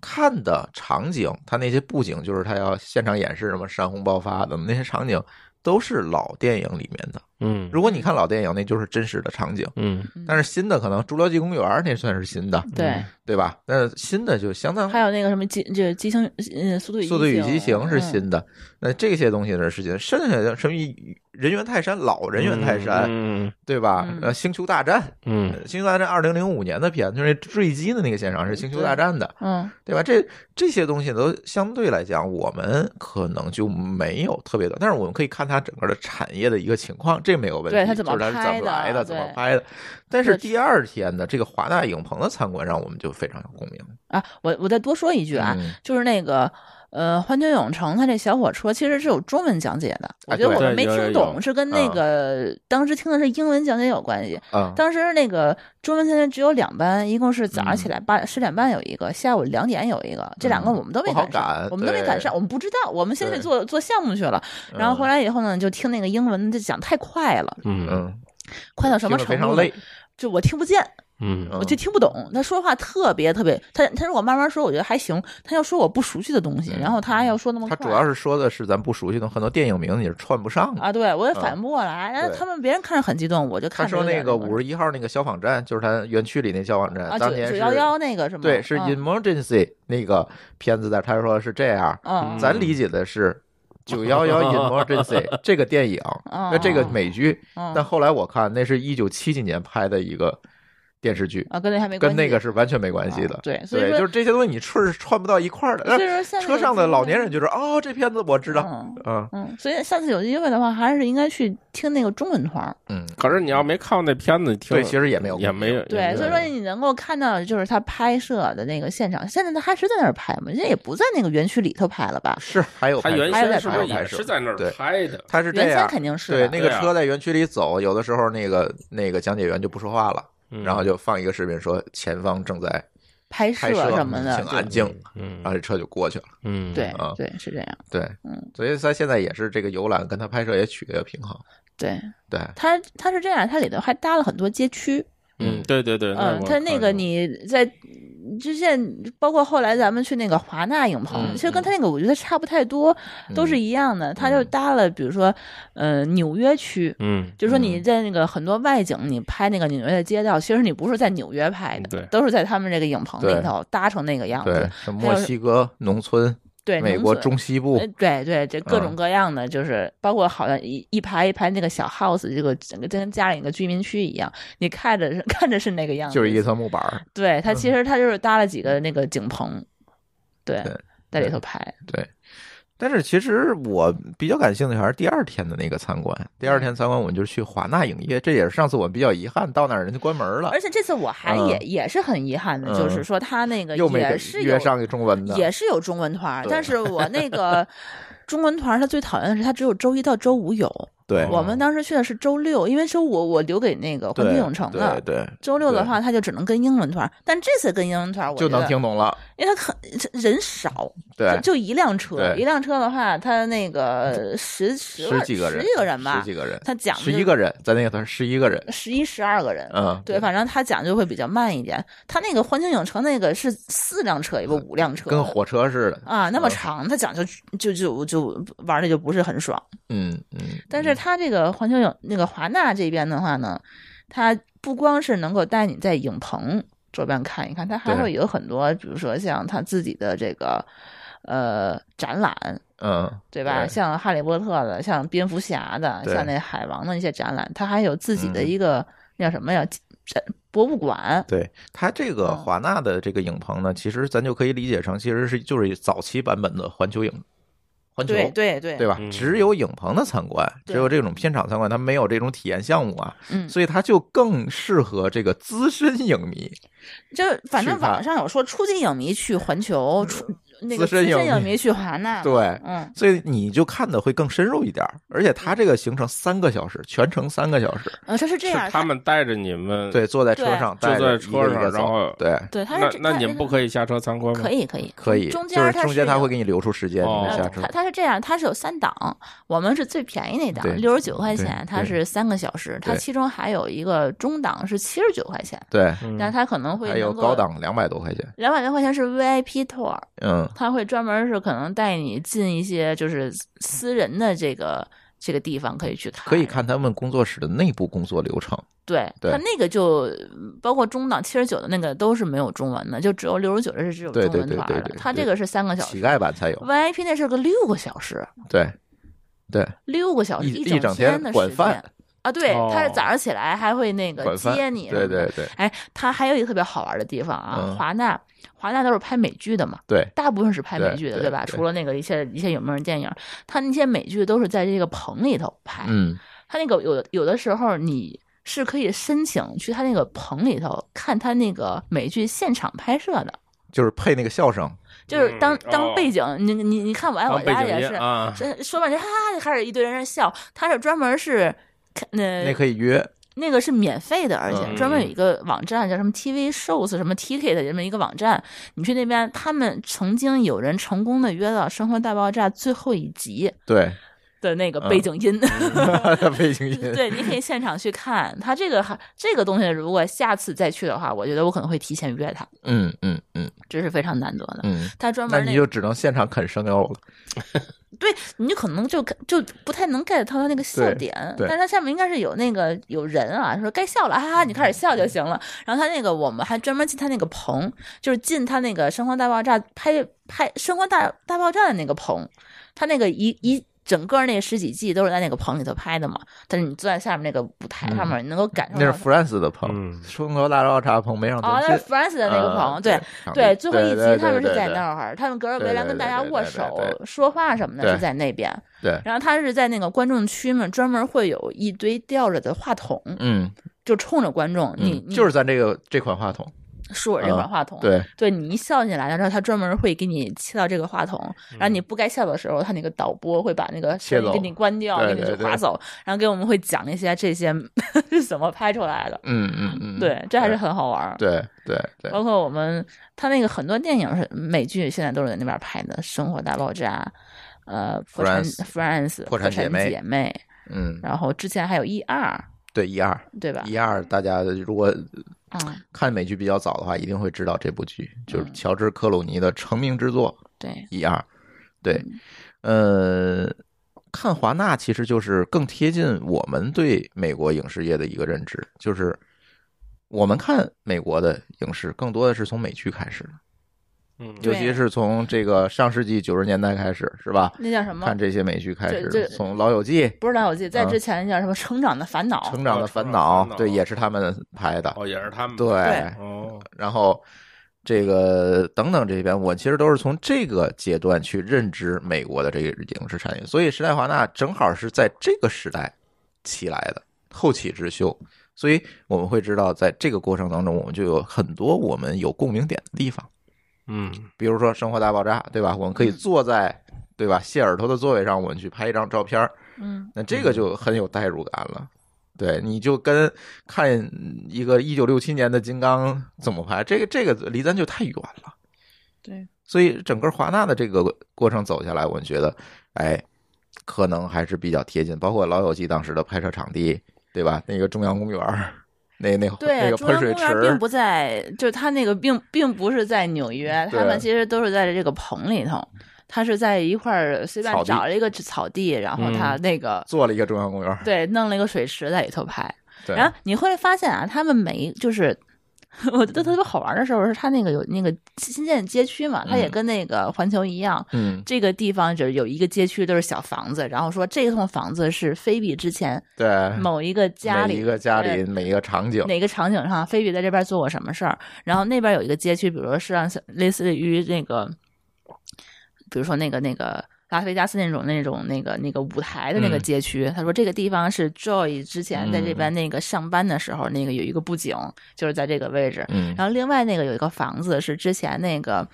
Speaker 4: 看的场景，他那些布景，就是他要现场演示什么山洪爆发的那些场景，都是老电影里面的。
Speaker 2: 嗯
Speaker 4: 如果你看老电影，那就是真实的场景。
Speaker 2: 嗯
Speaker 4: 但是新的可能《侏罗纪公园》那算是嗯新的，
Speaker 3: 对，
Speaker 4: 对吧？那新的就相当
Speaker 3: 嗯还有那个什么机，就是机星，嗯，速度与
Speaker 4: 《速度与
Speaker 3: 激
Speaker 4: 激情》是
Speaker 3: 嗯
Speaker 4: 新的，那这些东西呢是新的。剩下的什么人猿泰山、老人猿泰山，
Speaker 2: 嗯
Speaker 4: 对吧
Speaker 3: 嗯？
Speaker 4: 呃，星球大战，
Speaker 2: 嗯
Speaker 4: 《星球大战》二零零五年的片，就是那坠机的那个现场是《星球大战》的，
Speaker 3: 嗯，
Speaker 4: 对吧？这这些东西都相对来讲，我们可能就没有特别的，但是我们可以看它整个的产业的一个情况，这没有问题。
Speaker 3: 对它怎么
Speaker 4: 就是它
Speaker 3: 拍
Speaker 4: 是怎
Speaker 3: 的
Speaker 4: 么来
Speaker 3: 对
Speaker 4: 怎么拍的。但
Speaker 3: 对
Speaker 4: 是第二天的这个华纳影棚的参观，让我们就非常有共鸣。
Speaker 3: 啊，我我再多说一句啊，
Speaker 4: 嗯
Speaker 3: 就是那个呃，环球影城它这小火车其实是有中文讲解的，我
Speaker 4: 啊
Speaker 3: 觉得
Speaker 4: 对
Speaker 3: 我们没
Speaker 2: 对有
Speaker 3: 听
Speaker 2: 有
Speaker 3: 懂，
Speaker 2: 有
Speaker 3: 是跟那
Speaker 4: 嗯
Speaker 3: 个、当时听的是英文讲解有关系。
Speaker 4: 啊，
Speaker 3: 当时那个中文讲解只有两班，一共是早上起来八十点半有一个，下午两点有一个，这两个
Speaker 4: 嗯
Speaker 3: 我们都没
Speaker 4: 不好
Speaker 3: 赶上，
Speaker 4: 赶
Speaker 3: 我们都没赶
Speaker 4: 对
Speaker 3: 上，我们不知道，我们先去
Speaker 4: 对嗯
Speaker 3: 做做项目去了，然后回
Speaker 4: 来，
Speaker 3: 来以后呢，就听那个英文就讲太快了，
Speaker 2: 嗯
Speaker 4: 嗯，
Speaker 3: 快到什么
Speaker 4: 听着
Speaker 3: 程
Speaker 4: 非
Speaker 3: 度
Speaker 4: 常
Speaker 3: 呢
Speaker 4: 累，
Speaker 3: 就我听不见，
Speaker 2: 嗯
Speaker 3: 我就
Speaker 4: 嗯
Speaker 3: 听不懂，他说话特别特别，他他如果慢慢说，我觉得还行。他要说我不熟悉的东西，
Speaker 4: 嗯
Speaker 3: 然后他还要说那么
Speaker 4: 他
Speaker 3: 快，
Speaker 4: 主要是说的是咱不熟悉的很多电影名，你是串不上的。
Speaker 3: 啊，对我也反应不过来。然后
Speaker 4: 嗯对
Speaker 3: 他们别人看着很激动，我就
Speaker 4: 他
Speaker 3: 看着
Speaker 4: 说
Speaker 3: 有点
Speaker 4: 那个
Speaker 3: 那
Speaker 4: 五十一号那个消防站，就是他园区里那消防
Speaker 3: 啊九
Speaker 4: 站，当年
Speaker 3: 九
Speaker 4: 是
Speaker 3: 幺幺那个什么，
Speaker 4: 对，是
Speaker 3: 嗯
Speaker 4: emergency 那个片子的，他说是这样，
Speaker 3: 嗯
Speaker 4: 咱理解的是九幺幺 emergency 这个电影，
Speaker 3: 嗯
Speaker 4: 那这个美剧，
Speaker 3: 嗯
Speaker 4: 但后来我看那是一九七几年拍的一个电视剧，
Speaker 3: 啊，跟那还没关系，
Speaker 4: 跟那个是完全没关系的。
Speaker 3: 啊对，所以
Speaker 4: 对，就
Speaker 3: 说
Speaker 4: 是这些东西你串串不到一块儿的。
Speaker 3: 所以
Speaker 4: 但
Speaker 3: 说下次
Speaker 4: 车
Speaker 3: 有
Speaker 4: 上的
Speaker 3: 机
Speaker 4: 老
Speaker 3: 会
Speaker 4: 年人觉得哦，这片子我知道，
Speaker 3: 嗯
Speaker 4: 嗯
Speaker 3: 嗯，所以下次有机会的话，还是应该去听那个中文团儿。
Speaker 4: 嗯，
Speaker 2: 可是你要没看过那片子，你听
Speaker 4: 对其实也没有
Speaker 2: 也没有也没
Speaker 3: 对，
Speaker 2: 有
Speaker 3: 所以说你能够看到就是他拍摄的那个现场，现在他还是在那儿拍吗？人家也不在那个园区里头拍了吧？
Speaker 4: 是还有
Speaker 2: 他
Speaker 4: 拍
Speaker 2: 原
Speaker 4: 摄
Speaker 3: 还有
Speaker 2: 先
Speaker 3: 在
Speaker 2: 是
Speaker 4: 还
Speaker 2: 不
Speaker 4: 有
Speaker 2: 是
Speaker 4: 拍
Speaker 2: 也
Speaker 4: 摄
Speaker 2: 是在那儿
Speaker 4: 对
Speaker 2: 拍的？
Speaker 4: 他是这
Speaker 3: 原先
Speaker 4: 样，
Speaker 3: 肯定是
Speaker 4: 对
Speaker 3: 的
Speaker 4: 那个
Speaker 2: 对啊
Speaker 4: 车在园区里走，有的时候那个那个讲解员就不说话了，
Speaker 2: 嗯
Speaker 4: 然后就放一个视频说前方正在
Speaker 3: 拍
Speaker 4: 拍摄
Speaker 3: 什么的
Speaker 4: 请，安静，啊
Speaker 2: 嗯
Speaker 4: 然后这车就过去了。
Speaker 2: 嗯
Speaker 3: 对
Speaker 4: 啊
Speaker 3: 对是这样。
Speaker 4: 对，
Speaker 3: 嗯
Speaker 4: 所以他现在也是这个游览跟他拍摄也取得平衡。
Speaker 3: 对，
Speaker 4: 对，
Speaker 3: 它它是这样，它里头还搭了很多街区。
Speaker 2: 嗯对对对，
Speaker 3: 嗯，
Speaker 2: 我
Speaker 3: 它那
Speaker 2: 看
Speaker 3: 个
Speaker 2: 过
Speaker 3: 你在之前，包括后来咱们去那个华纳影棚，
Speaker 2: 嗯
Speaker 3: 其实跟它那个我觉得差不太多，都
Speaker 4: 嗯
Speaker 3: 是一样的。它就搭了，比如说，呃，纽约区。
Speaker 2: 嗯
Speaker 3: 就是说你在那个很多外景，你拍那个纽约的街道，其实你不是在纽约拍的，
Speaker 2: 对
Speaker 3: 都是在他们这个影棚
Speaker 4: 对
Speaker 3: 里头搭成那个样
Speaker 4: 对
Speaker 3: 子。，
Speaker 4: 什么墨西哥农村、
Speaker 3: 对，
Speaker 4: 美
Speaker 3: 农
Speaker 4: 国
Speaker 3: 村
Speaker 4: 中西部
Speaker 3: 呃，对对，这各种
Speaker 4: 嗯
Speaker 3: 各样的，就是包括好像一一排一排那个小 house，这个整个跟家里那个居民区一样，你看着是 看着是那个样子，
Speaker 4: 就是一嗯层木板儿。
Speaker 3: 对它其实它就是搭了几个那个景棚，对
Speaker 4: 对，
Speaker 3: 在里
Speaker 4: 对
Speaker 3: 头拍，
Speaker 4: 对，但是其实我比较感兴趣还是第二天的那个参观。第二天参观我们就去华纳影业，这也是上次我们比较遗憾，到那儿人家关门了
Speaker 3: 而，且这次我还
Speaker 4: 嗯
Speaker 3: 也也是很遗憾的，就是
Speaker 4: 嗯
Speaker 3: 说他那个
Speaker 4: 又没
Speaker 3: 也
Speaker 4: 给
Speaker 3: 是有
Speaker 4: 约上一中文的。
Speaker 3: 也是有中文团儿，
Speaker 4: 对
Speaker 3: 但是我那个 中文团儿他最讨厌的是他只有周一到周五有，
Speaker 4: 对，
Speaker 3: 我们当时去的是周六，因为周五我留给那个环球影城
Speaker 4: 嗯对
Speaker 3: 了
Speaker 4: 对。对，
Speaker 3: 周六的话，他就只能跟英文团儿，但这次跟英文团儿我
Speaker 4: 就
Speaker 3: 觉
Speaker 4: 能
Speaker 3: 得，
Speaker 4: 听懂了。
Speaker 3: 因为他很人少，
Speaker 4: 对
Speaker 3: 就，就一辆车，
Speaker 4: 对嗯
Speaker 3: 一辆车的话，他那个十十
Speaker 4: 十几个人，
Speaker 3: 十几个人吧
Speaker 4: 十，几个人，
Speaker 3: 他讲
Speaker 4: 十一个人，在那个团十一个人，
Speaker 3: 十一十二个人，
Speaker 4: 嗯，
Speaker 3: 对，反正他讲究会比较慢一点。他那个环球影城那个是四辆车，也不五辆车的，
Speaker 4: 嗯跟火车似的，
Speaker 3: 啊那么
Speaker 4: 嗯
Speaker 3: 长，他讲究就就就玩的就不是很爽。
Speaker 4: 嗯嗯，
Speaker 3: 但是它这个环球影那个华纳这边的话呢，它不光是能够带你在影棚周边看一看，它还
Speaker 4: 对
Speaker 3: 会有很多，比如说像它自己的这个呃展览，
Speaker 4: 嗯，
Speaker 3: 对吧？
Speaker 4: 对
Speaker 3: 像哈利波特的，像蝙蝠侠的，
Speaker 4: 对
Speaker 3: 像那海王的一些展览，它还有自己的
Speaker 4: 嗯
Speaker 3: 一个那叫什么呀？展博物馆。
Speaker 4: 对它这个
Speaker 3: 嗯
Speaker 4: 华纳的这个影棚呢，其实咱就可以理解成，其实是就是早期版本的环球影，环球
Speaker 3: 对对对，
Speaker 4: 对吧？
Speaker 2: 嗯
Speaker 4: 只有影棚的参观，只
Speaker 3: 对
Speaker 4: 有这种片场参观，它没有这种体验项目啊，
Speaker 3: 嗯，
Speaker 4: 所以它就更适合这个资深影迷。
Speaker 3: 就是反正
Speaker 4: 去看嗯
Speaker 3: 网上有说初级影迷去环球，初那个
Speaker 4: 资深
Speaker 3: 资深
Speaker 4: 影迷
Speaker 3: 影迷去华纳，，
Speaker 4: 对，
Speaker 3: 嗯，
Speaker 4: 所以你就看的会更深入一点儿，而且它这个行程三个小时，全程三个小时，
Speaker 3: 呃，嗯它是这
Speaker 2: 是
Speaker 3: 样，
Speaker 2: 他
Speaker 3: 它
Speaker 2: 们带着你们
Speaker 4: 对，坐在车
Speaker 3: 对
Speaker 4: 上，
Speaker 2: 就
Speaker 4: 带着
Speaker 2: 在
Speaker 4: 一
Speaker 2: 车
Speaker 4: 个一
Speaker 2: 上
Speaker 4: 个
Speaker 2: 然
Speaker 4: 走
Speaker 2: 后
Speaker 4: 对，
Speaker 3: 对，它
Speaker 2: 那
Speaker 3: 是
Speaker 2: 那
Speaker 3: 它
Speaker 2: 你们不可以下车参观吗？
Speaker 3: 可以可以
Speaker 4: 可以，
Speaker 3: 中
Speaker 4: 就
Speaker 3: 间
Speaker 4: 是
Speaker 3: 它
Speaker 4: 中间
Speaker 3: 它
Speaker 4: 他会给你留出时间，
Speaker 2: 哦
Speaker 4: 你再
Speaker 3: 呃
Speaker 4: 下车
Speaker 3: 它。它是这样，它是有三档，我们是最便宜那档
Speaker 4: 对，
Speaker 3: 六十九块
Speaker 4: 对
Speaker 3: 钱，它
Speaker 4: 对
Speaker 3: 是三个小时，它
Speaker 4: 对
Speaker 3: 其中还有一个中档是七十九块钱，
Speaker 4: 对，
Speaker 2: 嗯
Speaker 3: 但它可能会
Speaker 4: 还有
Speaker 3: 能够
Speaker 4: 高档两百多块钱，
Speaker 3: 两百多块钱是 VIP tour，
Speaker 4: 嗯，
Speaker 3: 它会专门是可能带你进一些就是私人的这个这个地方可以去看，
Speaker 4: 可以看他们工作室的内部工作流程。
Speaker 3: 对，
Speaker 4: 对
Speaker 3: 它那个就嗯包括中档七十九的那个都是没有中文的，就只有六十九的是只有中
Speaker 4: 对对
Speaker 3: 文
Speaker 4: 对
Speaker 3: 团
Speaker 4: 对
Speaker 3: 的
Speaker 4: 对，
Speaker 3: 它
Speaker 4: 对
Speaker 3: 这个是三个小
Speaker 4: 乞
Speaker 3: 时
Speaker 4: 丐版才有，
Speaker 3: ，VIP 那是个六个小时。
Speaker 4: 对，对，
Speaker 3: 六个小时
Speaker 4: 一一
Speaker 3: 哦整
Speaker 4: 整天
Speaker 3: 的时
Speaker 4: 管
Speaker 3: 间
Speaker 4: 饭
Speaker 3: 啊！对，
Speaker 2: 哦
Speaker 3: 他是早上起来还会那个
Speaker 4: 管饭
Speaker 3: 接你，
Speaker 4: 对对。对
Speaker 3: 哎，他还有一个特别好玩的地方啊，
Speaker 4: 嗯
Speaker 3: 华纳，华纳都是拍美剧的嘛，
Speaker 4: 对，
Speaker 3: 大部分是拍美
Speaker 4: 对
Speaker 3: 剧的，
Speaker 4: 对
Speaker 3: 对吧？
Speaker 4: 对
Speaker 3: 除了那个一些一些有名的电影，他那些美剧都是在这个棚里头拍。
Speaker 4: 嗯，
Speaker 3: 他那个有的有的时候你是可以申请去他那个棚里头看他那个美剧现场拍摄的，
Speaker 4: 就是配那个笑声，
Speaker 3: 就是
Speaker 2: 嗯
Speaker 3: 当
Speaker 2: 哦
Speaker 3: 当背景，你你你看我爱
Speaker 2: 当
Speaker 3: 我
Speaker 2: 背
Speaker 3: 家
Speaker 2: 景
Speaker 3: 也
Speaker 2: 音
Speaker 3: 是
Speaker 2: 啊，
Speaker 3: 这说半天，哈哈，就开始一堆人在笑。他是专门是，那
Speaker 4: 那可以约，
Speaker 3: 那个是免费的，而且
Speaker 4: 嗯
Speaker 3: 专门有一个网站叫什么 TV Shows 什么 Ticket 的这么一个网站，你去那边，他们曾经有人成功的约到《生活大爆炸》最后一集
Speaker 4: 对，
Speaker 3: 的那个
Speaker 4: 嗯
Speaker 3: 背景 音。
Speaker 4: 背景音，
Speaker 3: 对，你可以现场去看他这个还这个东西。如果下次再去的话，我觉得我可能会提前约他，
Speaker 4: 嗯嗯嗯
Speaker 3: 这是非常难得的。
Speaker 4: 嗯，
Speaker 3: 他专
Speaker 4: 那
Speaker 3: 门
Speaker 4: 你
Speaker 3: 那
Speaker 4: 就只能现场啃生肉了，
Speaker 3: 对你可能就就不太能 get 到他那个笑
Speaker 4: 对
Speaker 3: 点，
Speaker 4: 对
Speaker 3: 但是他下面应该是有那个有人啊，说该笑了，哈、哈，你开始笑就行了。然后他那个我们还专门进他那个棚，就是进他那个《生活大爆炸》拍拍《生活大大爆炸》的那个棚，他那个一一整个那十几季都是在那个棚里头拍的嘛，但是你坐在下面那个舞台上面，你能够感受
Speaker 4: 嗯那是
Speaker 3: 到。
Speaker 4: 弗兰斯的棚，
Speaker 2: 嗯，
Speaker 4: 冲头大爆炸棚没让
Speaker 3: 哦，那
Speaker 4: 咱进
Speaker 3: 是 France 的那个
Speaker 4: 啊
Speaker 3: 棚，对
Speaker 4: 场地
Speaker 3: 对，最后一集他们是
Speaker 4: 对
Speaker 3: 在
Speaker 4: 对
Speaker 3: 那儿，他们格尔维兰跟大家
Speaker 4: 对对对对
Speaker 3: 握
Speaker 4: 对
Speaker 3: 手
Speaker 4: 对、
Speaker 3: 说话什么的
Speaker 4: 对
Speaker 3: 是在那边，
Speaker 4: 对对，对
Speaker 3: 然后他是在那个观众区嘛，专门会有一堆吊着的话筒，
Speaker 4: 嗯，
Speaker 3: 就冲着观众，你
Speaker 4: 嗯
Speaker 3: 你哦
Speaker 4: 就是咱这个这款话筒，
Speaker 3: 说我这款
Speaker 4: 嗯
Speaker 3: 话筒，
Speaker 4: 对，
Speaker 3: 对你一笑进来，然后他专门会给你切到这个话筒，然后你不该笑的时候，他那个导播会把那个
Speaker 4: 嗯切
Speaker 3: 声音
Speaker 4: 走
Speaker 3: 给你关掉，
Speaker 4: 对
Speaker 3: 给你
Speaker 4: 对
Speaker 3: 就
Speaker 4: 对
Speaker 3: 划走，然后给我们会讲一些这些是怎么拍出来的。
Speaker 4: 嗯嗯嗯，
Speaker 3: 对，哦这还是很好玩儿。
Speaker 4: 对对对
Speaker 3: 包括我们他那个很多电影是美剧，现在都是在那边拍的，《生活大爆炸》。呃，破产
Speaker 4: France
Speaker 3: France
Speaker 4: 破产姐妹
Speaker 3: 姐妹，
Speaker 4: 嗯，
Speaker 3: 然后之前还有 E 二，
Speaker 4: 对一二
Speaker 3: 对吧？
Speaker 4: 一二，大家如果
Speaker 3: 嗯，
Speaker 4: 看美剧比较早的话，一定会知道这部剧，就是
Speaker 3: 嗯
Speaker 4: 乔治·克鲁尼的成名之作
Speaker 3: 对，
Speaker 4: 一二。对，
Speaker 3: 嗯
Speaker 4: 呃，看华纳其实就是更贴近我们对美国影视业的一个认知，就是我们看美国的影视更多的是从美剧开始的，
Speaker 2: 嗯
Speaker 4: 尤
Speaker 3: 对
Speaker 4: 其是从这个上世纪九十年代开始，是吧？
Speaker 3: 那叫什么
Speaker 4: 看？这些美剧开
Speaker 3: 这
Speaker 4: 始
Speaker 3: 这，
Speaker 4: 从《老友记》《
Speaker 3: 不是老友记，在
Speaker 4: 啊
Speaker 3: 之前叫什么《成长的烦恼》？
Speaker 4: 成长的
Speaker 2: 哦成
Speaker 4: 烦
Speaker 2: 长的
Speaker 4: 恼
Speaker 2: 烦》，恼
Speaker 4: 对，也是他们拍的。
Speaker 2: 哦，也是他们
Speaker 4: 对
Speaker 3: 对，
Speaker 2: 哦，
Speaker 4: 然后这个等等这边，我其实都是从这个阶段去认知美国的这个影视产业，所以时代华纳正好是在这个时代起来的后起之秀，所以我们会知道，在这个过程当中，我们就有很多我们有共鸣点的地方，
Speaker 2: 嗯，
Speaker 4: 比如说《生活大爆炸》，对吧？我们可以坐在对吧蟹耳朵的座位上，我们去拍一张照片儿，
Speaker 3: 嗯，
Speaker 4: 那这个就很有代入感了。对，你就跟看一个一九六七年的金刚怎么拍，这个这个离咱就太远了。
Speaker 3: 对，
Speaker 4: 所以整个华纳的这个过程走下来，我觉得，哎，可能还是比较贴近。包括《老友记》当时的拍摄场地，对吧？那个中央公园儿，那那那
Speaker 3: 对，
Speaker 4: 个
Speaker 3: 中
Speaker 4: 喷
Speaker 3: 央
Speaker 4: 水
Speaker 3: 公园并
Speaker 4: 池，
Speaker 3: 不在，就是他那个并并不是在纽约，
Speaker 4: 对嗯
Speaker 3: 他们其实都是在这个棚里头，他是在一块儿随便
Speaker 4: 草地嗯
Speaker 3: 找了一个草地，然后他那个、
Speaker 4: 做了一个中央公园儿。
Speaker 3: 对弄了一个水池在里头拍，
Speaker 4: 对，
Speaker 3: 然后你会发现啊，他们每一就是。我觉得特别好玩的时候是，他那个有那个新建街区嘛，它也
Speaker 4: 嗯
Speaker 3: 跟那个环球一样，
Speaker 4: 嗯，
Speaker 3: 这个地方就是有一个街区都是小房子，然后说这栋房子是菲比之前
Speaker 4: 对，
Speaker 3: 某一个家
Speaker 4: 嗯每
Speaker 3: 里
Speaker 4: 一个家里
Speaker 3: 呃
Speaker 4: 每一个场景，
Speaker 3: 哪个场景上，菲比在这边做过什么事儿，然后那边有一个街区，比如说是让类似于那个，比如说那个那个。拉斯维加斯那种那种那个那个舞台的那个
Speaker 4: 嗯
Speaker 3: 街区，他说这个地方是 Joy 之前在这边那个上班的时候，那个有一个布景，就是在这个位置。
Speaker 4: 嗯，
Speaker 3: 然后另外那个有一个房子是之前那个，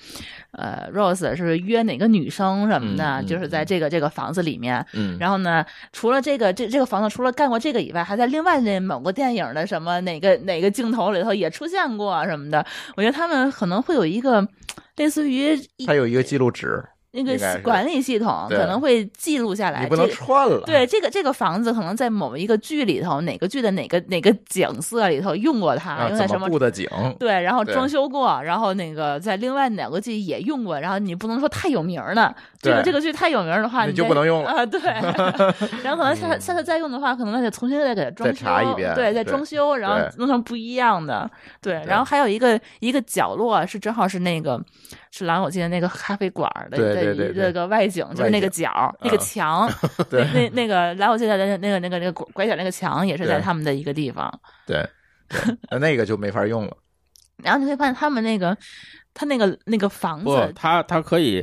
Speaker 3: 呃，Rose 是约哪个女生什么的，
Speaker 4: 嗯嗯
Speaker 3: 就是在这个这个房子里面。
Speaker 4: 嗯，
Speaker 3: 然后呢，除了这个这这个房子，除了干过这个以外，还在另外那某个电影的什么哪个哪个镜头里头也出现过什么的。我觉得他们可能会有一个类似于一
Speaker 4: 它有一个记录纸，
Speaker 3: 那个
Speaker 4: 应该是
Speaker 3: 管理系统，
Speaker 4: 对
Speaker 3: 可能会记录下来
Speaker 4: 你
Speaker 3: 这
Speaker 4: 不能
Speaker 3: 个。
Speaker 4: 串了。
Speaker 3: 对这个这个房子，可能在某一个剧里头，哪个剧的哪个哪个景色里头用过它，
Speaker 4: 啊，
Speaker 3: 用
Speaker 4: 怎
Speaker 3: 在什么
Speaker 4: 布的景？
Speaker 3: 对，然后
Speaker 4: 对
Speaker 3: 装修过，然后那个在另外哪个剧也用过，然后你不能说太有名儿呢，这个
Speaker 4: 对
Speaker 3: 这个剧太有名儿的话，
Speaker 4: 你
Speaker 3: 你
Speaker 4: 就
Speaker 3: 再
Speaker 4: 不能用了嗯
Speaker 3: 啊、 对，然后可能下下次再用的话，可能那得重新再给它装
Speaker 4: 再
Speaker 3: 修，
Speaker 4: 查一遍
Speaker 3: 对，再
Speaker 4: 对
Speaker 3: 装修，然后
Speaker 4: 对
Speaker 3: 弄成不一样的。对，
Speaker 4: 对
Speaker 3: 然后还有一个一个角落是正好是那个是狼友记的那个咖啡馆儿的
Speaker 4: 对
Speaker 3: 的
Speaker 4: 对对
Speaker 3: 一
Speaker 4: 对
Speaker 3: 个个外景，就是那个角儿那个
Speaker 4: 嗯
Speaker 3: 墙，
Speaker 4: 对
Speaker 3: 那那个狼友记的那那个那个那个拐拐角那个墙也是在
Speaker 4: 对
Speaker 3: 他们的一个地方。
Speaker 4: 对，对那个就没法用了。
Speaker 3: 然后你会发现他们那个，他那个那个房
Speaker 2: 不，
Speaker 3: 子，
Speaker 2: 它它可以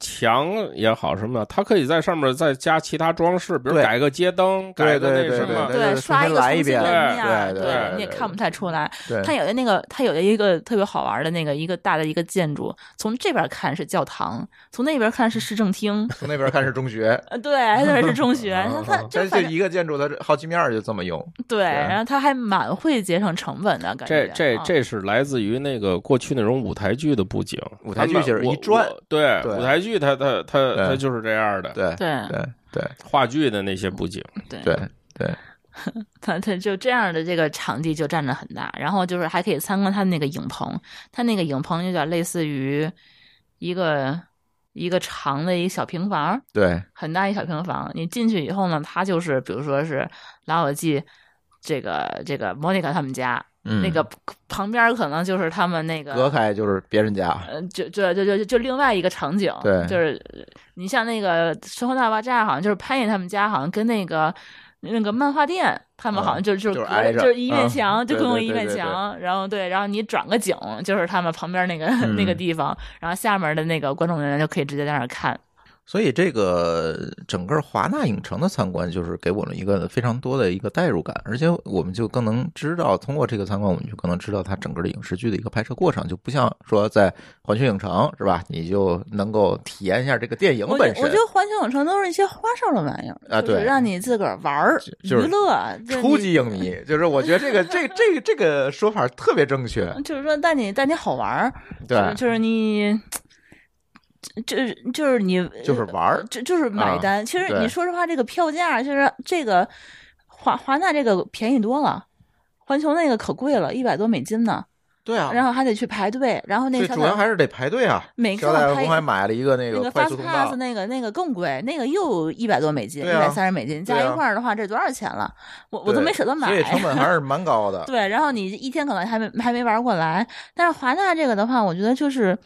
Speaker 2: 墙也好什么的，它可以在上面再加其他装饰，比如
Speaker 4: 对
Speaker 2: 改个街灯，改
Speaker 4: 对
Speaker 2: 个
Speaker 4: 对
Speaker 2: 那
Speaker 4: 对
Speaker 2: 什么
Speaker 4: 对，对
Speaker 3: 刷
Speaker 4: 重
Speaker 3: 一
Speaker 4: 新
Speaker 3: 个
Speaker 4: 来
Speaker 3: 重
Speaker 4: 一
Speaker 3: 新
Speaker 4: 遍
Speaker 3: 的面儿，
Speaker 4: 对对对
Speaker 3: 你也
Speaker 4: 对
Speaker 3: 看不太出来。
Speaker 4: 对，
Speaker 3: 它有的那个，它有的一个特别好玩的那个一个大的一个建筑，从这边看是教堂，从那边看是市政厅，
Speaker 4: 从那边看是
Speaker 3: ，
Speaker 4: 中学
Speaker 3: 呃，对，那是中学，
Speaker 2: 啊
Speaker 3: 它
Speaker 2: 啊
Speaker 3: 就
Speaker 4: 但
Speaker 3: 反
Speaker 4: 是
Speaker 3: 正
Speaker 4: 一个建筑它好几面儿就这么用。
Speaker 3: 对，然后他还蛮会节省成本的感
Speaker 2: 这
Speaker 3: 觉。
Speaker 2: 这
Speaker 3: 啊，
Speaker 2: 这是来自于那个过去那种舞台剧的布景，
Speaker 4: 舞台剧
Speaker 2: 他们
Speaker 4: 就是一
Speaker 2: 我
Speaker 4: 转
Speaker 2: 我对
Speaker 4: 对
Speaker 2: 舞台剧它，它它它
Speaker 4: 对
Speaker 2: 就是这样的，
Speaker 4: 对
Speaker 3: 对
Speaker 4: 对对
Speaker 2: 话剧的那些布景，
Speaker 3: 对
Speaker 4: 对对，
Speaker 3: 他他就这样的这个场地就占了很大，然后就是还可以参观他那个影棚，他那个影棚有点类似于一个一个长的一个小平房，
Speaker 4: 对
Speaker 3: 很大一小平房。你进去以后呢，它就是比如说是老友记这个这个莫妮卡他们家，
Speaker 4: 嗯，
Speaker 3: 那个旁边可能就是他们那
Speaker 4: 隔
Speaker 3: 个，
Speaker 4: 开就是别人家，啊
Speaker 3: 呃，就就就就就另外一个场景，
Speaker 4: 对
Speaker 3: 就是呃你像那个《生活大爆炸》，好像就是潘爷他们家，好像跟那个。那个漫画店，他们好像就是、就是
Speaker 4: 嗯就是
Speaker 3: 隔
Speaker 4: 挨着
Speaker 3: 就是一面
Speaker 4: 嗯
Speaker 3: 墙，就
Speaker 4: 对
Speaker 3: 共用
Speaker 4: 对
Speaker 3: 一
Speaker 4: 对
Speaker 3: 面
Speaker 4: 对对
Speaker 3: 墙，然后对，然后你转个景，就是他们旁边那个、那个
Speaker 4: 嗯
Speaker 3: 地方，然后下面的那个观众人员就可以直接在那儿看，
Speaker 4: 所以这个整个华纳影城的参观，就是给我们一个非常多的一个代入感，而且我们就更能知道，通过这个参观，我们就更能知道它整个的影视剧的一个拍摄过程，就不像说在环球影城是吧，你就能够体验一下这个电影
Speaker 3: 我
Speaker 4: 本
Speaker 3: 觉我
Speaker 4: 身
Speaker 3: 觉。得环球影城都是一些花哨的玩意儿
Speaker 4: 啊
Speaker 3: 就是
Speaker 4: 对
Speaker 3: 让你自个儿玩儿、娱
Speaker 4: 就是
Speaker 3: 乐，就
Speaker 4: 初
Speaker 3: 你
Speaker 4: 级影迷，就是我觉得这个这这这个说法特别正确，
Speaker 3: 就是说带你带你好玩儿，
Speaker 4: 对，
Speaker 3: 嗯就是就是你，就是就是你
Speaker 4: 就是玩儿
Speaker 3: 就就是买
Speaker 4: 啊
Speaker 3: 单。其实你
Speaker 4: 对
Speaker 3: 说实话，这个票价就是这个华华纳这个便宜多了。环球那个可贵了，一百多美金呢，
Speaker 4: 对啊，
Speaker 3: 然后还得去排队，然后那
Speaker 4: 最
Speaker 3: 小
Speaker 4: 主要
Speaker 3: 彩
Speaker 4: 还是得排队啊。
Speaker 3: 每个
Speaker 4: 肖大
Speaker 3: 拍
Speaker 4: 夫还买了一个那
Speaker 3: 那
Speaker 4: 个
Speaker 3: 个
Speaker 4: 快
Speaker 3: Fast
Speaker 4: 速通道
Speaker 3: Pass，那个那个更贵，那个又一百多美金，一
Speaker 4: 对啊
Speaker 3: 百三十美金，加
Speaker 4: 对啊
Speaker 3: 一块儿的话，这多少钱了？我我都
Speaker 4: 对
Speaker 3: 没舍得买，
Speaker 4: 所以成本还是蛮 高的。
Speaker 3: 对，然后你一天可能还没还没玩过来，但是华纳这个的话，我觉得就是，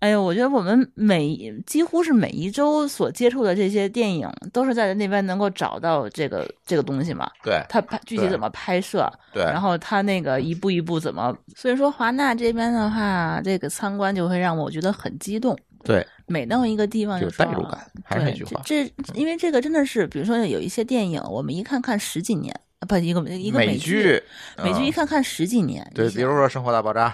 Speaker 3: 哎呦，我觉得我们每几乎是每一周所接触的这些电影，都是在那边能够找到这个这个东西嘛。
Speaker 4: 对
Speaker 3: 它拍具体
Speaker 4: 对
Speaker 3: 怎么拍摄，
Speaker 4: 对，
Speaker 3: 然后它那个一步一步怎么，所以说华纳这边的话，这个参观就会让我觉得很激动。
Speaker 4: 对，
Speaker 3: 每到一个地方
Speaker 4: 有
Speaker 3: 说
Speaker 4: 代入
Speaker 3: 啊
Speaker 4: 感，还是那
Speaker 3: 对
Speaker 4: 句话，嗯
Speaker 3: 这这因为这个真的是，比如说有一些电影，我们一看看十几年，啊不一个一个
Speaker 4: 美
Speaker 3: 剧
Speaker 4: 剧，
Speaker 3: 美剧一
Speaker 4: 嗯
Speaker 3: 看看十几年，
Speaker 4: 对，
Speaker 3: 你想
Speaker 4: 比如说《生活大爆炸》，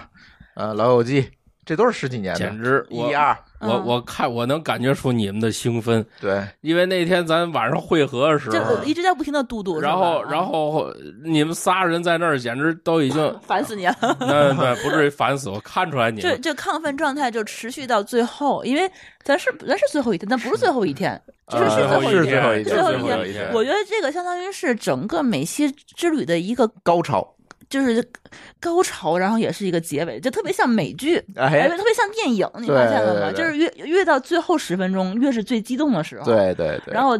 Speaker 4: 呃，《老友记》，这都是十几年
Speaker 2: 简
Speaker 4: 的，
Speaker 2: 直我
Speaker 4: 一二，
Speaker 2: 我
Speaker 3: 嗯
Speaker 2: 我看我能感觉出你们的兴奋，
Speaker 4: 对，
Speaker 2: 因为那天咱晚上会合的时
Speaker 3: 就
Speaker 2: 候
Speaker 3: 我，一直在不停的嘟嘟，
Speaker 2: 然
Speaker 3: 是
Speaker 2: 后
Speaker 3: 吧啊
Speaker 2: 然后你们仨人在那儿简直都已经，
Speaker 3: 烦死你了，
Speaker 2: 那那不至于烦死我，看出来你
Speaker 3: 这
Speaker 2: 们
Speaker 3: 这亢奋状态就持续到最后，因为咱是咱是最后一天，但不是最后一天，就是
Speaker 4: 呃
Speaker 3: 最后
Speaker 2: 一天，啊
Speaker 3: 一
Speaker 4: 最后一
Speaker 2: 就是
Speaker 3: 最后一
Speaker 2: 后
Speaker 4: 天
Speaker 2: 天，
Speaker 3: 我觉得这个相当于是整个美西之旅的一个
Speaker 4: 高潮，
Speaker 3: 就是高潮，然后也是一个结尾，就特别像美剧。哎，
Speaker 4: 哎，
Speaker 3: 特别像电影，你发现了吗？
Speaker 4: 对对对
Speaker 3: 就是越越到最后十分钟，越是最激动的时候。。
Speaker 4: 对对对，
Speaker 3: 然后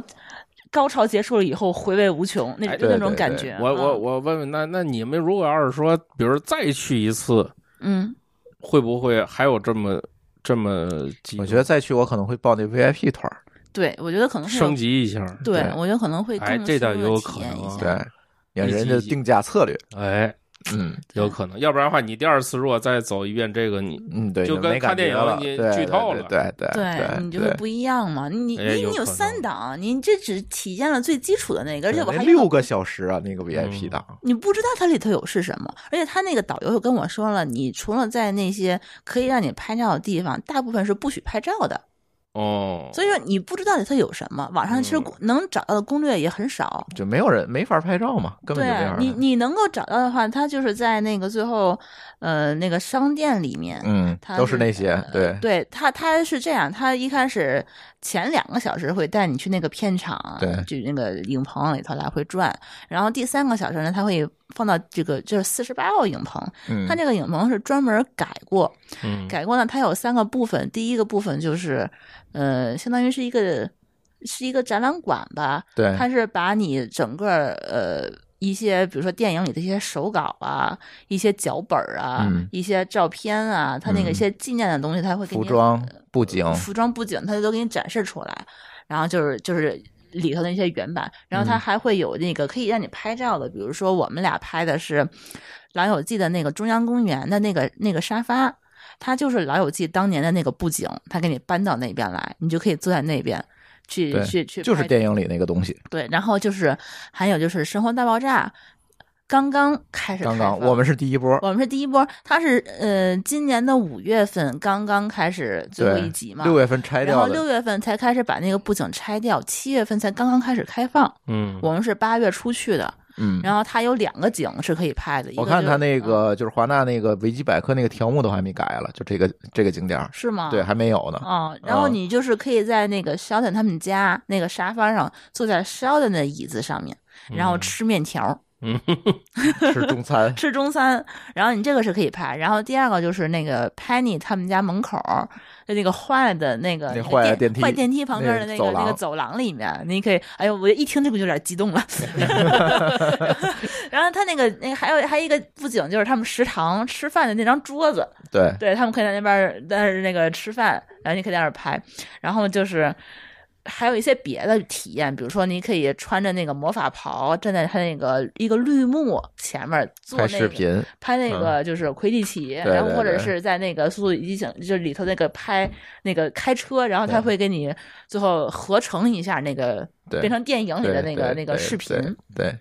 Speaker 3: 高潮结束了以后，回味无穷，那
Speaker 2: 哎
Speaker 3: 就那种
Speaker 4: 对对
Speaker 3: 感
Speaker 4: 对
Speaker 3: 觉。
Speaker 2: 我我
Speaker 3: 嗯
Speaker 2: 我问问，那那你们如果要是说，比如再去一次，
Speaker 3: 嗯，
Speaker 2: 会不会还有这么这么激动？
Speaker 4: 我觉得再去我可能会报那 VIP 团儿，
Speaker 3: 对，我觉得可能会有
Speaker 2: 升级一下，
Speaker 3: 对
Speaker 4: 对，
Speaker 3: 我觉得可能会更
Speaker 2: 哎这倒
Speaker 3: 深入地
Speaker 2: 有
Speaker 3: 体
Speaker 2: 可
Speaker 3: 验
Speaker 2: 能
Speaker 3: 一
Speaker 2: 啊
Speaker 3: 下
Speaker 4: 对，也
Speaker 2: 一
Speaker 4: 人
Speaker 2: 级
Speaker 4: 家
Speaker 2: 一级
Speaker 4: 定价策 略，
Speaker 2: 哎，
Speaker 4: 嗯
Speaker 2: 有可能。要不然的话，你第二次如果再走一遍这个，你
Speaker 4: 嗯，对，
Speaker 2: 就
Speaker 4: 没
Speaker 2: 跟
Speaker 4: 感
Speaker 2: 看电
Speaker 4: 觉
Speaker 2: 影
Speaker 4: 了
Speaker 2: 你
Speaker 4: 对
Speaker 2: 剧
Speaker 4: 对
Speaker 2: 透
Speaker 4: 对
Speaker 2: 了
Speaker 4: 对对
Speaker 3: 对你就会
Speaker 4: 对
Speaker 3: 不一样嘛。你
Speaker 2: 哎
Speaker 3: 你
Speaker 2: 有
Speaker 3: 你有
Speaker 2: 可能
Speaker 3: 三档，你这只体验了最基础的那个，而且我
Speaker 4: 那
Speaker 3: 还
Speaker 4: 六个小时啊，那个 VIP
Speaker 2: 嗯
Speaker 4: 档，
Speaker 3: 你不知道它里头有是什么，而且他那个导游又跟我说了，你除了在那些可以让你拍照的地方，大部分是不许拍照的，
Speaker 2: 哦，
Speaker 3: 所以说你不知道里头有什么。网上其实
Speaker 2: 嗯
Speaker 3: 能找到的攻略也很少。
Speaker 4: 就没有人没法拍照嘛，根本
Speaker 3: 对
Speaker 4: 就没法
Speaker 3: 啊
Speaker 4: 拍。
Speaker 3: 你你能够找到的话，它就是在那个最后，呃，那个商店里面，
Speaker 4: 嗯
Speaker 3: 他，
Speaker 4: 都
Speaker 3: 是呃
Speaker 4: 是那些，对
Speaker 3: 对他，他是这样，他一开始前两个小时会带你去那个片场，
Speaker 4: 对
Speaker 3: 就那个影棚里头来回转，然后第三个小时呢，他会放到这个就是四十八号影棚，
Speaker 4: 嗯，
Speaker 3: 他这个影棚是专门改过，
Speaker 2: 嗯，
Speaker 3: 改过呢，它有三个部分，第一个部分就是，呃，相当于是一个是一个展览馆吧，
Speaker 4: 对
Speaker 3: 它是把你整个呃一些，比如说电影里的一些手稿啊、一些脚本儿啊、
Speaker 4: 嗯
Speaker 3: 一些照片啊，它那个一
Speaker 4: 嗯
Speaker 3: 些纪念的东西，它会给你
Speaker 4: 服装、布景，
Speaker 3: 服装布景，它都给你展示出来，然后就是就是。里头的一些原版，然后它
Speaker 4: 嗯
Speaker 3: 还会有那个可以让你拍照的，比如说我们俩拍的是《老友记》的那个中央公园的那个那个沙发，它就是《老友记》当年的那个布景，它给你搬到那边来，你就可以坐在那边去
Speaker 4: 对
Speaker 3: 去去，
Speaker 4: 就是电影里那个东西。
Speaker 3: 对，然后就是还有就是《生活大爆炸》，刚刚开始开
Speaker 4: 刚
Speaker 3: 放，
Speaker 4: 刚我们是第一波，
Speaker 3: 我们是第一波，它是呃今年的五月份刚刚开始最后
Speaker 4: 对
Speaker 3: 一集嘛，
Speaker 4: 六月份拆
Speaker 3: 然后
Speaker 4: 掉
Speaker 3: 六
Speaker 4: 的，
Speaker 3: 月份才开始把那个布景拆掉，七月份才刚刚开始开放，
Speaker 2: 嗯，
Speaker 3: 我们是八月初去的，
Speaker 4: 嗯。
Speaker 3: 然后它有两个景是可以拍的，一
Speaker 4: 我
Speaker 3: 个
Speaker 4: 看
Speaker 3: 就
Speaker 4: 他
Speaker 3: 是
Speaker 4: 那
Speaker 3: 嗯
Speaker 4: 个就是华纳那个维基百科那个条目都还没改了，就这个这个景点儿，
Speaker 3: 是吗？
Speaker 4: 对，。还没有呢。
Speaker 3: 啊、然后
Speaker 4: 啊
Speaker 3: 你就是可以在那个肖顿他们家那个沙发上坐在肖顿的椅子上面，然后
Speaker 2: 嗯
Speaker 3: 吃面条儿，，
Speaker 2: 嗯，
Speaker 4: 吃中餐
Speaker 3: 吃中餐，然后你这个是可以拍。然后第二个就是那个 Penny 他们家门口儿的那个坏的那个
Speaker 4: 那坏的电
Speaker 3: 电
Speaker 4: 梯
Speaker 3: 坏电梯旁边的
Speaker 4: 那
Speaker 3: 那
Speaker 4: 走
Speaker 3: 个那个
Speaker 4: 廊
Speaker 3: 走廊里面，你可以，哎呦，我一听这个就有点激动了。 然后他那个那个还有还有一个布景就是他们食堂吃饭的那张桌子，
Speaker 4: 对，
Speaker 3: 对他们可以在那边儿在那个吃饭，然后你可以在那儿拍，然后就是还有一些别的体验，比如说你可以穿着那个魔法袍站在他那个一个绿幕前面儿 做
Speaker 4: 拍
Speaker 3: 那
Speaker 4: 视
Speaker 3: 个
Speaker 4: 频，嗯
Speaker 3: 拍那个就是魁地奇，
Speaker 4: 对
Speaker 3: 然后
Speaker 4: 对
Speaker 3: 或者
Speaker 4: 对
Speaker 3: 是在那个《速度与激情》就是里头那个拍那个开车，然后他
Speaker 4: 对
Speaker 3: 会给你最后合成一下那个
Speaker 4: 对
Speaker 3: 变成电影里
Speaker 4: 对
Speaker 3: 的那个
Speaker 4: 对
Speaker 3: 那个
Speaker 4: 对
Speaker 3: 视
Speaker 4: 对
Speaker 3: 频，
Speaker 4: 对，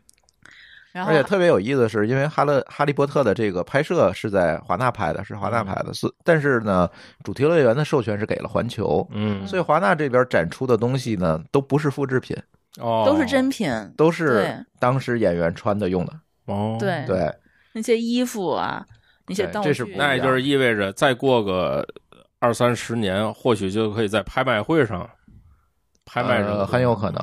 Speaker 3: 然后
Speaker 4: 而且特别有意思的是，因为哈勒哈利波特的这个拍摄是在华纳拍的，是华
Speaker 3: 嗯
Speaker 4: 纳拍的，所但是呢，主题乐园的授权是给了环球，
Speaker 2: 嗯，
Speaker 4: 所以华纳这边展出的东西呢，都不是复制品，
Speaker 2: 哦，
Speaker 3: 嗯都是真品，
Speaker 4: 都
Speaker 3: 对
Speaker 4: 是当时演员穿的用的，
Speaker 2: 哦，
Speaker 3: 对
Speaker 4: 对，
Speaker 3: 那些衣服啊，那些
Speaker 4: 对
Speaker 3: 道具，
Speaker 4: 这是不一样
Speaker 2: 那也就是意味着再过个二三十年，或许就可以在拍卖会上拍卖这个东西、
Speaker 4: 呃很有可能，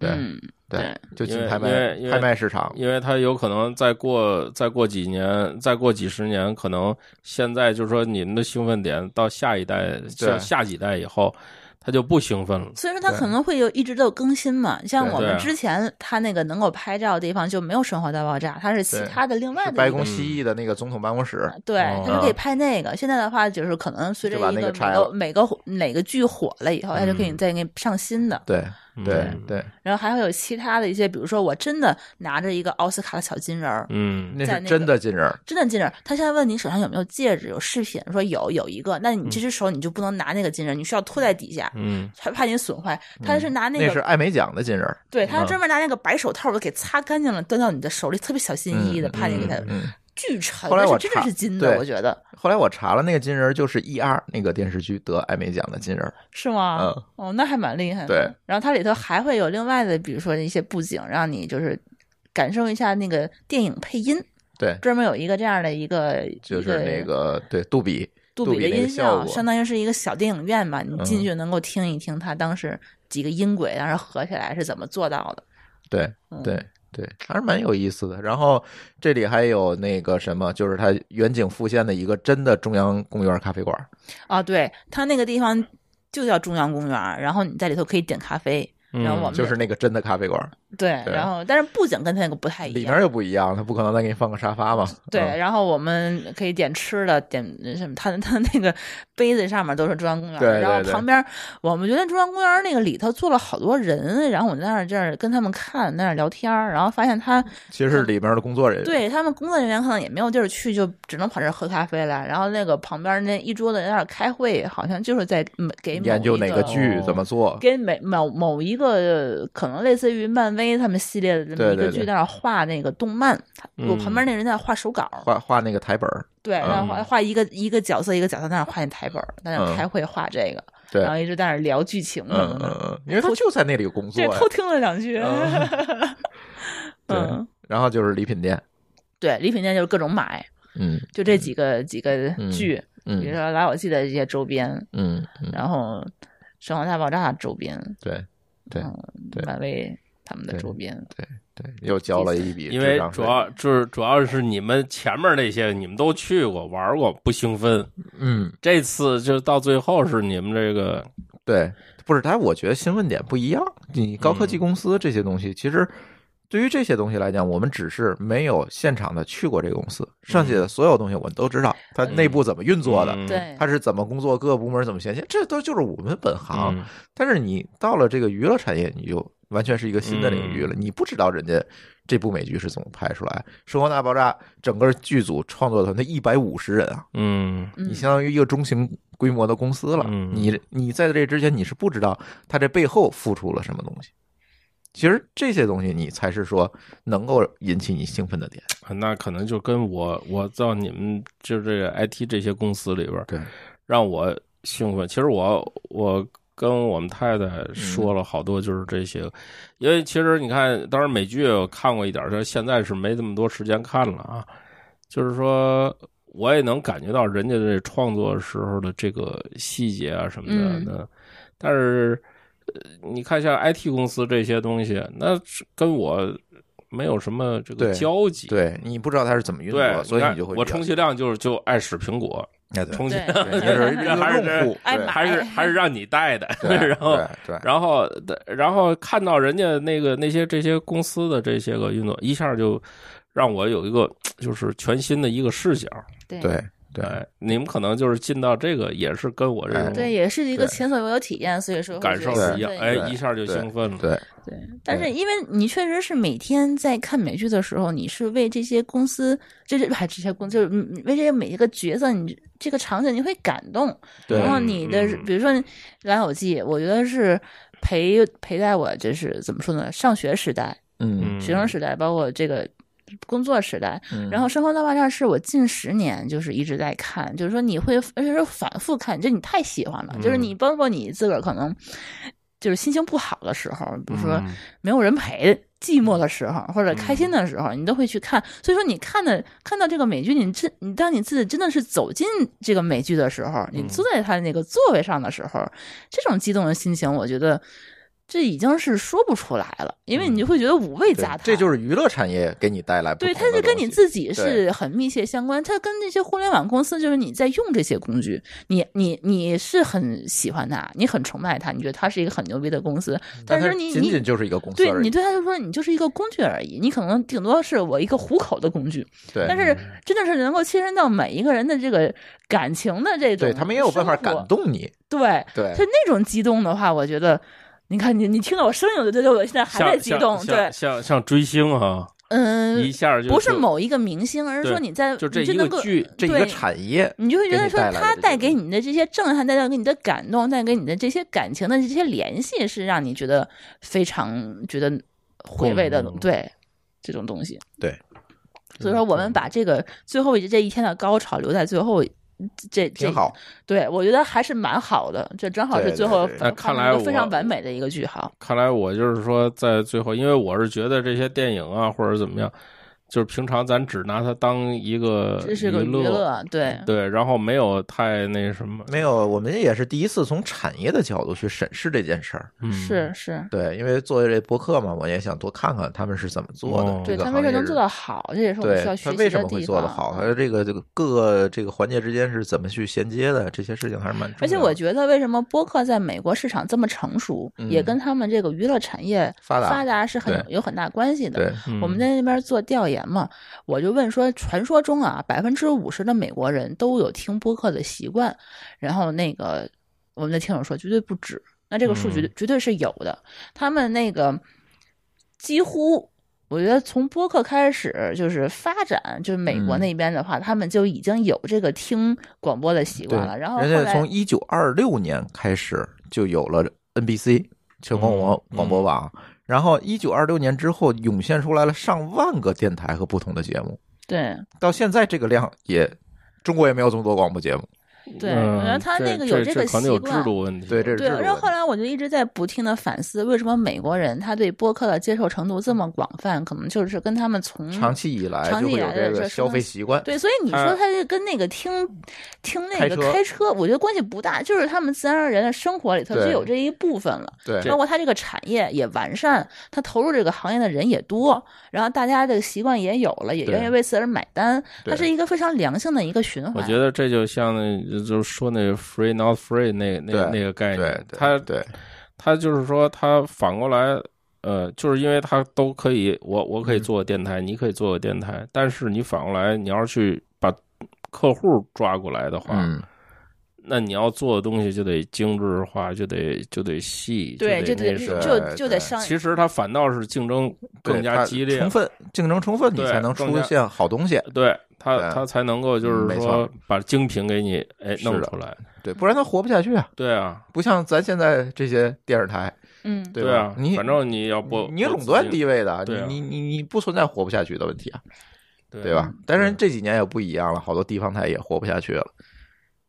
Speaker 4: 对
Speaker 3: 嗯，对，
Speaker 4: 就进
Speaker 2: 因为
Speaker 4: 拍
Speaker 2: 因为
Speaker 4: 卖
Speaker 2: 因为
Speaker 4: 拍卖市场，
Speaker 2: 因为它有可能再过再过几年，再过几十年，可能现在就是说你们的兴奋点到下一代，下下几代以后，他就不兴奋了。
Speaker 3: 所以说它
Speaker 4: 对
Speaker 3: 可能会有一直都有更新嘛，像
Speaker 4: 对
Speaker 3: 我
Speaker 2: 对
Speaker 3: 们
Speaker 2: 啊
Speaker 3: 之前它那个能够拍照的地方就没有《生活大爆炸》，它是其
Speaker 4: 对
Speaker 3: 他的另外
Speaker 4: 是
Speaker 3: 的
Speaker 4: 白
Speaker 3: 一个嗯
Speaker 4: 宫蜥蜴的那个总统办公室，
Speaker 3: 对，
Speaker 2: 哦
Speaker 3: 他就可以拍那个。现在的话，就是可能随着
Speaker 4: 就
Speaker 3: 一个
Speaker 4: 把那
Speaker 3: 每
Speaker 4: 个
Speaker 3: 个
Speaker 4: 拆了
Speaker 3: 每个哪个剧火了以后，他就可以
Speaker 2: 嗯
Speaker 3: 再给你上新的。
Speaker 4: 对对
Speaker 2: 嗯
Speaker 4: 对，
Speaker 3: 然后还会有其他的一些，比如说我真的拿着一个奥斯卡的小金人儿，
Speaker 2: 嗯，
Speaker 4: 那
Speaker 3: 在
Speaker 4: 是
Speaker 3: 那
Speaker 4: 真
Speaker 3: 个
Speaker 4: 的金人儿，
Speaker 3: 真的金人儿。他现在问你手上有没有戒指，有饰品，说有有一个，那你这只手你就不能拿那个金人，你需要托在底下。
Speaker 2: 嗯，
Speaker 3: 害怕你损坏，他是拿那
Speaker 4: 那
Speaker 3: 个，
Speaker 4: 是艾美奖的金人儿，
Speaker 3: 对，他是专门拿那个白手套都给擦干净了，端到你的手里，特别小心翼翼的，
Speaker 4: 嗯
Speaker 3: 怕你给它
Speaker 4: 嗯。
Speaker 3: 巨沉，
Speaker 4: 后来
Speaker 3: 但
Speaker 4: 我
Speaker 3: 是真
Speaker 4: 查
Speaker 3: 的是金的，
Speaker 4: 对
Speaker 3: 我觉得
Speaker 4: 后来我查了，那个金人儿就是 E.R. 那个电视剧得艾美奖的金人儿，
Speaker 3: 是吗？
Speaker 4: 嗯，
Speaker 3: 哦，那还蛮厉害的。
Speaker 4: 对，
Speaker 3: 然后它里头还会有另外的，比如说一些布景，让你就是感受一下那个电影配音，
Speaker 4: 对，
Speaker 3: 专门有一个这样的一个，
Speaker 4: 就是
Speaker 3: 一
Speaker 4: 那个对杜比，
Speaker 3: 杜
Speaker 4: 杜比
Speaker 3: 的
Speaker 4: 那个
Speaker 3: 音
Speaker 4: 效
Speaker 3: 效，
Speaker 4: 果嗯
Speaker 3: 相当于是一个小电影院吧，你进去能够听一听它当时几个音轨，当时合起来是怎么做到的。
Speaker 4: 对
Speaker 3: 嗯、
Speaker 4: 对对，还是蛮有意思的。然后这里还有那个什么，就是它远景复现的一个真的中央公园咖啡馆，
Speaker 3: 啊，对，它那个地方就叫中央公园，然后你在里头可以点咖啡。
Speaker 2: 嗯
Speaker 3: 然嗯后我们
Speaker 4: 嗯就是那个真的咖啡馆，
Speaker 3: 对，
Speaker 4: 对
Speaker 3: 然后但是布景跟它那个不太一样，
Speaker 4: 里面又不一样，它不可能再给你放个沙发嘛。
Speaker 3: 对，
Speaker 4: 嗯
Speaker 3: 然后我们可以点吃的，点什么？他他那个杯子上面都是中央公园儿，
Speaker 4: 对对
Speaker 3: 然后
Speaker 4: 对
Speaker 3: 旁边儿我们觉得中央公园儿那个里头坐了好多人，然后我在那儿这儿跟他们看，在那儿聊天儿，然后发现他
Speaker 4: 其实是里面的工作人员。
Speaker 3: 对他们工作人员可能也没有地儿去，就只能跑这儿喝咖啡了。然后那个旁边那一桌子人在那儿开会，好像就是在嗯给某
Speaker 4: 研究
Speaker 3: 一
Speaker 4: 哪
Speaker 3: 个
Speaker 4: 剧怎么做，
Speaker 3: 跟每某某一个可能类似于漫威他们系列的这
Speaker 4: 对
Speaker 3: 么一
Speaker 4: 对
Speaker 3: 个剧
Speaker 4: 对嗯
Speaker 3: 在那儿画那个动漫，他我旁边那人在那儿画手稿，
Speaker 4: 画画那个台本儿，
Speaker 3: 对，然后
Speaker 2: 嗯
Speaker 3: 画画一个一个角色一个角色，在那儿画那台本儿，在那
Speaker 4: 嗯
Speaker 3: 儿开会画这个，
Speaker 4: 对，
Speaker 3: 然后一直在那儿聊剧情什
Speaker 4: 嗯
Speaker 3: 么
Speaker 4: 嗯
Speaker 3: 的，
Speaker 4: 嗯，因为他就在那里工作
Speaker 3: 这
Speaker 4: 呀
Speaker 3: 偷。听了两句。
Speaker 4: 嗯对
Speaker 3: 嗯，
Speaker 4: 然后就是礼品店，
Speaker 3: 对，礼品店就是各种买，
Speaker 4: 嗯
Speaker 3: 就这几个几个
Speaker 4: 嗯
Speaker 3: 剧，比如
Speaker 4: 嗯
Speaker 3: 说老友记的这些周边，
Speaker 4: 嗯嗯，
Speaker 3: 然后《生活大爆炸》周边，
Speaker 4: 对对
Speaker 3: 嗯
Speaker 4: 对
Speaker 3: 漫威他们的
Speaker 4: 对
Speaker 3: 周边，
Speaker 4: 对，又交了一笔
Speaker 2: 因
Speaker 4: 智
Speaker 2: 为
Speaker 4: 商
Speaker 2: 主
Speaker 4: 税，
Speaker 2: 要就是主要是你们前面那些你们都去过玩过，不兴奋。
Speaker 4: 嗯，
Speaker 2: 这次就到最后是你们这个
Speaker 4: 对，不是，但我觉得兴奋点不一样。你高
Speaker 2: 嗯
Speaker 4: 科技公司这些东西，其实对于这些东西来讲，我们只是没有现场的去过这个公司，剩下的所有东西我们都知道，它内部怎么运作的，
Speaker 2: 嗯
Speaker 3: 对，
Speaker 4: 它是怎么工作，各个部门怎么衔接，这都就是我们本行。
Speaker 2: 嗯
Speaker 4: 但是你到了这个娱乐产业，你就完全是一个新的领
Speaker 2: 嗯
Speaker 4: 域了，你不知道人家。这部美剧是怎么拍出来？《生活大爆炸》整个剧组创作团队一百五十人啊，
Speaker 2: 嗯
Speaker 3: 嗯
Speaker 4: 你相当于一个中型规模的公司了。
Speaker 2: 嗯
Speaker 4: 你你在这之前你是不知道他这背后付出了什么东西。其实这些东西你才是说能够引起你兴奋的点。
Speaker 2: 那可能就跟我我到你们就这个 IT 这些公司里边儿，
Speaker 4: 对，
Speaker 2: 让我兴奋。其实我我跟我们太太
Speaker 4: 嗯
Speaker 2: 说了好多，就是这些，因为其实你看，当然美剧我看过一点儿，就是现在是没这么多时间看了啊。就是说，我也能感觉到人家这创作时候的这个细节啊什么的。
Speaker 3: 嗯
Speaker 2: 那但是，呃你看像 IT 公司这些东西，那是跟我没有什么这个
Speaker 4: 对
Speaker 2: 交集。
Speaker 4: 对你不知道它是怎么运
Speaker 2: 对，
Speaker 4: 作，所以
Speaker 2: 看
Speaker 4: 你就会
Speaker 2: 我
Speaker 4: 比较
Speaker 2: 充其量就是就爱使苹果，
Speaker 4: 哎对
Speaker 2: 充其
Speaker 3: 对
Speaker 2: 量
Speaker 4: 对你 是一
Speaker 2: 还是
Speaker 4: 个用户，
Speaker 3: 爱
Speaker 4: 对
Speaker 3: 买
Speaker 2: 还是还是让你带的，
Speaker 4: 对，
Speaker 2: 然后。
Speaker 4: 对对
Speaker 2: 然后，然后看到人家那个那些这些公司的这些个运作，一下就让我有一个就是全新的一个视角。
Speaker 3: 对
Speaker 4: 对对哎
Speaker 2: 哎，你们可能就是进到这个，也是跟我这种
Speaker 3: 对，也是一个
Speaker 4: 嗯对
Speaker 3: 前所未有体验，所以说会
Speaker 2: 感
Speaker 3: 觉
Speaker 2: 受
Speaker 3: 得
Speaker 2: 不
Speaker 3: 兴
Speaker 2: 一样
Speaker 3: 奋，
Speaker 2: 哎，
Speaker 4: 对
Speaker 2: 一下就
Speaker 4: 对
Speaker 2: 兴奋了。
Speaker 4: 对，
Speaker 3: 对，但是
Speaker 4: 对
Speaker 3: 因为你确实是每天在看美剧的时候，你是为这些公司，这这还这些公，就是嗯为这些每一个角色，你这个场景你会感动。
Speaker 4: 对
Speaker 3: 然后你的
Speaker 2: 嗯，嗯
Speaker 3: 比如说《蓝友记》，我觉得是陪陪在我就是怎么说呢，上学时代、
Speaker 4: 嗯，
Speaker 2: 嗯
Speaker 3: 学生时代，包括这个工作时代，
Speaker 4: 嗯
Speaker 3: 然后《生活大爆炸》是我近十年就是一直在看，就是说你会，而且是反复看，就你太喜欢了，
Speaker 2: 嗯
Speaker 3: 就是你包括你自个儿可能就是心情不好的时候，比如说
Speaker 2: 嗯
Speaker 3: 没有人陪、寂寞的时候，
Speaker 4: 嗯
Speaker 3: 或者开心的时候，你都会去看。所以说，你看的看到这个美剧，你真你当你自己真的是走进这个美剧的时候，你
Speaker 4: 嗯
Speaker 3: 坐在他那个座位上的时候，这种激动的心情，我觉得这已经是说不出来了，因为你就会觉得五味
Speaker 4: 嗯对
Speaker 3: 杂谈。
Speaker 4: 这就是娱乐产业给你带来不
Speaker 3: 对，
Speaker 4: 同
Speaker 3: 它
Speaker 4: 的
Speaker 3: 是跟
Speaker 4: 东
Speaker 3: 你
Speaker 4: 西
Speaker 3: 自己
Speaker 4: 对
Speaker 3: 是很密切相关，它跟那些互联网公司，就是你在用这些工具，你你你是很喜欢它，你很崇拜它，你觉得它是一个很牛逼的公司，但
Speaker 4: 它
Speaker 3: 是你
Speaker 4: 嗯仅
Speaker 3: 你
Speaker 4: 仅就是一个公司
Speaker 3: 对
Speaker 4: 而
Speaker 3: 你
Speaker 4: 已，
Speaker 3: 对他来说，你就是一个工具而已，你可能顶多是我一个糊口的工具，
Speaker 4: 对，嗯
Speaker 3: 但是真的是能够切身到每一个人的这个感情的这种，
Speaker 4: 对他没有办法感，动你，
Speaker 3: 对，
Speaker 4: 对
Speaker 3: 他，那种激动的话，我觉得。你看你，你听到我声音，我就觉得我现在还在
Speaker 2: 像
Speaker 3: 激动。
Speaker 2: 像
Speaker 3: 对
Speaker 2: 像，像像追星啊，
Speaker 3: 嗯，
Speaker 2: 一下就
Speaker 3: 不是
Speaker 2: 就
Speaker 3: 某一个明星，而是
Speaker 2: 对
Speaker 3: 说你在
Speaker 2: 就这
Speaker 3: 你
Speaker 2: 一
Speaker 3: 能
Speaker 2: 个
Speaker 3: 够
Speaker 2: 剧，
Speaker 4: 这一个
Speaker 3: 对嗯
Speaker 4: 产业，
Speaker 3: 你就会觉得说
Speaker 4: 给你带来的
Speaker 3: 他
Speaker 4: 这
Speaker 3: 带
Speaker 4: 个
Speaker 3: 给你的这些震撼，带给你的感动，带给你的这些感情的这些联系，是让你觉得非常觉得回味的
Speaker 2: 共，鸣
Speaker 3: 对这种东西。
Speaker 4: 对，嗯
Speaker 3: 所以说我们把这个最后一这一天的高潮留在最后。这这
Speaker 4: 挺好，，
Speaker 3: 对我觉得还是蛮好的，这正好
Speaker 4: 对
Speaker 3: 是最
Speaker 4: 对
Speaker 3: 后
Speaker 4: 对
Speaker 3: 放
Speaker 2: 那看
Speaker 3: 放了一
Speaker 2: 来
Speaker 3: 个非常
Speaker 2: 我
Speaker 3: 完美的一个句号。
Speaker 2: 看来我就是说，在最后，因为我是觉得这些电影啊，或者怎么样，就是平常咱只拿它当一个
Speaker 3: 这是个娱
Speaker 2: 娱乐，
Speaker 3: 乐，对
Speaker 2: 对，然后没有太那什么，
Speaker 4: 没有，我们也是第一次从产业的角度去审视这件事儿。
Speaker 2: 嗯、
Speaker 3: 是是，
Speaker 4: 对，因为作为这播客嘛，我也想多看看他们是怎么做的。
Speaker 2: 哦
Speaker 4: 这
Speaker 3: 对
Speaker 4: 个
Speaker 3: 他
Speaker 4: 行
Speaker 3: 为什么
Speaker 4: 业
Speaker 3: 能
Speaker 4: 是
Speaker 3: 做到好，这也是我们
Speaker 4: 对
Speaker 3: 需要学
Speaker 4: 他
Speaker 3: 习的
Speaker 4: 为
Speaker 3: 地
Speaker 4: 什
Speaker 3: 方。嗯
Speaker 4: 么会做得好？他这个这个各个这个环节之间是怎么去衔接的？这些事情还是蛮重要的。
Speaker 3: 而且我觉得，为什么播客在美国市场这么成熟，
Speaker 4: 嗯
Speaker 3: 也跟他们这个娱乐产业
Speaker 4: 发达
Speaker 3: 发达是很
Speaker 4: 对
Speaker 3: 有很大关系的。
Speaker 4: 对，
Speaker 2: 嗯
Speaker 3: 我们在那边做调研嘛，我就问说，传说中啊，百分之五十的美国人都有听播客的习惯，然后那个我们的听友说绝对不止，那这个数据
Speaker 2: 嗯
Speaker 3: 绝对是有的。他们那个几乎。我觉得从播客开始就是发展，就是美国
Speaker 4: 嗯
Speaker 3: 那边的话，他们就已经有这个听广播的习
Speaker 4: 对
Speaker 3: 惯了。然后后
Speaker 4: 人家
Speaker 3: 来
Speaker 4: 从一九二六年开始就有了 NBC 全国广播
Speaker 2: 嗯
Speaker 4: 广播网，然后一九二六年之后涌现出来了上万个电台和不同的节目，
Speaker 3: 对
Speaker 4: 到现在这个量也。中国也没有这么多广播节目，
Speaker 3: 对，
Speaker 2: 嗯
Speaker 3: 然后他那个
Speaker 2: 这
Speaker 3: 有
Speaker 2: 这
Speaker 3: 个
Speaker 2: 可能
Speaker 3: 习
Speaker 2: 有制
Speaker 3: 惯。
Speaker 2: 度问题，
Speaker 4: 对，这是
Speaker 3: 对，
Speaker 4: 制度
Speaker 3: 然后嗯
Speaker 4: 问
Speaker 3: 后
Speaker 4: 题
Speaker 3: 来我就一直在不停的反思，为什么美国人他对播客的接受程度这么广泛？可能就是跟他们从
Speaker 4: 长期以来
Speaker 3: 长
Speaker 4: 就
Speaker 3: 期
Speaker 4: 会
Speaker 3: 以
Speaker 4: 有
Speaker 3: 来
Speaker 4: 这
Speaker 3: 的
Speaker 4: 个
Speaker 3: 这
Speaker 4: 消费习惯，
Speaker 3: 对，所以你说
Speaker 2: 他
Speaker 3: 他这跟那个听听那
Speaker 4: 开
Speaker 3: 个
Speaker 4: 车
Speaker 3: 开车，我觉得关系不大，就是他们自然而然的生活里头就
Speaker 4: 对
Speaker 3: 有这一部分了。
Speaker 4: 对
Speaker 3: 包括他这个产业也完善，他投入这个行业的人也多，然后大家的习惯也有了，也
Speaker 4: 对
Speaker 3: 愿意为此而买单。它
Speaker 4: 对
Speaker 3: 是一个非常良性的一个循环。
Speaker 2: 我觉得这就像那就是说那个 free not free 那那
Speaker 4: 对
Speaker 2: 那个概
Speaker 4: 对
Speaker 2: 念，，
Speaker 4: 对
Speaker 2: 它
Speaker 4: 对
Speaker 2: 他就是说，他反过来，呃，就是因为他都可以，我我可以
Speaker 4: 嗯
Speaker 2: 做电台，你可以做电台，但是你反过来，你要是去把客户抓过来的话，
Speaker 4: 嗯，
Speaker 2: 那你要做的东西就得精致化，就得就得细，
Speaker 3: 对，
Speaker 2: 就
Speaker 3: 这
Speaker 2: 得
Speaker 3: 得
Speaker 2: 那什
Speaker 4: 是
Speaker 2: 么。
Speaker 3: 就就得
Speaker 4: 对
Speaker 3: 商业
Speaker 2: 其实他反倒是竞争
Speaker 4: 对
Speaker 2: 更加
Speaker 4: 它
Speaker 2: 激烈
Speaker 4: 充，分竞争充分，你
Speaker 2: 对
Speaker 4: 才能
Speaker 2: 更
Speaker 4: 出
Speaker 2: 加
Speaker 4: 现好东西，
Speaker 2: 对他
Speaker 4: 对
Speaker 2: 他才能够就
Speaker 4: 嗯
Speaker 2: 是
Speaker 4: 没
Speaker 2: 说
Speaker 4: 错
Speaker 2: 把精品给你哎
Speaker 4: 是
Speaker 2: 弄
Speaker 4: 的
Speaker 2: 出来，
Speaker 4: 对，不然他活不下去啊。
Speaker 2: 对啊，
Speaker 4: 不像咱现在这些电视台，
Speaker 3: 嗯，
Speaker 4: 对
Speaker 2: 啊
Speaker 4: 吧？，你
Speaker 2: 反正你要
Speaker 4: 你
Speaker 2: 不
Speaker 4: 你
Speaker 2: 不
Speaker 4: 垄
Speaker 2: 自
Speaker 4: 断
Speaker 2: 信
Speaker 4: 地位的，
Speaker 2: 对啊
Speaker 4: 你你你你不存在活不下去的问题啊，
Speaker 2: 对
Speaker 4: 对
Speaker 2: 啊
Speaker 4: 吧？但是这几年也不一样了，好多地方台也活不下去了，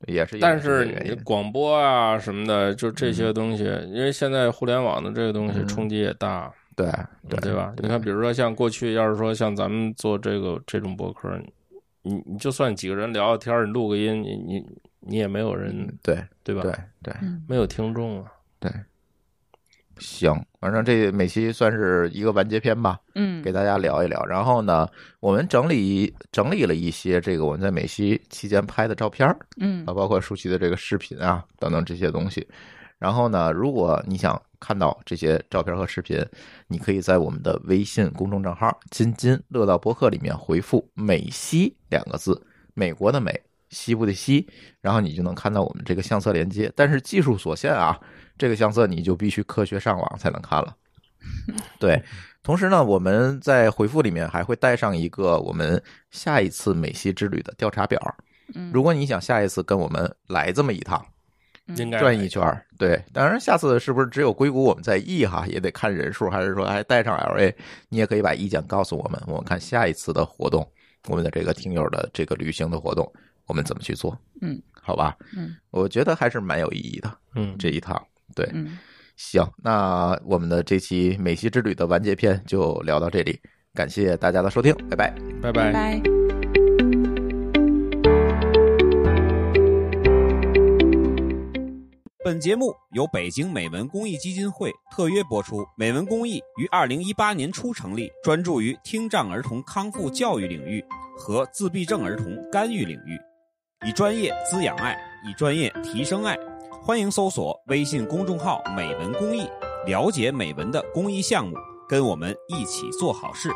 Speaker 4: 也是因为
Speaker 2: 但
Speaker 4: 这个
Speaker 2: 是
Speaker 4: 原
Speaker 2: 你
Speaker 4: 因
Speaker 2: 广播啊什么的，就这些东西，因为现在互联网的这个东西
Speaker 4: 嗯
Speaker 2: 冲击也大，
Speaker 4: 对
Speaker 2: 对
Speaker 4: 对
Speaker 2: 吧？你看，比如说像过去，要是说像咱们做这个这种博客，你你就算几个人聊聊天儿，你录个音，你你你也没有人，
Speaker 4: 嗯对
Speaker 2: 对吧？
Speaker 4: 对对
Speaker 3: 嗯
Speaker 2: 没有听众啊。
Speaker 4: 对，行，反正这每期算是一个完结篇吧，
Speaker 3: 嗯
Speaker 4: 给大家聊一聊。然后呢，我们整理整理了一些这个我们在美西期间拍的照片儿
Speaker 3: 嗯
Speaker 4: 啊，包括舒淇的这个视频啊等等这些东西。然后呢，如果你想看到这些照片和视频，你可以在我们的微信公众账号“津津乐道播客”里面回复“美西”两个字，美国的美，西部的西，然后你就能看到我们这个相册连接。但是技术所限啊，这个相册你就必须科学上网才能看了。对，同时呢，我们在回复里面还会带上一个我们下一次美西之旅的调查表。
Speaker 3: 嗯
Speaker 4: 如果你想下一次跟我们来这么一趟，
Speaker 2: 应该
Speaker 4: 转一圈儿，对，当然下次是不是只有硅谷我们在议哈，也得看人数，还是说还带上 LA，你也可以把意见告诉我们，我们看下一次的活动，我们的这个听友的这个旅行的活动，我们怎么去做？
Speaker 3: 嗯，
Speaker 4: 好吧，
Speaker 3: 嗯，
Speaker 4: 我觉得还是蛮有意义的
Speaker 2: 嗯，
Speaker 4: 这一趟。对，
Speaker 3: 嗯，
Speaker 4: 行，那我们的这期美西之旅的完结篇就聊到这里，感谢大家的收听，拜拜。
Speaker 2: 拜
Speaker 3: 拜
Speaker 2: 拜。
Speaker 3: 拜。
Speaker 1: 本节目由北京美文公益基金会特约播出。美文公益于二零一八年初成立，专注于听障儿童康复教育领域和自闭症儿童干预领域，以专业滋养爱，以专业提升爱。欢迎搜索微信公众号“美文公益”，了解美文的公益项目，跟我们一起做好事。